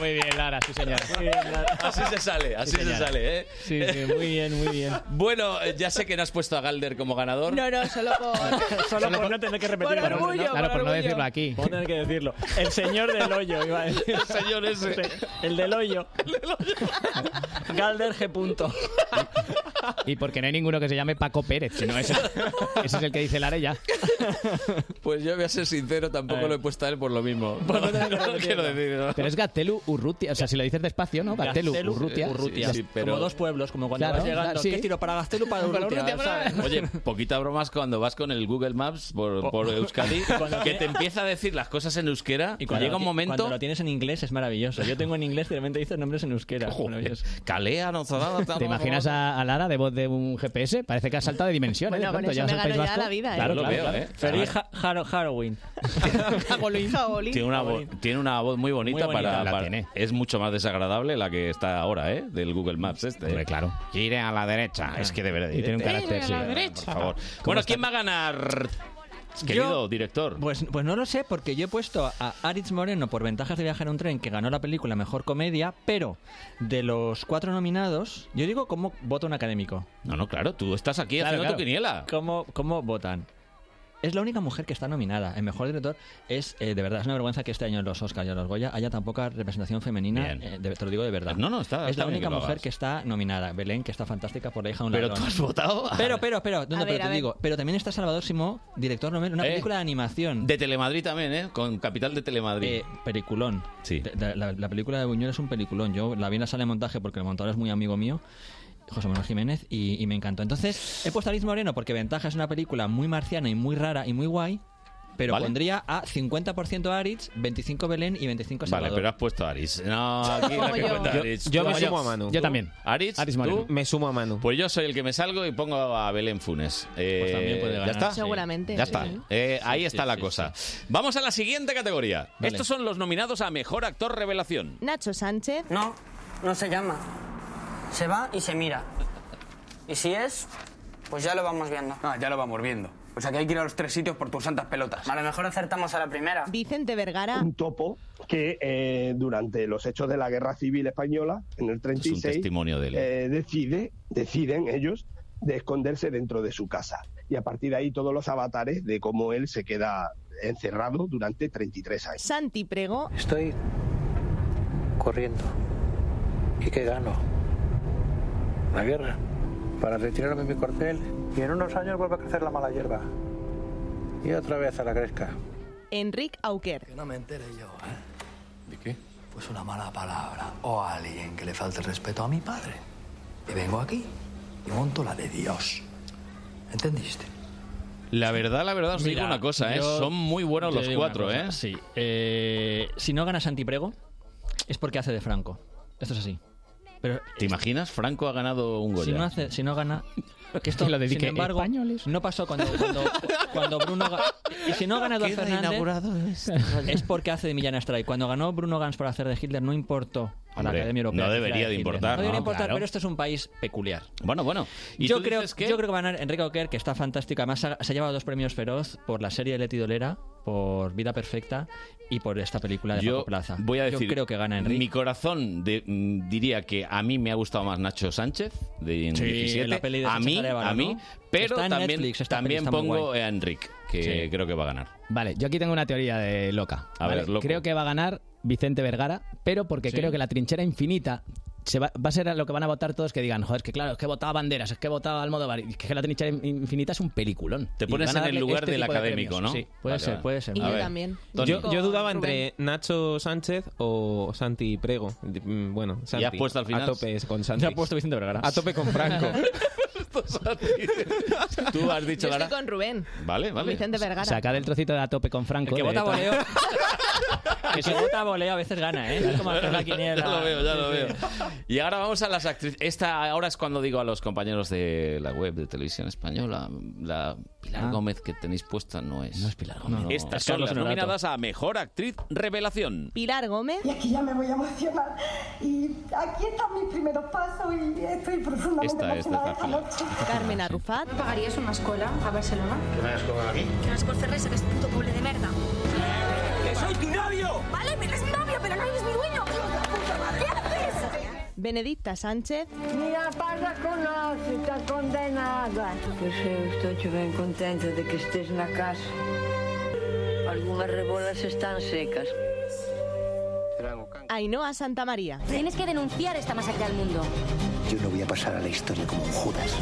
Speaker 22: Muy bien, Lara, sí, señor.
Speaker 1: Así se sale, así se
Speaker 22: señora.
Speaker 1: sale, ¿eh?
Speaker 4: Sí, sí, muy bien, muy bien.
Speaker 1: [LAUGHS] Bueno, eh, ya sé que no has puesto a Galder como ganador.
Speaker 11: No, no, solo por...
Speaker 4: [LAUGHS] Solo [LAUGHS] por no [LAUGHS] tener que repetir.
Speaker 22: Por orgullo, Claro, por por no orgullo. decirlo
Speaker 4: aquí. Por no tener que decirlo. El señor del hoyo, iba a decir.
Speaker 1: El señor ese.
Speaker 4: El del
Speaker 1: [LAUGHS]
Speaker 4: hoyo. Galder G. Punto.
Speaker 22: Y porque no hay ninguno que se llame Paco Pérez, sino ese, ese es el que dice Lara y ya.
Speaker 1: Pues yo voy a ser sincero, tampoco lo he puesto a él por lo mismo. No, [LAUGHS] no quiero decir, no.
Speaker 22: Pero es Gatelu Urrutia. O sea, si lo dices despacio, ¿no? Gatelu
Speaker 4: Gaztelu,
Speaker 22: Urrutia.
Speaker 4: Urrutia.
Speaker 22: Sí,
Speaker 1: pero-
Speaker 4: Como dos pueblos, como cuando
Speaker 22: Claro,
Speaker 4: vas llegando.
Speaker 22: claro, sí.
Speaker 4: ¿Qué tiro para Gastelu
Speaker 1: [LAUGHS]
Speaker 4: para
Speaker 22: Para
Speaker 4: Urrutia?
Speaker 22: Urrutia, para-
Speaker 4: ¿sabes?
Speaker 1: Oye, poquita bromas cuando vas con el Google Maps por, por Euskadi,
Speaker 4: Cuando
Speaker 1: que
Speaker 4: te-
Speaker 1: te empieza a decir las cosas en euskera y
Speaker 4: Cuando
Speaker 1: llega
Speaker 4: lo
Speaker 1: un
Speaker 4: ti- Cuando
Speaker 1: momento...
Speaker 4: lo tienes en inglés es maravilloso. Yo tengo en inglés y de repente dices nombres en euskera. Maravilloso.
Speaker 1: Calea, no
Speaker 22: ¿Te imaginas a, a Lara de voz de un GPS? Parece que ha saltado de dimensión. ¿eh? De
Speaker 11: Bueno, con
Speaker 22: pronto
Speaker 11: eso
Speaker 22: llegas
Speaker 11: me
Speaker 22: al
Speaker 11: gano
Speaker 22: País
Speaker 11: ya
Speaker 22: Vasco.
Speaker 11: la vida, ¿eh?
Speaker 22: Claro,
Speaker 1: Yo lo
Speaker 22: claro,
Speaker 1: veo,
Speaker 22: claro.
Speaker 1: ¿eh?
Speaker 4: Feliz Ha- Haro- Halloween.
Speaker 11: Jaolín, jaolín.
Speaker 1: Tiene una, vo- tiene una voz muy bonita,
Speaker 22: Muy bonita.
Speaker 1: para,
Speaker 22: La
Speaker 1: para-
Speaker 22: tiene.
Speaker 1: Es mucho más desagradable la que está ahora, ¿eh? Del Google Maps este.
Speaker 22: claro.
Speaker 1: Gire a la derecha. Es que de verdad. eh,
Speaker 22: Y tiene un
Speaker 1: Gire
Speaker 22: carácter, sí.
Speaker 1: Por favor. Bueno, ¿quién va a ganar? Querido director.
Speaker 4: Pues, pues no lo sé, porque yo he puesto a Aritz Moreno por Ventajas de Viajar en un Tren, que ganó la película Mejor Comedia, pero de los cuatro nominados, yo digo cómo vota un académico.
Speaker 1: No, no, claro, tú estás aquí haciendo tu quiniela.
Speaker 4: ¿Cómo, cómo votan? Es la única mujer que está nominada. El mejor director es, eh, de verdad, es una vergüenza que este año en los Oscars y en los Goya haya tan poca representación femenina.
Speaker 1: Bien.
Speaker 4: eh, de- te lo digo de verdad.
Speaker 1: No, no, está-
Speaker 4: Es
Speaker 1: está
Speaker 4: la
Speaker 1: bien
Speaker 4: única
Speaker 1: que lo
Speaker 4: mujer
Speaker 1: hagas.
Speaker 4: que está nominada. Belén, que está fantástica por la hija de un
Speaker 1: Pero
Speaker 4: ladrón.
Speaker 1: tú has votado a-
Speaker 4: Pero, pero, pero. no, no,
Speaker 1: A ver,
Speaker 4: pero
Speaker 1: a
Speaker 4: te
Speaker 1: ver.
Speaker 4: digo. Pero también está Salvador Simó, director nominado. Una
Speaker 1: Eh.
Speaker 4: película de animación.
Speaker 1: De Telemadrid también, ¿eh? Con Capital de Telemadrid.
Speaker 4: Eh, peliculón. De- de- La, la película de Buñuel es un peliculón. Yo la vi en la sala de montaje porque el montador es muy amigo mío, José Manuel Jiménez, y, y me encantó. Entonces, he puesto a Liz Moreno porque Ventaja es una película muy marciana y muy rara y muy guay. Pero
Speaker 1: ¿Vale?
Speaker 4: pondría a 50% Aritz, 25 Belén y 25
Speaker 1: Vale,
Speaker 4: Salvador.
Speaker 1: pero has puesto a Aris. No, [LAUGHS] aquí la
Speaker 4: Como
Speaker 1: que
Speaker 4: yo.
Speaker 1: cuenta
Speaker 4: Yo-
Speaker 1: Aris.
Speaker 4: yo me
Speaker 1: Tú,
Speaker 4: sumo a Manu. Yo
Speaker 1: ¿Tú?
Speaker 4: también.
Speaker 1: Aris,
Speaker 4: Aris
Speaker 1: ¿tú?
Speaker 4: Moreno.
Speaker 1: Me sumo a Manu. Pues yo soy el que me salgo y pongo a Belén Funes. Eh,
Speaker 4: Pues también puede ganar,
Speaker 1: ¿Ya está?
Speaker 11: sí. Seguramente,
Speaker 1: Ya
Speaker 11: sí.
Speaker 1: está. Eh, ahí está la cosa. Vamos a la siguiente categoría.
Speaker 11: Vale.
Speaker 1: Estos son los nominados a Mejor Actor Revelación.
Speaker 11: Nacho Sánchez.
Speaker 25: No, no se llama. Se va y se mira. Y si es, pues ya lo vamos viendo.
Speaker 5: Ah, ya lo vamos viendo. O sea que hay que ir a los tres sitios por tus santas pelotas.
Speaker 25: A lo mejor acertamos a la primera.
Speaker 11: Vicente Vergara.
Speaker 31: un topo que eh, durante los hechos de la Guerra Civil Española, en el 36,
Speaker 1: Este testimonio de él.
Speaker 31: eh, decide, deciden ellos de esconderse dentro de su casa. Y a partir de ahí todos los avatares de cómo él se queda encerrado durante 33 años.
Speaker 11: Santi Prego.
Speaker 31: Estoy
Speaker 7: corriendo. ¿Y qué gano? La guerra. Para retirarme mi cortel y en unos años vuelve a crecer la mala hierba. Y otra vez a la gresca.
Speaker 11: Enric Auquer.
Speaker 6: Que no me entere yo, ¿eh? ¿De qué? Pues una mala palabra o a alguien que le falte el respeto a mi padre. Y vengo aquí y monto la de Dios. ¿Entendiste?
Speaker 1: La verdad, la verdad, os digo
Speaker 4: Mira,
Speaker 1: una cosa, ¿eh?
Speaker 4: yo
Speaker 1: Son muy buenos
Speaker 4: te
Speaker 1: los
Speaker 4: digo una
Speaker 1: cuatro,
Speaker 4: cosa,
Speaker 1: ¿eh?
Speaker 4: Sí. Eh, si no ganas Antiprego, es porque hace de Franco. Esto es así. Pero
Speaker 1: ¿Te imaginas? Franco ha ganado un Goya.
Speaker 4: si no,
Speaker 1: [LAUGHS]
Speaker 4: hace, si no gana. Que esto,
Speaker 1: Que Pues lo dedique
Speaker 4: sin embargo, no pasó cuando, cuando, cuando Bruno. ga- Y si no ha ganado a
Speaker 1: [LAUGHS] Queda
Speaker 4: Fernández.
Speaker 1: inaugurado
Speaker 4: Es porque hace de Millán Strike. Cuando ganó Bruno Gans por hacer de Hitler, no importó a la
Speaker 1: Hombre,
Speaker 4: Academia Europea.
Speaker 1: no
Speaker 4: que
Speaker 1: debería
Speaker 4: fuera
Speaker 1: de
Speaker 4: Hitler.
Speaker 1: importar,
Speaker 4: No debería
Speaker 1: ¿no?
Speaker 4: importar,
Speaker 1: Claro.
Speaker 4: pero esto es un país peculiar.
Speaker 1: Bueno, bueno. ¿Y
Speaker 4: Yo
Speaker 1: tú
Speaker 4: creo,
Speaker 1: dices que
Speaker 4: yo creo que va a ganar Enrique Oquer, que está fantástico. Además, se ha, se ha llevado dos premios feroz por la serie de Leti Dolera, por Vida Perfecta y por esta película de
Speaker 1: yo
Speaker 4: Paco Plaza.
Speaker 1: voy a decir,
Speaker 4: Yo creo que gana Enrique.
Speaker 1: Mi corazón de- mm, diría que a mí me ha gustado más Nacho Sánchez de en
Speaker 4: Sí,
Speaker 1: 17.
Speaker 4: la peli de
Speaker 1: a mí,
Speaker 4: Sánchez Arevalo,
Speaker 1: a mí,
Speaker 4: ¿no?
Speaker 1: pero
Speaker 4: Está en
Speaker 1: también,
Speaker 4: Netflix, esta peli
Speaker 1: también
Speaker 4: está muy
Speaker 1: pongo
Speaker 4: guay.
Speaker 1: a Enrique, que
Speaker 22: Sí.
Speaker 1: creo que va a ganar. [LAUGHS]
Speaker 22: Vale, yo aquí tengo una teoría de loca.
Speaker 1: A ver,
Speaker 22: ¿vale?
Speaker 1: loco.
Speaker 22: Creo que va a ganar Vicente Vergara, pero porque
Speaker 1: Sí.
Speaker 22: creo que la trinchera infinita se va, va a ser a lo que van a votar todos que digan, joder, es que claro, es que votaba Banderas, es que votaba Almodóvar, y es que la trinchera in- infinita es un peliculón.
Speaker 1: Te
Speaker 22: Y
Speaker 1: pones
Speaker 22: van a
Speaker 1: en el
Speaker 22: darle
Speaker 1: lugar
Speaker 22: este
Speaker 1: del
Speaker 22: tipo de
Speaker 1: académico, ¿no?
Speaker 22: premios. Sí, puede
Speaker 1: Vale,
Speaker 22: ser,
Speaker 1: vale.
Speaker 22: puede ser.
Speaker 11: Y yo también. Tony.
Speaker 10: Yo, yo dudaba
Speaker 11: Rubén.
Speaker 10: entre Nacho Sánchez o Santi Prego. Mm, Bueno, Santi.
Speaker 1: has puesto al final-
Speaker 10: A tope con Santi.
Speaker 1: Ya has puesto
Speaker 4: Vicente Vergara.
Speaker 10: A tope con Franco.
Speaker 1: [LAUGHS] Tú Pues has dicho,
Speaker 11: Yo estoy
Speaker 22: Lara.
Speaker 11: con Rubén.
Speaker 1: Vale,
Speaker 11: vale. Vicente Vergara.
Speaker 22: Saca del trocito de a tope con Franco.
Speaker 4: El que
Speaker 22: de
Speaker 4: vota
Speaker 22: tal.
Speaker 1: [LAUGHS]
Speaker 4: voleo. El que vota voleo a veces gana, ¿eh? Es como hacer la quiniela.
Speaker 1: Ya lo veo, ya lo veo. Y ahora vamos a las actrices. Esta ahora es cuando digo a los compañeros de la web de televisión española, la Pilar
Speaker 22: Ah.
Speaker 1: Gómez que tenéis puesta no es. No es Pilar
Speaker 22: Gómez. No.
Speaker 1: Estas
Speaker 22: Es
Speaker 1: son
Speaker 22: Carlos
Speaker 1: las
Speaker 22: Honorato.
Speaker 1: nominadas a Mejor Actriz Revelación.
Speaker 11: Pilar Gómez.
Speaker 16: Y aquí ya me voy a emocionar. Y aquí están mis primeros pasos y estoy profundamente
Speaker 1: Esta, esta
Speaker 16: emocionada
Speaker 1: está
Speaker 16: esta noche.
Speaker 11: Carmen Arrufat.
Speaker 16: ¿Pagarías una escuela a Barcelona?
Speaker 7: ¿Qué me has cobrado aquí?
Speaker 16: Que nos Corferrés eres puto pueblo de merda.
Speaker 7: ¡Que soy tu novio!
Speaker 16: Vale, eres mi novio, pero no eres mi dueño. ¿Qué haces?
Speaker 11: Benedicta Sánchez.
Speaker 16: Mira, pasa con los estás condenada.
Speaker 17: Yo sé, estoy bien contenta de que estés na casa. Algunas rebolas están secas.
Speaker 11: Ainhoa Santa María.
Speaker 17: Tienes que denunciar esta masacre al mundo.
Speaker 3: Yo no voy a pasar a la historia como un Judas.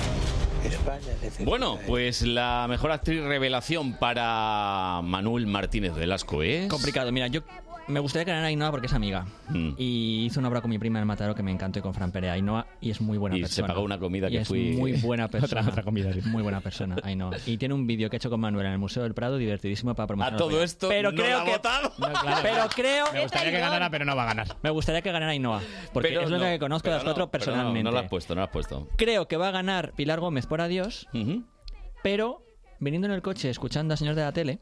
Speaker 3: España
Speaker 1: Bueno, pues la mejor actriz revelación para Manuel Martínez Velasco es.
Speaker 4: Complicado, mira, yo me gustaría que ganara Ainhoa porque es amiga.
Speaker 1: Mm.
Speaker 4: Y hizo una obra con mi prima en Mataro que me encantó y con Fran Perea. Ainhoa y es muy buena
Speaker 1: Y se
Speaker 4: persona.
Speaker 1: pagó una comida
Speaker 4: Y
Speaker 1: que
Speaker 4: es
Speaker 1: fui- [LAUGHS]
Speaker 4: muy buena
Speaker 1: Otra-
Speaker 4: persona.
Speaker 1: otra
Speaker 4: comida, Muy buena persona, Ainhoa. Y tiene un vídeo que ha hecho con Manuel en el Museo del Prado divertidísimo para promocionar.
Speaker 1: A todo
Speaker 4: el rollo.
Speaker 1: esto
Speaker 4: Pero
Speaker 1: no
Speaker 4: creo
Speaker 1: la
Speaker 4: que.
Speaker 1: votaron.
Speaker 4: No, claro. [LAUGHS] pero creo.
Speaker 22: Ah, Me gustaría que ganara, pero no va a ganar.
Speaker 4: Me gustaría que ganara Ainhoa. Porque
Speaker 1: Pero
Speaker 4: es lo
Speaker 1: no,
Speaker 4: que conozco de
Speaker 1: pero
Speaker 4: las cuatro
Speaker 1: no, pero no,
Speaker 4: personalmente.
Speaker 1: No, lo has puesto, no lo has puesto.
Speaker 4: Creo que va a ganar Pilar Gómez por adiós, pero viniendo en el coche escuchando a señor de la tele.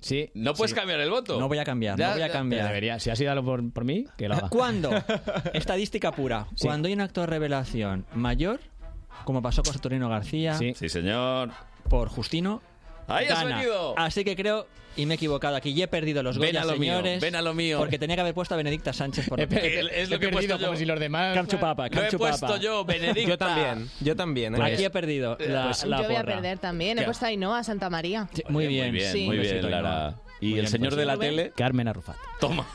Speaker 22: Sí.
Speaker 1: No puedes
Speaker 4: sí.
Speaker 1: cambiar el voto.
Speaker 4: No voy a cambiar,
Speaker 1: Ya,
Speaker 4: no voy a
Speaker 1: ya,
Speaker 4: cambiar.
Speaker 1: pero
Speaker 22: Debería, si ha sido por, por mí, que lo haga. [LAUGHS]
Speaker 4: ¿Cuándo? Estadística pura. Cuando hay un actor revelación mayor, como pasó con Saturnino García,
Speaker 1: Sí. señor.
Speaker 4: por Justino.
Speaker 1: Ahí has
Speaker 4: gana.
Speaker 1: venido.
Speaker 4: Así que creo, y me he equivocado aquí, y he perdido los
Speaker 1: Ven
Speaker 4: Goya,
Speaker 1: a lo mío,
Speaker 4: señores.
Speaker 1: ven a lo mío.
Speaker 4: Porque tenía que haber puesto a Benedicta Sánchez por
Speaker 1: [LAUGHS] He per- es lo que he puesto yo.
Speaker 4: Camp Chupapa, Camp
Speaker 1: Lo he
Speaker 4: Chupapa.
Speaker 1: puesto
Speaker 4: [LAUGHS]
Speaker 1: yo, Benedicta.
Speaker 10: Yo también, yo también. ¿eh?
Speaker 4: Aquí he perdido la-
Speaker 10: Pues-
Speaker 4: la
Speaker 11: Ah, yo voy a
Speaker 4: porra.
Speaker 11: perder también. He
Speaker 4: Ya.
Speaker 11: puesto a Ainhoa Santa María.
Speaker 4: Muy bien,
Speaker 1: Muy bien,
Speaker 11: Sí.
Speaker 1: muy
Speaker 11: Un
Speaker 1: bien,
Speaker 11: besito,
Speaker 1: Lara. Y el señor
Speaker 4: pues,
Speaker 1: de la tele.
Speaker 22: Carmen
Speaker 1: [LAUGHS]
Speaker 22: Arrufat.
Speaker 1: Toma.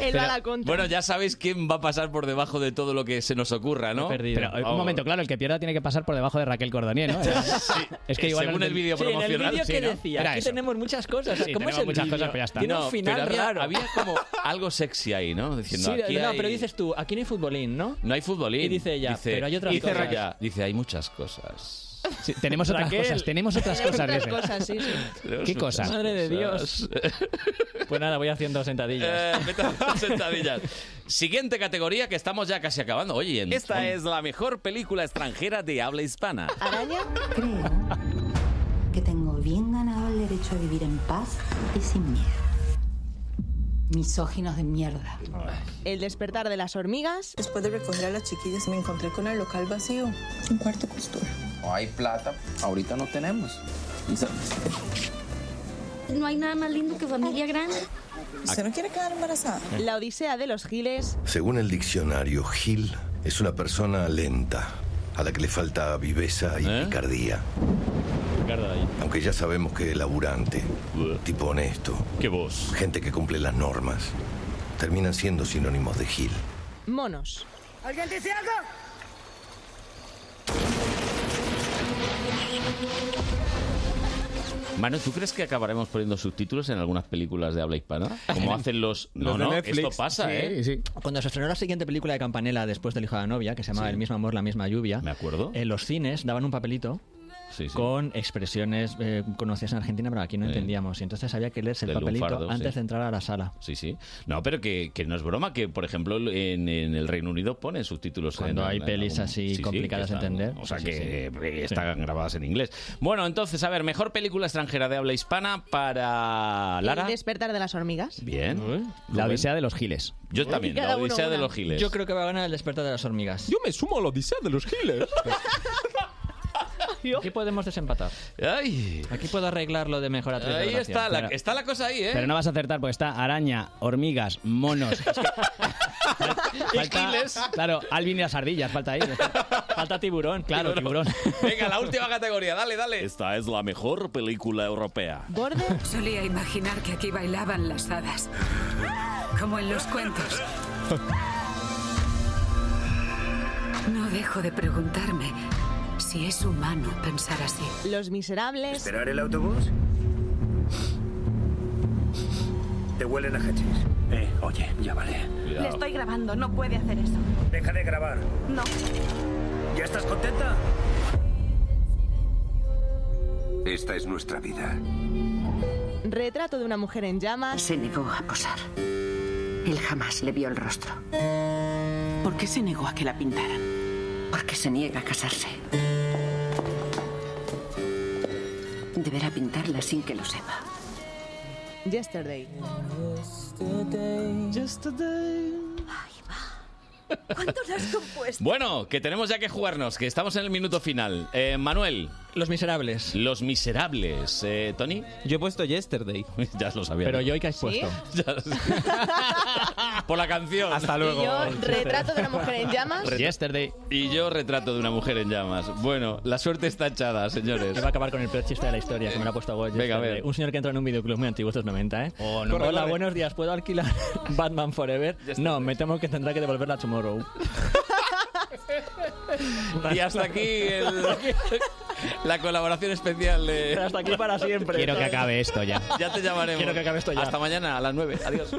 Speaker 11: Él va a la contra.
Speaker 1: Bueno, ya sabéis quién va a pasar por debajo de todo lo que se nos
Speaker 22: [LAUGHS]
Speaker 1: ocurra, ¿no? oh.
Speaker 22: Pero, eh, un momento, claro, el que pierda tiene que pasar por debajo de Raquel
Speaker 4: [LAUGHS]
Speaker 22: Cordonier, ¿no? Es que
Speaker 1: Eh,
Speaker 22: igual
Speaker 1: según
Speaker 22: no
Speaker 1: el vídeo
Speaker 22: entendí- Sí, en
Speaker 1: promocional.
Speaker 4: vídeo que
Speaker 22: Sí, ¿no?
Speaker 4: decía,
Speaker 22: Era
Speaker 4: aquí
Speaker 22: eso.
Speaker 4: tenemos muchas cosas. O sea,
Speaker 22: Sí,
Speaker 4: ¿Cómo es
Speaker 22: tenemos
Speaker 4: el
Speaker 22: muchas
Speaker 4: vídeo?
Speaker 22: cosas, pero ya está.
Speaker 4: Tiene un
Speaker 1: No,
Speaker 4: final
Speaker 1: pero había,
Speaker 4: raro.
Speaker 1: había como algo sexy ahí, ¿no? Diciendo,
Speaker 4: Sí,
Speaker 1: aquí
Speaker 4: no,
Speaker 1: hay-
Speaker 4: pero dices tú, aquí no hay futbolín, ¿no?
Speaker 1: no hay futbolín.
Speaker 4: Y dice ella, pero hay otras
Speaker 1: dice
Speaker 4: cosas.
Speaker 1: Raquel, dice, hay muchas cosas.
Speaker 22: Sí, tenemos otras
Speaker 4: Raquel.
Speaker 22: cosas, tenemos otras
Speaker 4: Tenemos
Speaker 22: cosas.
Speaker 4: otras
Speaker 22: Leslie.
Speaker 4: cosas, sí, sí.
Speaker 22: ¿Qué cosas?
Speaker 4: Madre de Dios. Pues nada, voy haciendo sentadillas.
Speaker 1: Eh, vete a hacer [LAUGHS] sentadillas. Siguiente categoría que estamos ya casi acabando. Oye, en- esta es la mejor película extranjera de habla hispana.
Speaker 32: Araña. Creo que tengo bien ganado el derecho a vivir en paz y sin miedo. Misóginos de mierda.
Speaker 11: El despertar de las hormigas.
Speaker 32: Después de recoger a las chiquillas me encontré con el local vacío. Un cuarto costura.
Speaker 24: No hay plata, ahorita no tenemos.
Speaker 33: No hay nada más lindo que familia grande.
Speaker 32: ¿Usted no quiere quedar embarazada?
Speaker 11: La odisea de los giles.
Speaker 19: Según el diccionario, Gil es una persona lenta, a la que le falta viveza y
Speaker 1: ¿Eh?
Speaker 19: picardía. Aunque ya sabemos que es laburante, tipo honesto.
Speaker 1: ¿Qué vos?
Speaker 19: Gente que cumple las normas. Terminan siendo sinónimos de Gil.
Speaker 11: Monos.
Speaker 32: ¿Alguien dice algo?
Speaker 1: Manu, ¿tú crees que acabaremos poniendo subtítulos en algunas películas de habla hispana?
Speaker 4: [LAUGHS]
Speaker 1: Como hacen los... No,
Speaker 4: Los de
Speaker 1: no,
Speaker 4: Netflix.
Speaker 1: esto pasa,
Speaker 4: Sí,
Speaker 1: ¿eh?
Speaker 4: Cuando se estrenó la siguiente película de Campanella después del hijo de la novia, que se llamaba
Speaker 1: Sí.
Speaker 4: El mismo amor, la misma lluvia, me
Speaker 1: acuerdo.
Speaker 4: En los cines daban un papelito con expresiones eh, conocidas en Argentina, pero aquí no
Speaker 1: Sí.
Speaker 4: entendíamos. Y entonces había que leerse el
Speaker 1: Del
Speaker 4: papelito
Speaker 1: lunfardo,
Speaker 4: antes
Speaker 1: sí.
Speaker 4: de entrar a la sala.
Speaker 1: Sí, sí. No, pero que, que no es broma, que por ejemplo en, en el Reino Unido ponen subtítulos.
Speaker 4: Cuando
Speaker 1: en-
Speaker 4: hay
Speaker 1: en
Speaker 4: pelis así
Speaker 1: que
Speaker 4: complicadas de
Speaker 1: están-
Speaker 4: entender.
Speaker 1: O sea
Speaker 4: Sí, sí,
Speaker 1: que eh, están grabadas en inglés. Bueno, entonces, a ver, mejor película extranjera de habla hispana para Lara.
Speaker 11: El despertar de las hormigas.
Speaker 1: Bien.
Speaker 34: ¿Eh?
Speaker 22: La Odisea de los Giles.
Speaker 1: Yo también, la Odisea de los Giles.
Speaker 4: Yo creo que va a ganar el despertar de las hormigas. Yo
Speaker 34: me sumo a la Odisea de los Giles.
Speaker 4: [LAUGHS] Aquí podemos desempatar. Aquí puedo arreglar lo de mejor actriz de
Speaker 1: Ahí
Speaker 4: revelación.
Speaker 1: está la,
Speaker 4: Claro.
Speaker 1: está la cosa ahí, ¿eh?
Speaker 22: Pero no vas a acertar porque está araña, hormigas, monos. Es que- falta, claro, Alvin y las ardillas, falta ahí.
Speaker 4: Falta tiburón.
Speaker 22: Claro, tiburón.
Speaker 1: Venga, la última categoría, dale, dale. Esta es la mejor película europea.
Speaker 32: ¿Borde?
Speaker 9: [LAUGHS] Solía imaginar que aquí bailaban las hadas. Como en los cuentos. No dejo de preguntarme si es humano pensar así.
Speaker 11: Los miserables.
Speaker 31: ¿Esperar el autobús? Te huelen a hachís. Eh, oye, ya vale.
Speaker 13: Le estoy grabando, no puede hacer eso.
Speaker 31: Deja de grabar.
Speaker 13: No.
Speaker 31: ¿Ya estás contenta?
Speaker 35: Esta es nuestra
Speaker 31: [LAUGHS]
Speaker 35: vida.
Speaker 11: Retrato de una mujer en llamas.
Speaker 9: Se negó a posar. Él jamás le vio el rostro.
Speaker 32: ¿Por qué se negó a que la pintaran?
Speaker 9: Porque se niega a casarse. Deberá pintarla sin que lo sepa.
Speaker 11: Yesterday.
Speaker 13: ¿Cuánto lo has compuesto?
Speaker 1: Bueno, que tenemos ya que jugarnos, que estamos en el minuto final. Eh, Manuel.
Speaker 4: Los miserables.
Speaker 1: Los miserables. Eh, Tony.
Speaker 34: Yo he puesto yesterday.
Speaker 1: [LAUGHS] ya lo sabía.
Speaker 4: Pero
Speaker 1: ¿no?
Speaker 4: yo, ¿qué has ¿Sí? puesto?
Speaker 1: [LAUGHS] Ya lo sé. Por la canción. Hasta
Speaker 11: luego. Y yo, retrato de una mujer en llamas.
Speaker 1: Yesterday. Y yo retrato de una mujer en llamas. Bueno, la suerte está echada,
Speaker 4: [LAUGHS]
Speaker 1: señores.
Speaker 4: Iba a acabar con el peor chiste de la historia, que me lo ha puesto Goyo.
Speaker 1: Venga, a ver. Oh,
Speaker 4: Un señor que entra en un videoclub muy antiguo, estos 90, ¿eh?
Speaker 1: no. Corre,
Speaker 4: Hola,
Speaker 1: corre.
Speaker 4: buenos días, ¿puedo alquilar [LAUGHS] Batman Forever? No, me temo que tendrá que devolverla a Tomorrow.
Speaker 1: Y hasta
Speaker 4: [LAUGHS]
Speaker 1: aquí el- la colaboración especial de.
Speaker 4: Hasta aquí para siempre.
Speaker 22: Quiero que acabe esto ya.
Speaker 1: Ya te llamaremos.
Speaker 4: Quiero que acabe esto ya.
Speaker 1: Hasta mañana a las 9. Adiós.